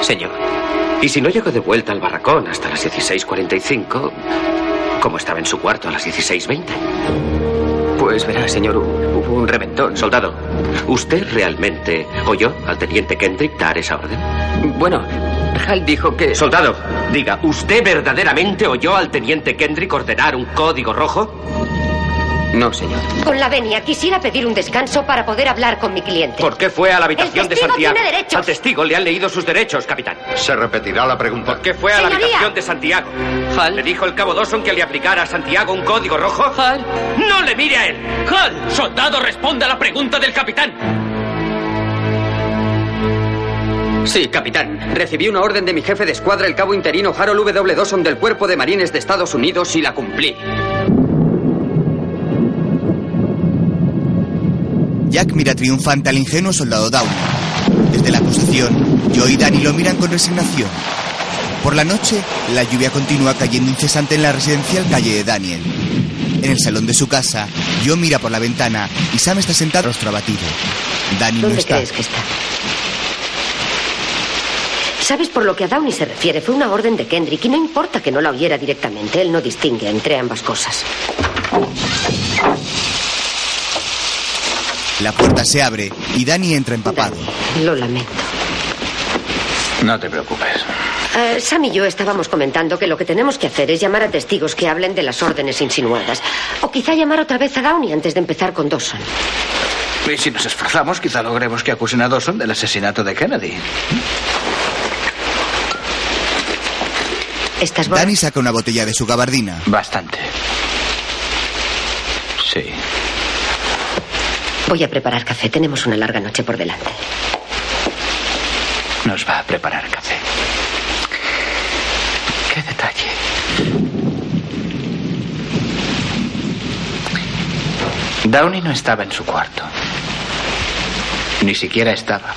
Señor.
Y si no llegó de vuelta al barracón hasta las 16.45, ¿cómo estaba en su cuarto a las 16.20?
Pues verá, señor, hubo un reventón.
Soldado, ¿usted realmente oyó al teniente Kendrick dar esa orden?
Bueno, Hal dijo que...
Soldado, diga, ¿usted verdaderamente oyó al teniente Kendrick ordenar un código rojo?
No, señor.
Con la venia, quisiera pedir un descanso para poder hablar con mi cliente.
¿Por qué fue a la habitación
El
de
testigo
Santiago?
tiene derechos.
Al testigo le han leído sus derechos, capitán.
Se repetirá la pregunta.
¿Por qué fue a la habitación de Santiago? ¿Le dijo el cabo Dawson que le aplicara a Santiago un código rojo? ¡No le mire a él! ¡Hal! ¡Soldado, responda a la pregunta del capitán!
Sí, capitán. Recibí una orden de mi jefe de escuadra, el cabo interino Harold W. Dawson del Cuerpo de Marines de Estados Unidos, y la cumplí.
Jack mira triunfante al ingenuo soldado Downey. Desde la acusación, Joe y Danny lo miran con resignación. Por la noche, la lluvia continúa cayendo incesante en la residencial calle de Daniel. En el salón de su casa, Joe mira por la ventana y Sam está sentado rostro abatido. Danny no
¿Dónde
está.
crees que está? ¿Sabes por lo que a Downey se refiere? Fue una orden de Kendrick y no importa que no la oyera directamente. Él no distingue entre ambas cosas.
La puerta se abre y Danny entra empapado.
Lo lamento.
No te preocupes.
Eh, Sam y yo estábamos comentando que lo que tenemos que hacer es llamar a testigos que hablen de las órdenes insinuadas. O quizá llamar otra vez a Downey antes de empezar con Dawson.
Y si nos esforzamos, quizá logremos que acusen a Dawson del asesinato de Kennedy.
Danny saca una botella de su gabardina.
Bastante. Sí.
Voy a preparar café. Tenemos una larga noche por delante.
Nos va a preparar café. Qué detalle. Downey no estaba en su cuarto. Ni siquiera estaba.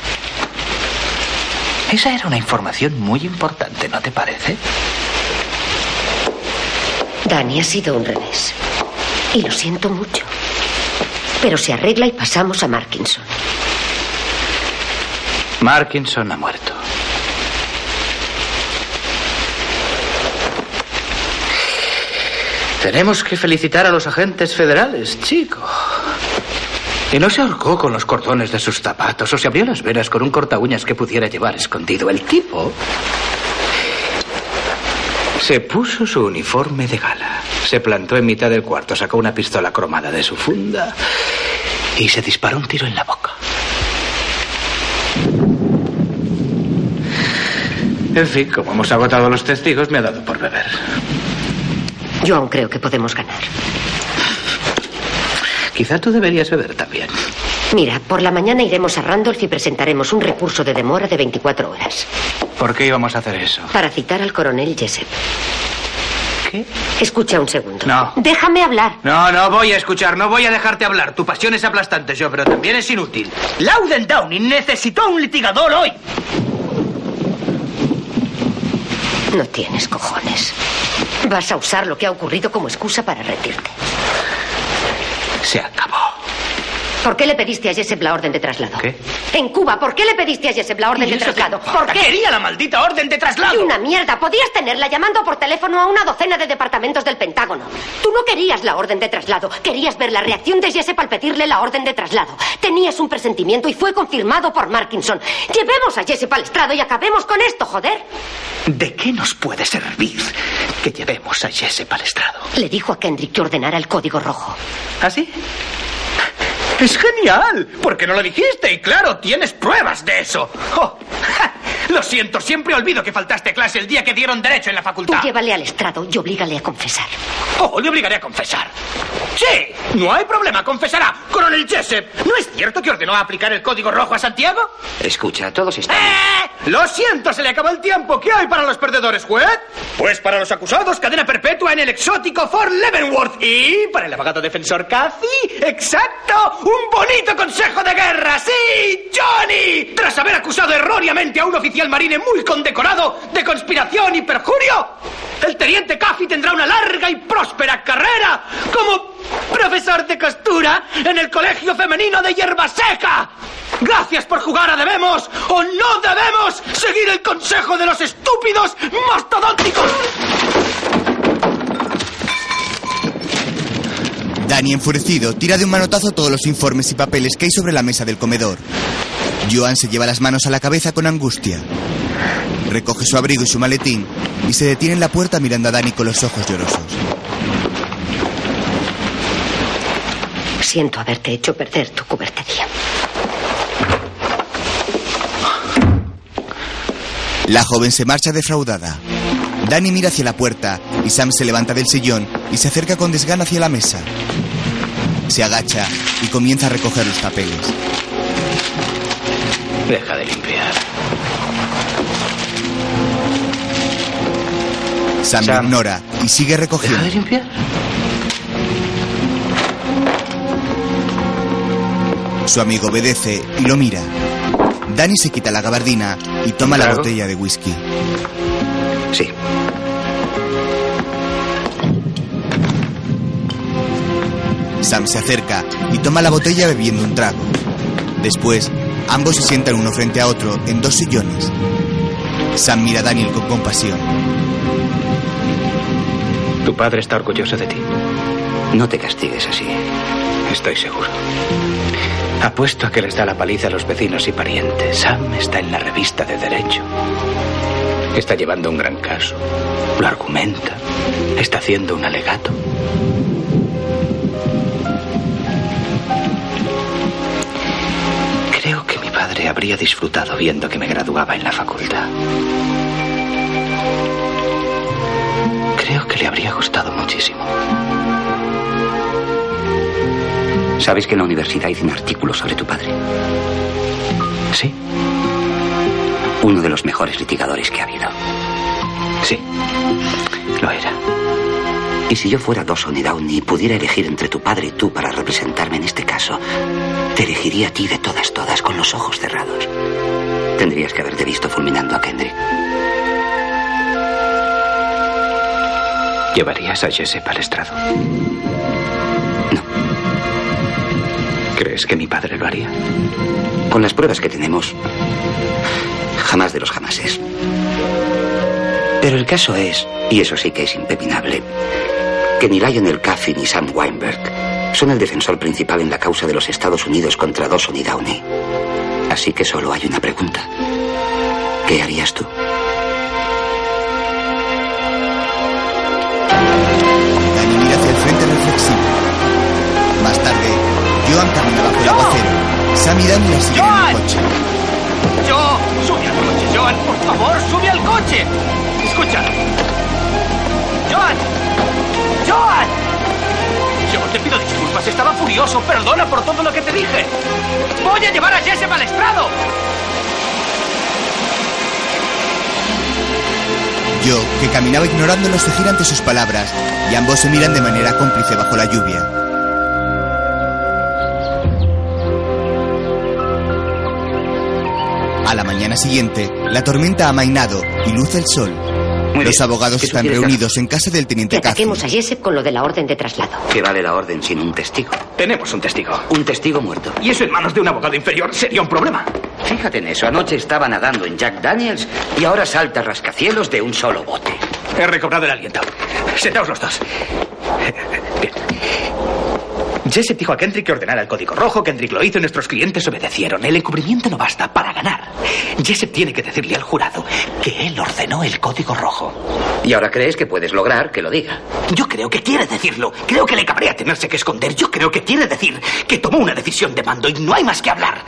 Esa era una información muy importante, ¿no te parece?
Dani ha sido un revés. Y lo siento mucho. Pero se arregla y pasamos a Markinson.
Markinson ha muerto. Tenemos que felicitar a los agentes federales, chico. Y no se ahorcó con los cordones de sus zapatos o se abrió las venas con un corta uñas que pudiera llevar escondido. El tipo se puso su uniforme de gala, se plantó en mitad del cuarto, sacó una pistola cromada de su funda y se disparó un tiro en la boca. En fin, como hemos agotado los testigos, me ha dado por beber.
Yo aún creo que podemos ganar.
Quizá tú deberías beber también.
Mira, por la mañana iremos a Randolph y presentaremos un recurso de demora de 24 horas
¿Por qué íbamos a hacer eso?
para citar al coronel Jessup.
¿Qué?
Escucha un segundo.
No.
Déjame hablar.
No, no voy a escuchar, no voy a dejarte hablar. Tu pasión es aplastante, yo, pero también es inútil.
Louden Downing necesitó un litigador hoy.
No tienes cojones. Vas a usar lo que ha ocurrido como excusa para retirarte.
Se acabó.
¿Por qué le pediste a Jessup la orden de traslado? ¿Qué? En Cuba, ¿por qué le pediste a Jessup la orden
¿Y
de
eso
traslado?
qué
¿Por
importa?
qué?
Quería la maldita orden de traslado.
Y una mierda. Podías tenerla llamando por teléfono a una docena de departamentos del Pentágono. Tú no querías la orden de traslado. Querías ver la reacción de Jessup al pedirle la orden de traslado. Tenías un presentimiento y fue confirmado por Markinson. Llevemos a Jessup al estrado y acabemos con esto, joder.
¿De qué nos puede servir que llevemos a Jesse Palestrado?
Le dijo a Kendrick que ordenara el código rojo.
¿Ah, sí?
Es genial. ¿Por qué no lo dijiste? Y claro, tienes pruebas de eso. ¡Oh! ¡Ja! Lo siento, siempre olvido que faltaste a clase el día que dieron derecho en la
Tú
facultad.
llévale al estrado y oblígale a confesar.
Oh, le obligaré a confesar. Sí, no hay problema, confesará. Coronel Jessup, ¿no es cierto que ordenó aplicar el código rojo a Santiago?
Escucha, todos están.
Lo siento, se le acabó el tiempo. ¿Qué hay para los perdedores, juez? Pues para los acusados, cadena perpetua en el exótico Fort Leavenworth. Y para el abogado defensor Cathy, exacto, un bonito consejo de guerra. ¡Sí, Johnny! Tras haber acusado erróneamente a un oficial marine muy condecorado de conspiración y perjurio, el teniente Cathy tendrá una larga y próspera carrera como profesor de costura en el Colegio Femenino de Hierba Seca. Gracias por jugar a debemos o no debemos seguir el consejo de los estúpidos mastodónticos.
Danny, enfurecido, tira de un manotazo todos los informes y papeles que hay sobre la mesa del comedor. Joan se lleva las manos a la cabeza con angustia. Recoge su abrigo y su maletín y se detiene en la puerta mirando a Danny con los ojos llorosos.
Siento haberte hecho perder tu cubertería.
La joven se marcha defraudada. Danny mira hacia la puerta y Sam se levanta del sillón y se acerca con desgana hacia la mesa. Se agacha y comienza a recoger los papeles.
Deja de limpiar.
Sam, lo ignora y sigue recogiendo.
¿Deja de limpiar?
Su amigo obedece y lo mira. Danny se quita la gabardina y toma la botella de whisky.
Sí.
Sam se acerca y toma la botella bebiendo un trago. Después, ambos se sientan uno frente a otro en dos sillones. Sam mira a Daniel con compasión.
Tu padre está orgulloso de ti. No te castigues así. ¿eh? Estoy seguro. Apuesto a que les da la paliza a los vecinos y parientes. Sam está en la revista de Derecho. Está llevando un gran caso. Lo argumenta. Está haciendo un alegato. Creo que mi padre habría disfrutado viendo que me graduaba en la facultad. Creo que le habría gustado muchísimo.
Sabes que en la universidad hice un artículo sobre tu padre.
Sí.
Uno de los mejores litigadores que ha habido.
Sí. Lo era.
Y si yo fuera Dawson y Downey y pudiera elegir entre tu padre y tú para representarme en este caso, te elegiría a ti de todas, todas, con los ojos cerrados. Tendrías que haberte visto fulminando a Kendrick.
¿Llevarías a Jesse al estrado?
¿Crees que mi padre lo haría? Con las pruebas que tenemos, jamás de los jamases. Pero el caso es, y eso sí que es impepinable, que ni Lionel Caffey ni Sam Weinberg son el defensor principal en la causa de los Estados Unidos contra Dawson y Downey. Así que solo hay una pregunta. ¿Qué harías tú?
Danny mira hacia el frente reflexivo. Más tarde, Joan camina bajo el aguacero. Sam y Danny la siguen en el coche.
¡Yo! ¡Sube al coche, Joan! ¡Por favor, sube al coche! ¡Escucha! ¡Joan! ¡Joan! Yo te pido disculpas, estaba furioso. Perdona por todo lo que te dije. ¡Voy a llevar a Jesse al estrado!
Joe, que caminaba ignorándolo, se gira ante sus palabras y ambos se miran de manera cómplice bajo la lluvia. A la mañana siguiente, la tormenta ha amainado y luce el sol. Los abogados
¿Qué
están
sugieres,
reunidos en casa del teniente
Que
Caffey.
ataquemos a Jesse con lo de la orden de traslado.
¿Qué vale la orden sin un testigo? Tenemos un testigo. Un testigo muerto.
Y eso en manos de un abogado inferior sería un problema.
Fíjate en eso. Anoche estaba nadando en Jack Daniels y ahora salta rascacielos de un solo bote.
He recobrado el aliento. Sentaos los dos. Bien. Jesse dijo a Kendrick que ordenara el código rojo. Kendrick lo hizo y nuestros clientes obedecieron. El encubrimiento no basta para ganar. Jesse tiene que decirle al jurado que él ordenó el código rojo.
Y ahora crees que puedes lograr que lo diga.
Yo creo que quiere decirlo. Creo que le cabrea tenerse que esconder. Yo creo que quiere decir que tomó una decisión de mando y no hay más que hablar.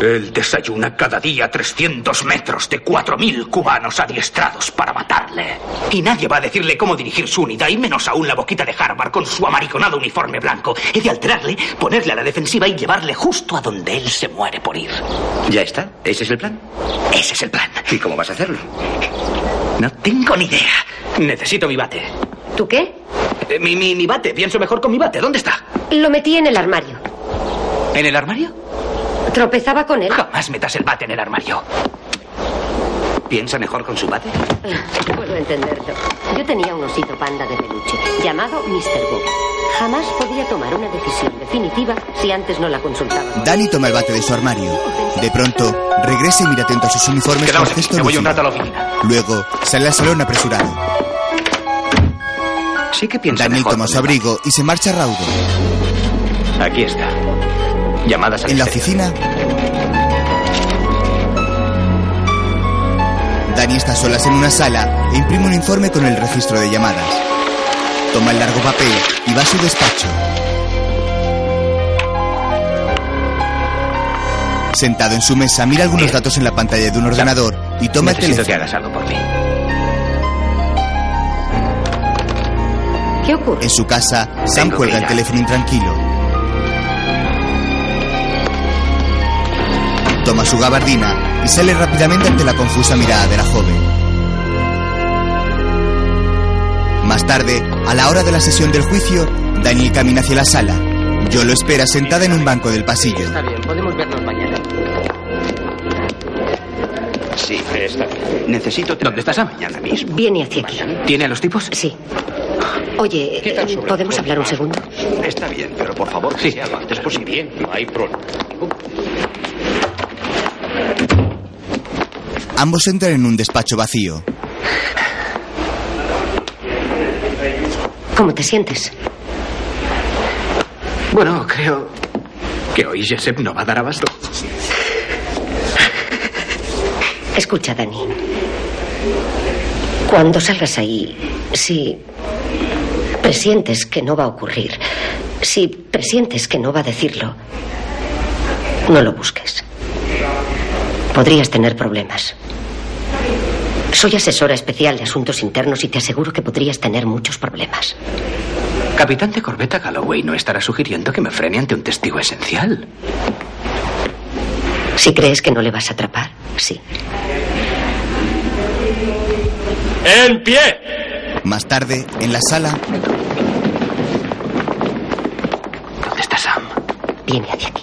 Él desayuna cada día 300 metros de 4.000 cubanos adiestrados para matarle. Y nadie va a decirle cómo dirigir su unidad, y menos aún la boquita de Harvard con su amariconado uniforme blanco. He de alterarle, ponerle a la defensiva y llevarle justo a donde él se muere por ir.
Ya está. ¿Ese es el plan?
Ese es el plan.
¿Y cómo vas a hacerlo?
No tengo ni idea. Necesito mi bate.
¿Tú qué?
Eh, Mi, mi, mi bate. Pienso mejor con mi bate. ¿Dónde está?
Lo metí en el armario.
¿En el armario?
Tropezaba con él.
Jamás metas el bate en el armario.
¿Piensa mejor con su bate?
Puedo entenderlo. Yo tenía un osito panda de peluche llamado Mr. Book. Jamás podía tomar una decisión definitiva si antes no la consultaba.
Danny toma el bate de su armario. De pronto, regresa y mira atento a sus uniformes
Quedaos
con
aquí,
gesto
me voy un
lúcido.
rato a la oficina.
Luego, sale al salón apresurado.
Sí que piensa
Danny
mejor
toma
con
su abrigo y se marcha raudo.
Aquí está. Llamadas
En la oficina... Danny está a solas en una sala e imprime un informe con el registro de llamadas. Toma el largo papel y va a su despacho. Sentado en su mesa, mira algunos datos en la pantalla de un ordenador y toma el
Necesito
teléfono.
que hagas algo por mí.
¿Qué ocurre?
En su casa, Sam
Tengo que
cuelga
ir
el
a-
teléfono intranquilo. Toma su gabardina y sale rápidamente ante la confusa mirada de la joven. Más tarde, a la hora de la sesión del juicio, Daniel camina hacia la sala. Yo lo espera sentada en un banco del pasillo.
Está bien, podemos vernos mañana.
Sí, está bien. Necesito... ¿Dónde estás, Sam? Mañana mismo.
Viene hacia aquí.
¿Tiene a los tipos?
Sí. Oye, eh, ¿podemos hablar un segundo?
Está bien, pero por favor, sí. Después bien, no hay problema.
Ambos entran en un despacho vacío.
¿Cómo te sientes?
Bueno, creo que hoy Jessep no va a dar abasto.
Escucha, Dani. Cuando salgas ahí, si presientes que no va a ocurrir, si presientes que no va a decirlo, no lo busques. Podrías tener problemas. Soy asesora especial de asuntos internos y te aseguro que podrías tener muchos problemas.
Capitán de corbeta Galloway no estará sugiriendo que me frene ante un testigo esencial.
Si crees que no le vas a atrapar, sí.
¡En pie!
Más tarde, en la sala,
¿Dónde está Sam?
Viene hacia aquí.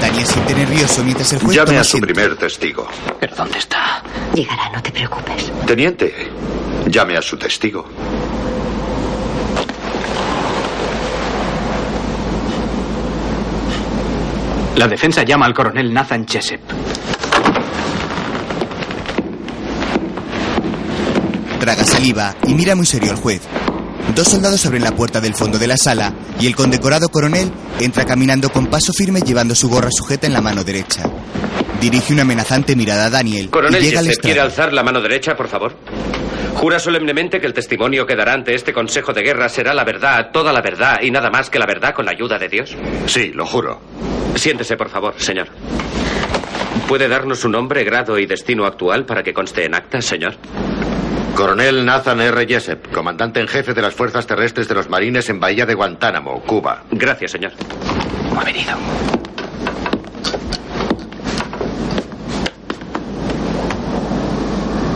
Daniel siente nervioso mientras el juez
Llame
toma
a su
asiento.
primer testigo.
¿Pero dónde está?
Llegará, no te preocupes.
Teniente, llame a su testigo.
La defensa llama al coronel Nathan Chesep.
Traga saliva y mira muy serio al juez. Dos soldados abren la puerta del fondo de la sala y el condecorado coronel entra caminando con paso firme llevando su gorra sujeta en la mano derecha. Dirige una amenazante mirada a Daniel
Coronel
y llega al
Jessup, ¿quiere
estrado.
alzar la mano derecha, por favor? Jura solemnemente que el testimonio que dará ante este Consejo de Guerra será la verdad, toda la verdad y nada más que la verdad con la ayuda de Dios.
Sí, lo juro.
Siéntese, por favor, señor. ¿Puede darnos su nombre, grado y destino actual para que conste en acta, señor?
Coronel Nathan R. Jessup, comandante en jefe de las Fuerzas Terrestres de los Marines en Bahía de Guantánamo, Cuba.
Gracias, señor.
Ha venido.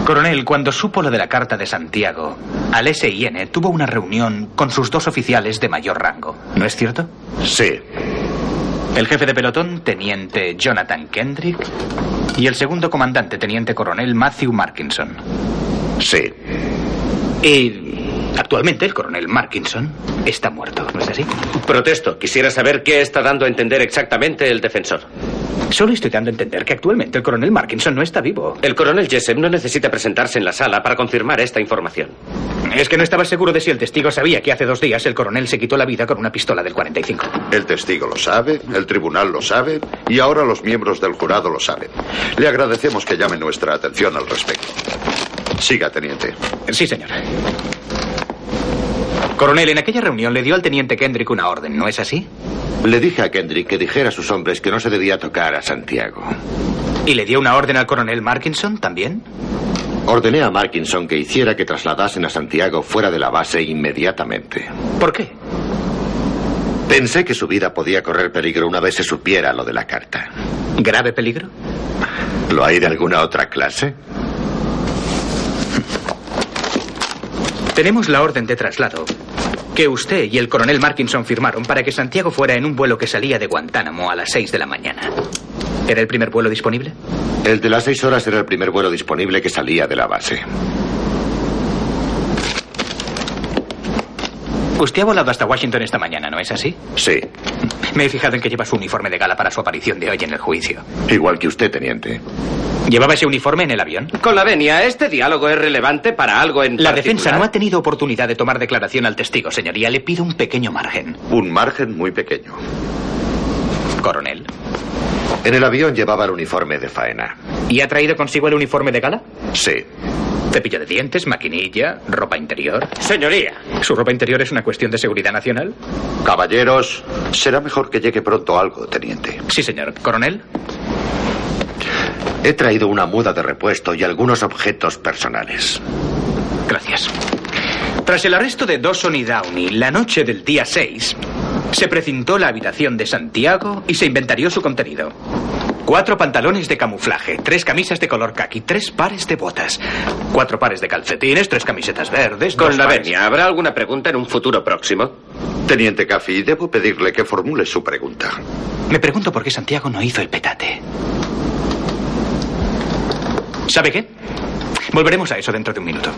Coronel, cuando supo lo de la carta de Santiago, al SIN tuvo una reunión con sus dos oficiales de mayor rango, ¿no es cierto?
Sí.
El jefe de pelotón, teniente Jonathan Kendrick, y el segundo comandante, teniente coronel Matthew Markinson.
Sí.
Y actualmente el coronel Markinson está muerto, ¿no es así?
Protesto. Quisiera saber qué está dando a entender exactamente el defensor.
Solo estoy dando a entender que actualmente el coronel Markinson no está vivo.
El coronel Jessup no necesita presentarse en la sala para confirmar esta información.
Es que no estaba seguro de si el testigo sabía que hace dos días el coronel se quitó la vida con una pistola del 45.
El testigo lo sabe, el tribunal lo sabe y ahora los miembros del jurado lo saben. Le agradecemos que llame nuestra atención al respecto. Siga, teniente.
Sí, señor. Coronel, en aquella reunión le dio al teniente Kendrick una orden, ¿no es así?
Le dije a Kendrick que dijera a sus hombres que no se debía tocar a Santiago.
¿Y le dio una orden al coronel Markinson también?
Ordené a Markinson que hiciera que trasladasen a Santiago fuera de la base inmediatamente.
¿Por qué?
Pensé que su vida podía correr peligro una vez se supiera lo de la carta.
¿Grave peligro?
¿Lo hay de alguna otra clase?
Tenemos la orden de traslado que usted y el coronel Markinson firmaron para que Santiago fuera en un vuelo que salía de Guantánamo a las 6 de la mañana. ¿Era el primer vuelo disponible?
El de las seis horas era el primer vuelo disponible que salía de la base.
Usted ha volado hasta Washington esta mañana, ¿no es así?
Sí.
Me he fijado en que lleva su uniforme de gala para su aparición de hoy en el juicio.
Igual que usted, teniente.
¿Llevaba ese uniforme en el avión?
Con la venia, ¿este diálogo es relevante para algo en
La
particular?
defensa no ha tenido oportunidad de tomar declaración al testigo, señoría. Le pido un pequeño margen.
Un margen muy pequeño.
Coronel.
En el avión llevaba el uniforme de faena.
¿Y ha traído consigo el uniforme de gala?
Sí.
Cepillo de dientes, maquinilla, ropa interior.
Señoría.
¿Su ropa interior es una cuestión de seguridad nacional?
Caballeros, será mejor que llegue pronto algo, teniente.
Sí, señor. ¿Coronel?
He traído una muda de repuesto y algunos objetos personales.
Gracias. Tras el arresto de Dawson y Downey la noche del día 6, se precintó la habitación de Santiago y se inventarió su contenido. Cuatro pantalones de camuflaje, tres camisas de color caqui, tres pares de botas, cuatro pares de calcetines, tres camisetas verdes.
Con
dos
la
pares-
venia, ¿habrá alguna pregunta en un futuro próximo?
Teniente Caffey, debo pedirle que formule su pregunta.
Me pregunto por qué Santiago no hizo el petate. ¿Sabe qué? Volveremos a eso dentro de un minuto.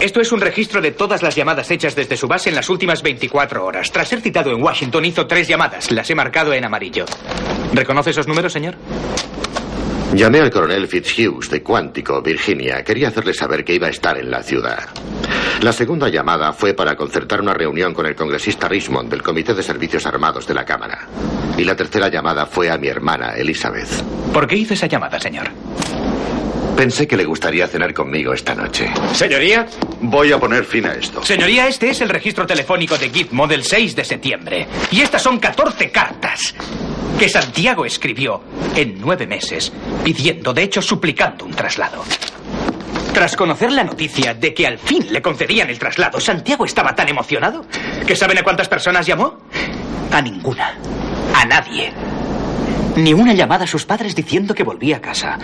Esto es un registro de todas las llamadas hechas desde su base en las últimas 24 horas. Tras ser citado en Washington, hizo tres llamadas. Las he marcado en amarillo. ¿Reconoce esos números, señor?
Llamé al coronel Fitzhughes de Cuántico, Virginia. Quería hacerle saber que iba a estar en la ciudad. La segunda llamada fue para concertar una reunión con el congresista Richmond del Comité de Servicios Armados de la Cámara. Y la tercera llamada fue a mi hermana, Elizabeth.
¿Por qué hizo esa llamada, señor?
Pensé que le gustaría cenar conmigo esta noche.
Señoría,
voy a poner fin a esto.
Señoría, este es el registro telefónico de Gizmo del 6 de septiembre. Y estas son 14 cartas que Santiago escribió en nueve meses, pidiendo, de hecho, suplicando un traslado. Tras conocer la noticia de que al fin le concedían el traslado, Santiago estaba tan emocionado que ¿saben a cuántas personas llamó? A ninguna. A nadie. Ni una llamada a sus padres diciendo que volvía a casa.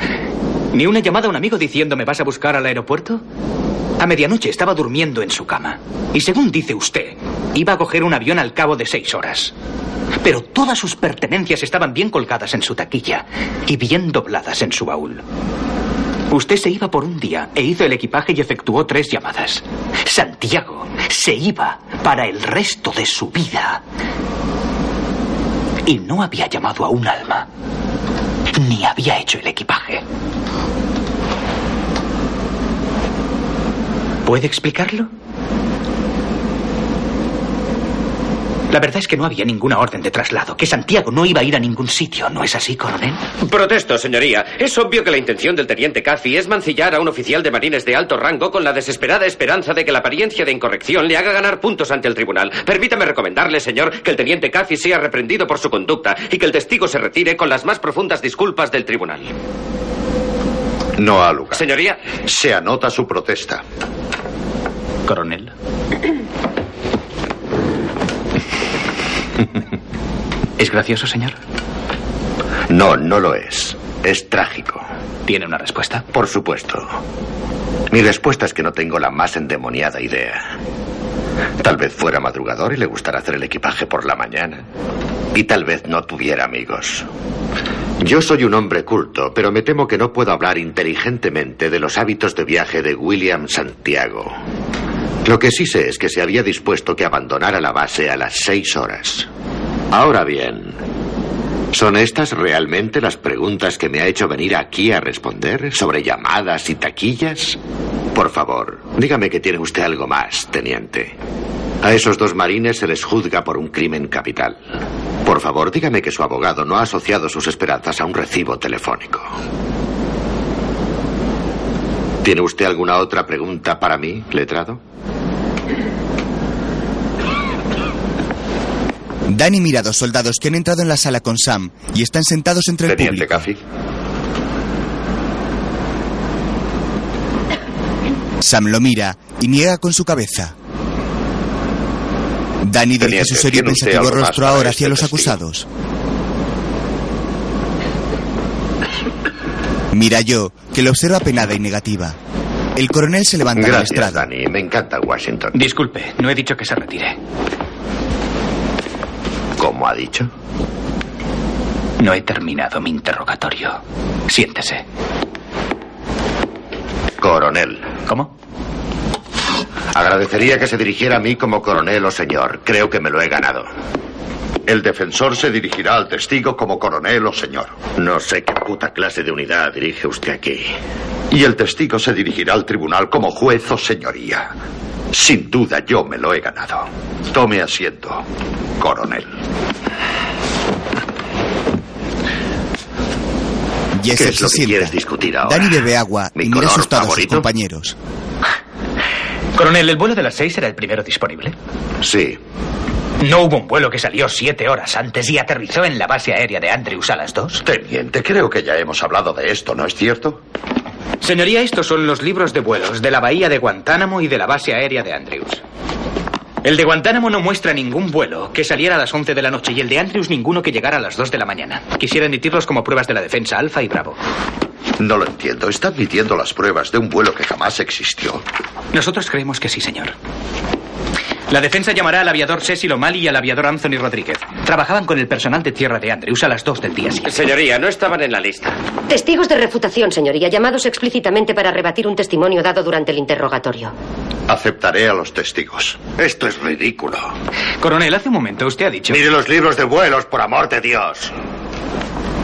Ni una llamada a un amigo diciendo me vas a buscar al aeropuerto. A medianoche estaba durmiendo en su cama. Y según dice usted, iba a coger un avión al cabo de seis horas. Pero todas sus pertenencias estaban bien colgadas en su taquilla y bien dobladas en su baúl. Usted se iba por un día e hizo el equipaje y efectuó tres llamadas. Santiago se iba para el resto de su vida. Y no había llamado a un alma. Ni había hecho el equipaje. ¿Puede explicarlo? La verdad es que no había ninguna orden de traslado, que Santiago no iba a ir a ningún sitio, ¿no es así, coronel?
Protesto, señoría. Es obvio que la intención del teniente Caffey es mancillar a un oficial de marines de alto rango con la desesperada esperanza de que la apariencia de incorrección le haga ganar puntos ante el tribunal. Permítame recomendarle, señor, que el teniente Caffey sea reprendido por su conducta y que el testigo se retire con las más profundas disculpas del tribunal.
No ha lugar.
Señoría.
Se anota su protesta.
Coronel. ¿Es gracioso, señor?
No, no lo es. Es trágico.
¿Tiene una respuesta?
Por supuesto. Mi respuesta es que no tengo la más endemoniada idea. Tal vez fuera madrugador y le gustara hacer el equipaje por la mañana. Y tal vez no tuviera amigos. Yo soy un hombre culto, pero me temo que no puedo hablar inteligentemente de los hábitos de viaje de William Santiago. Lo que sí sé es que se había dispuesto que abandonara la base a las seis horas. Ahora bien, ¿son estas realmente las preguntas que me ha hecho venir aquí a responder sobre llamadas y taquillas? Por favor, dígame que tiene usted algo más, teniente. A esos dos marines se les juzga por un crimen capital. Por favor, dígame que su abogado no ha asociado sus esperanzas a un recibo telefónico. ¿Tiene usted alguna otra pregunta para mí, letrado?
Danny mira a dos soldados que han entrado en la sala con Sam y están sentados entre el
Teniente
público.
Caffey.
Sam lo mira y niega con su cabeza. Danny dirige
Teniente,
su serio y
¿tiene usted
pensativo
algo más
rostro
para
ahora
este
hacia los
testigo?
acusados. Mira yo, que lo observa penada y negativa. El coronel se levanta del
Gracias,
estrado.
Danny. Me encanta Washington.
Disculpe, no he dicho que se retire.
¿Cómo ha dicho?
No he terminado mi interrogatorio. Siéntese.
Coronel.
¿Cómo?
Agradecería que se dirigiera a mí como coronel o señor. Creo que me lo he ganado.
El defensor se dirigirá al testigo como coronel o señor.
No sé qué puta clase de unidad dirige usted aquí.
Y el testigo se dirigirá al tribunal como juez o señoría. Sin duda yo me lo he ganado. Tome asiento, coronel.
¿Qué
Jesse
es lo
se
que
sienta.
quieres discutir ahora?
Danny bebe agua y mira asustado a sus compañeros.
Coronel, ¿el vuelo de las seis era el primero disponible?
Sí.
¿No hubo un vuelo que salió siete horas antes y aterrizó en la base aérea de Andrews a las dos?
Teniente, creo que ya hemos hablado de esto, ¿no es cierto?
Señoría, estos son los libros de vuelos de la bahía de Guantánamo y de la base aérea de Andrews. El de Guantánamo no muestra ningún vuelo que saliera a las 11 de la noche y el de Andrews ninguno que llegara a las 2 de la mañana. Quisiera emitirlos como pruebas de la defensa Alfa y Bravo.
No lo entiendo. Está admitiendo las pruebas de un vuelo que jamás existió.
Nosotros creemos que sí, señor. La defensa llamará al aviador Cecil O'Malley y al aviador Anthony Rodríguez. Trabajaban con el personal de tierra de Andrews a las 2 del día siguiente.
Señoría, no estaban en la lista.
Testigos de refutación, señoría, llamados explícitamente para rebatir un testimonio dado durante el interrogatorio.
Aceptaré a los testigos.
Esto es ridículo.
Coronel, hace un momento usted ha dicho...
Mire los libros de vuelos, por amor de Dios.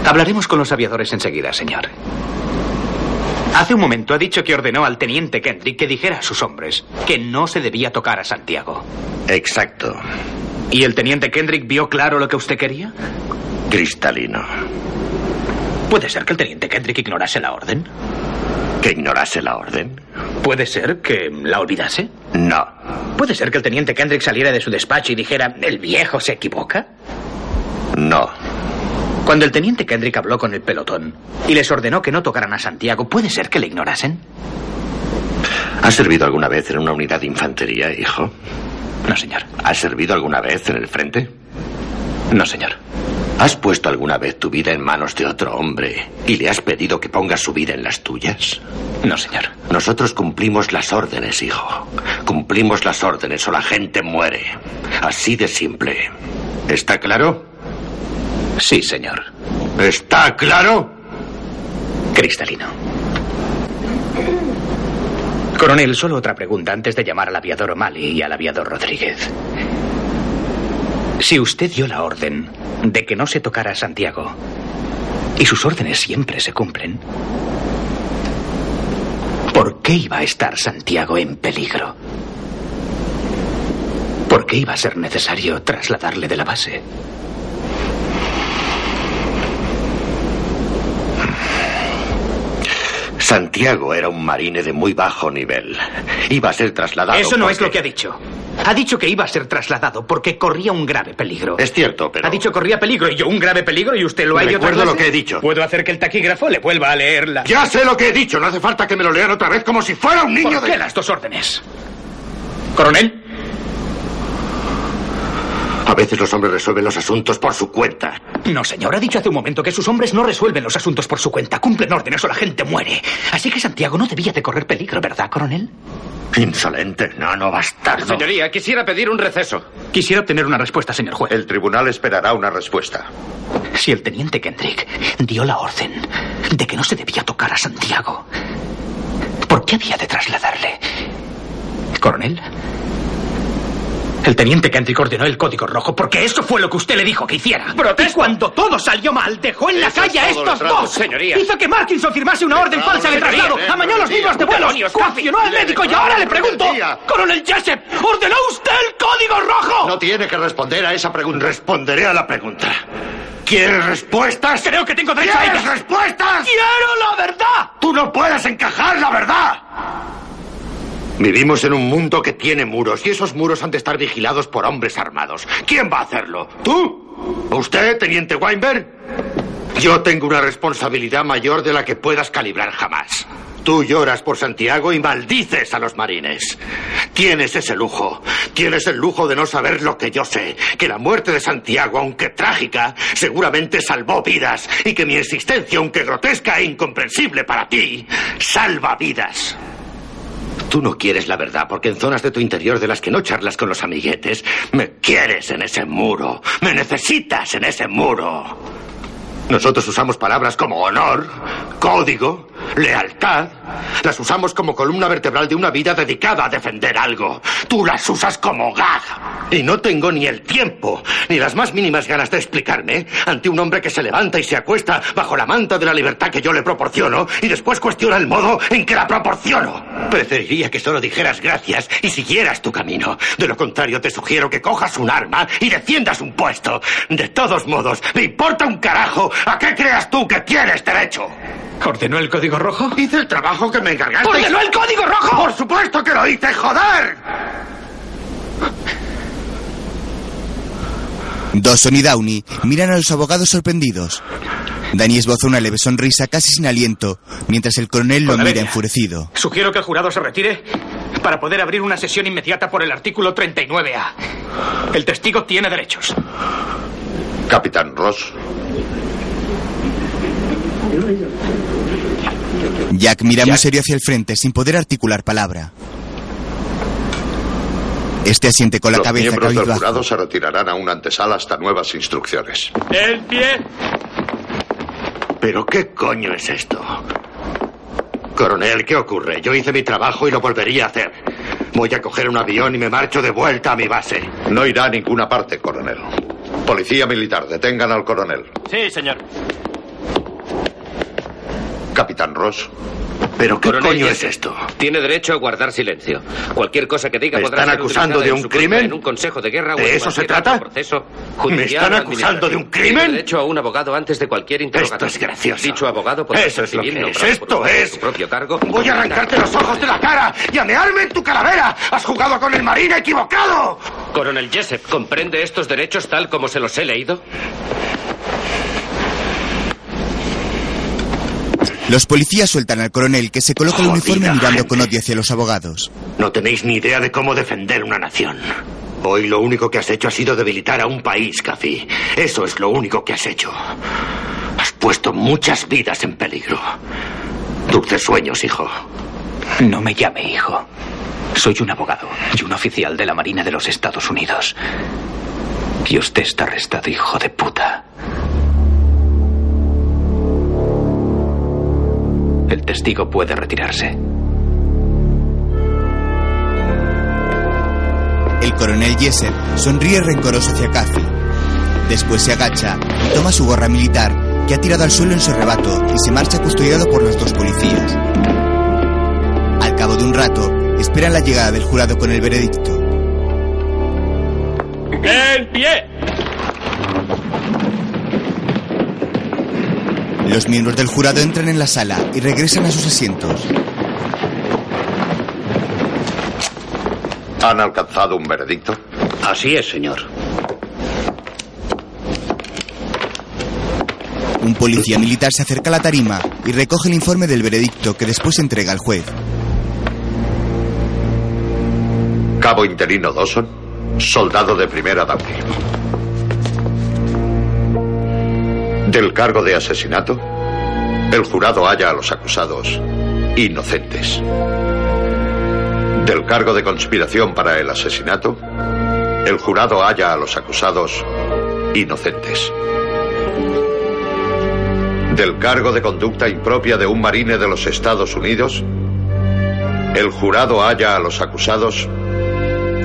Hablaremos con los aviadores enseguida, señor. Hace un momento ha dicho que ordenó al teniente Kendrick que dijera a sus hombres que no se debía tocar a Santiago.
Exacto.
¿Y el teniente Kendrick vio claro lo que usted quería?
Cristalino.
¿Puede ser que el teniente Kendrick ignorase la orden?
¿Que ignorase la orden?
¿Puede ser que la olvidase?
No.
¿Puede ser que el teniente Kendrick saliera de su despacho y dijera, el viejo se equivoca?
No.
Cuando el teniente Kendrick habló con el pelotón y les ordenó que no tocaran a Santiago, ¿puede ser que le ignorasen?
¿Has servido alguna vez en una unidad de infantería, hijo?
No, señor.
¿Has servido alguna vez en el frente?
No, señor.
¿Has puesto alguna vez tu vida en manos de otro hombre y le has pedido que ponga su vida en las tuyas?
No, señor.
Nosotros cumplimos las órdenes, hijo. Cumplimos las órdenes o la gente muere. Así de simple. ¿Está claro?
Sí, señor.
¿Está claro?
Cristalino. Coronel, solo otra pregunta antes de llamar al aviador O'Malley y al aviador Rodríguez. Si usted dio la orden de que no se tocara a Santiago, y sus órdenes siempre se cumplen, ¿por qué iba a estar Santiago en peligro? ¿Por qué iba a ser necesario trasladarle de la base?
Santiago era un marine de muy bajo nivel. Iba a ser trasladado.
Eso no es
porque-
lo que ha dicho. Ha dicho que iba a ser trasladado porque corría un grave peligro.
Es cierto, Eh, pero.
Ha dicho corría peligro y yo un grave peligro y usted lo ha ido
Recuerdo lo que he dicho.
Puedo hacer que el taquígrafo le vuelva a leerla.
Ya sé lo que he dicho. No hace falta que me lo lean otra vez como si fuera un niño
¿Por
de.
qué las dos órdenes? Coronel.
A veces los hombres resuelven los asuntos por su cuenta.
No, señor, ha dicho hace un momento que sus hombres no resuelven los asuntos por su cuenta, cumplen órdenes o la gente muere. Así que Santiago no debía de correr peligro, ¿verdad, coronel?
Insolente, no, no bastardo.
Señoría, quisiera pedir un receso.
Quisiera obtener una respuesta, señor juez.
El tribunal esperará una respuesta.
Si el teniente Kendrick dio la orden de que no se debía tocar a Santiago, ¿por qué había de trasladarle? Coronel, el teniente Kendrick ordenó el código rojo porque eso fue lo que usted le dijo que hiciera. Y cuando todo salió mal, dejó en la
Eso
calle a
es todo
estos
el trato,
dos.
señoría.
Hizo que Markinson firmase una
Ah,
orden
Estamos
falsa de
señoría,
traslado.
eh,
Amañó los
señoría.
libros de vuelos.
Demonios, Cathy.
Coaccionó al
Le
médico y
declaro
ahora le
la
pregunto,
rebeldía.
Coronel Jessup, ¿ordenó usted el código rojo?
No tiene que responder a esa pregunta. Responderé a la pregunta. ¿Quieres respuestas?
Creo que tengo derecho a
¿Quieres
ellas.
respuestas?
¡Quiero la verdad!
¡Tú no puedes encajar la verdad! Vivimos en un mundo que tiene muros y esos muros han de estar vigilados por hombres armados. ¿Quién va a hacerlo? ¿Tú? ¿O ¿Usted, teniente Weinberg? Yo tengo una responsabilidad mayor de la que puedas calibrar jamás. Tú lloras por Santiago y maldices a los marines. Tienes ese lujo. Tienes el lujo de no saber lo que yo sé, que la muerte de Santiago, aunque trágica, seguramente salvó vidas y que mi existencia, aunque grotesca e incomprensible para ti, salva vidas. Tú no quieres la verdad porque en zonas de tu interior de las que no charlas con los amiguetes, me quieres en ese muro, me necesitas en ese muro. Nosotros usamos palabras como honor, código, lealtad. Las usamos como columna vertebral de una vida dedicada a defender algo. Tú las usas como gag. Y no tengo ni el tiempo, ni las más mínimas ganas de explicarme ante un hombre que se levanta y se acuesta bajo la manta de la libertad que yo le proporciono y después cuestiona el modo en que la proporciono. Preferiría que solo dijeras gracias y siguieras tu camino. De lo contrario, te sugiero que cojas un arma y defiendas un puesto. De todos modos, me importa un carajo a qué creas tú que tienes derecho.
¿Ordenó el código rojo?
Hice el trabajo que me encargaste.
¡Ordenó el código rojo!
¡Por supuesto que lo hice, joder!
Dawson y Downey miran a los abogados sorprendidos. Danny esboza una leve sonrisa casi sin aliento, mientras el coronel lo mira enfurecido.
Sugiero que el jurado se retire para poder abrir una sesión inmediata por el artículo 39A. El testigo tiene derechos.
Capitán Ross.
Jack mira muy serio hacia el frente sin poder articular palabra. Este asiente con la
Los
cabeza
miembros del
cabizbajo.
jurado se retirarán a una antesala hasta nuevas instrucciones.
¡En pie!
¿Pero qué coño es esto? Coronel, ¿qué ocurre? Yo hice mi trabajo y lo volvería a hacer. Voy a coger un avión y me marcho de vuelta a mi base.
No irá a ninguna parte, coronel. Policía militar, detengan al coronel.
Sí, señor.
Capitán Ross.
¿Pero
qué
Coronel
coño
Jesse,
es esto?
Tiene derecho a guardar silencio. Cualquier cosa que diga
¿Me
podrá
están
ser
acusando
utilizada
de
en
un
su contra
crimen?
En un consejo de guerra o
¿De
en
eso se
cualquier
trata?
otro proceso
¿Me
judicial
están
o
acusando de un
administrativo.
crimen?
Tiene derecho a un abogado antes de cualquier interrogatorio.
es gracioso.
Dicho abogado podrá
Eso
ser
es lo
civil,
que es.
nombrado por
Esto
usted en
es.
su propio cargo.
Voy a arrancarte los ojos de la cara y anearme en tu calavera. Has jugado con el marino equivocado.
Coronel Jessup, ¿comprende estos derechos tal como se los he leído?
Los policías sueltan al coronel que se coloca el uniforme mirando con odio hacia los abogados.
No tenéis ni idea de cómo defender una nación. Hoy lo único que has hecho ha sido debilitar a un país, Café. Eso es lo único que has hecho. Has puesto muchas vidas en peligro. Dulces sueños, hijo.
No me llame hijo. Soy un abogado y un oficial de la Marina de los Estados Unidos. Y usted está arrestado, hijo de puta. El testigo puede retirarse.
El coronel Jesser sonríe rencoroso hacia Cathy. Después se agacha y toma su gorra militar, que ha tirado al suelo en su arrebato, y se marcha custodiado por los dos policías. Al cabo de un rato, esperan la llegada del jurado con el veredicto.
¡En pie!
Los miembros del jurado entran en la sala y regresan a sus asientos.
¿Han alcanzado un veredicto?
Así es, señor.
Un policía militar se acerca a la tarima y recoge el informe del veredicto que después entrega al juez.
Cabo interino Dawson, soldado de primera Downey. Del cargo de asesinato, el jurado halla a los acusados inocentes. Del cargo de conspiración para el asesinato, el jurado halla a los acusados inocentes. Del cargo de conducta impropia de un marine de los Estados Unidos, el jurado halla a los acusados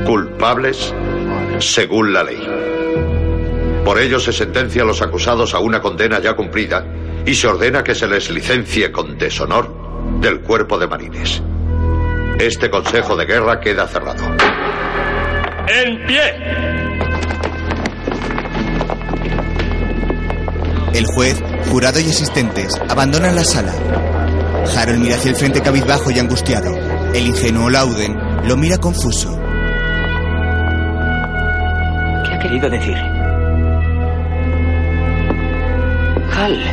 culpables según la ley. Por ello se sentencia a los acusados a una condena ya cumplida y se ordena que se les licencie con deshonor del cuerpo de marines. Este consejo de guerra queda cerrado.
¡En pie!
El juez, jurado y asistentes abandonan la sala. Harold mira hacia el frente cabizbajo y angustiado. El ingenuo Lauden lo mira confuso.
¿Qué ha querido decir? Hal.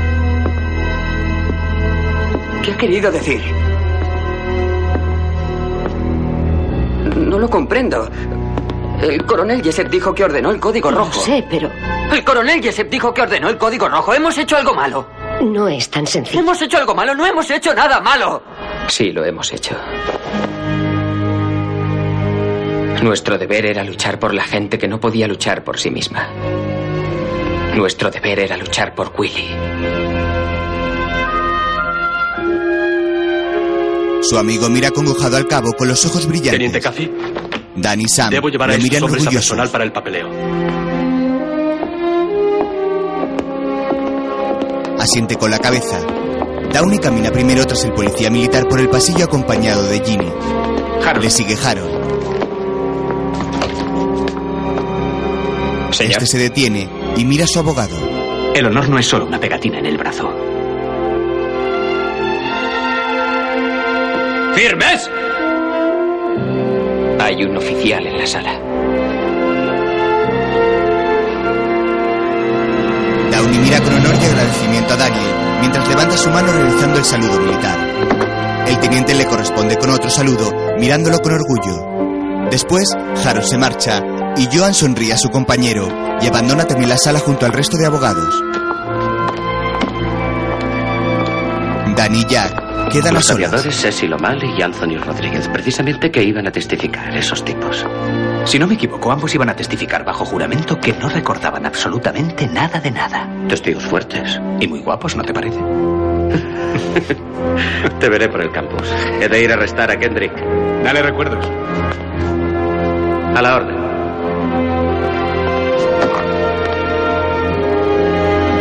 ¿Qué ha querido decir? No lo comprendo. El coronel Jessup dijo que ordenó el código
Lo
rojo.
sé, pero
El coronel Jessup dijo que ordenó el código rojo. Hemos hecho algo malo.
no es tan sencillo.
Hemos hecho algo malo. No hemos hecho nada malo. Sí, lo hemos hecho. Nuestro deber era luchar por la gente que no podía luchar por sí misma. Nuestro deber era luchar por Willy.
Su amigo mira acongojado al cabo con los ojos brillantes.
Teniente Cathy,
Dan y Sam
debo llevar a este
lo
estos
miran
hombres a
orgullosos.
personal para el papeleo.
Asiente con la cabeza. Downey camina primero tras el policía militar por el pasillo acompañado de Ginny. Le sigue Harold. Este se detiene y mira a su abogado.
El honor no es solo una pegatina en el brazo.
¡Firmes!
Hay un oficial en la sala.
Downey mira con honor y agradecimiento a Daniel mientras levanta su mano realizando el saludo militar. El teniente le corresponde con otro saludo, mirándolo con orgullo. Después, Harold se marcha y Joan sonríe a su compañero y abandona también la sala junto al resto de abogados. Dan y Jack quedan a
Los
solas.
aviadores Cecil O'Malley y Anthony Rodríguez, precisamente que iban a testificar esos tipos.
Si no me equivoco, ambos iban a testificar bajo juramento que no recordaban absolutamente nada de nada.
Testigos fuertes.
Y muy guapos, ¿no te parece?
Te veré por el campus. He de ir a arrestar a Kendrick. Dale recuerdos. A la orden.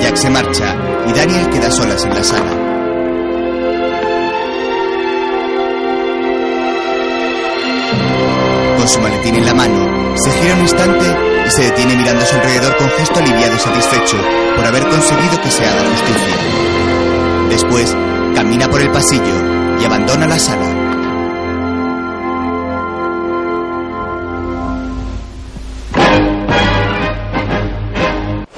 Jack se marcha y Daniel queda a solas en la sala. Con su maletín en la mano, se gira un instante y se detiene mirando a su alrededor con gesto aliviado y satisfecho por haber conseguido que se haga justicia. Después, camina por el pasillo y abandona la sala.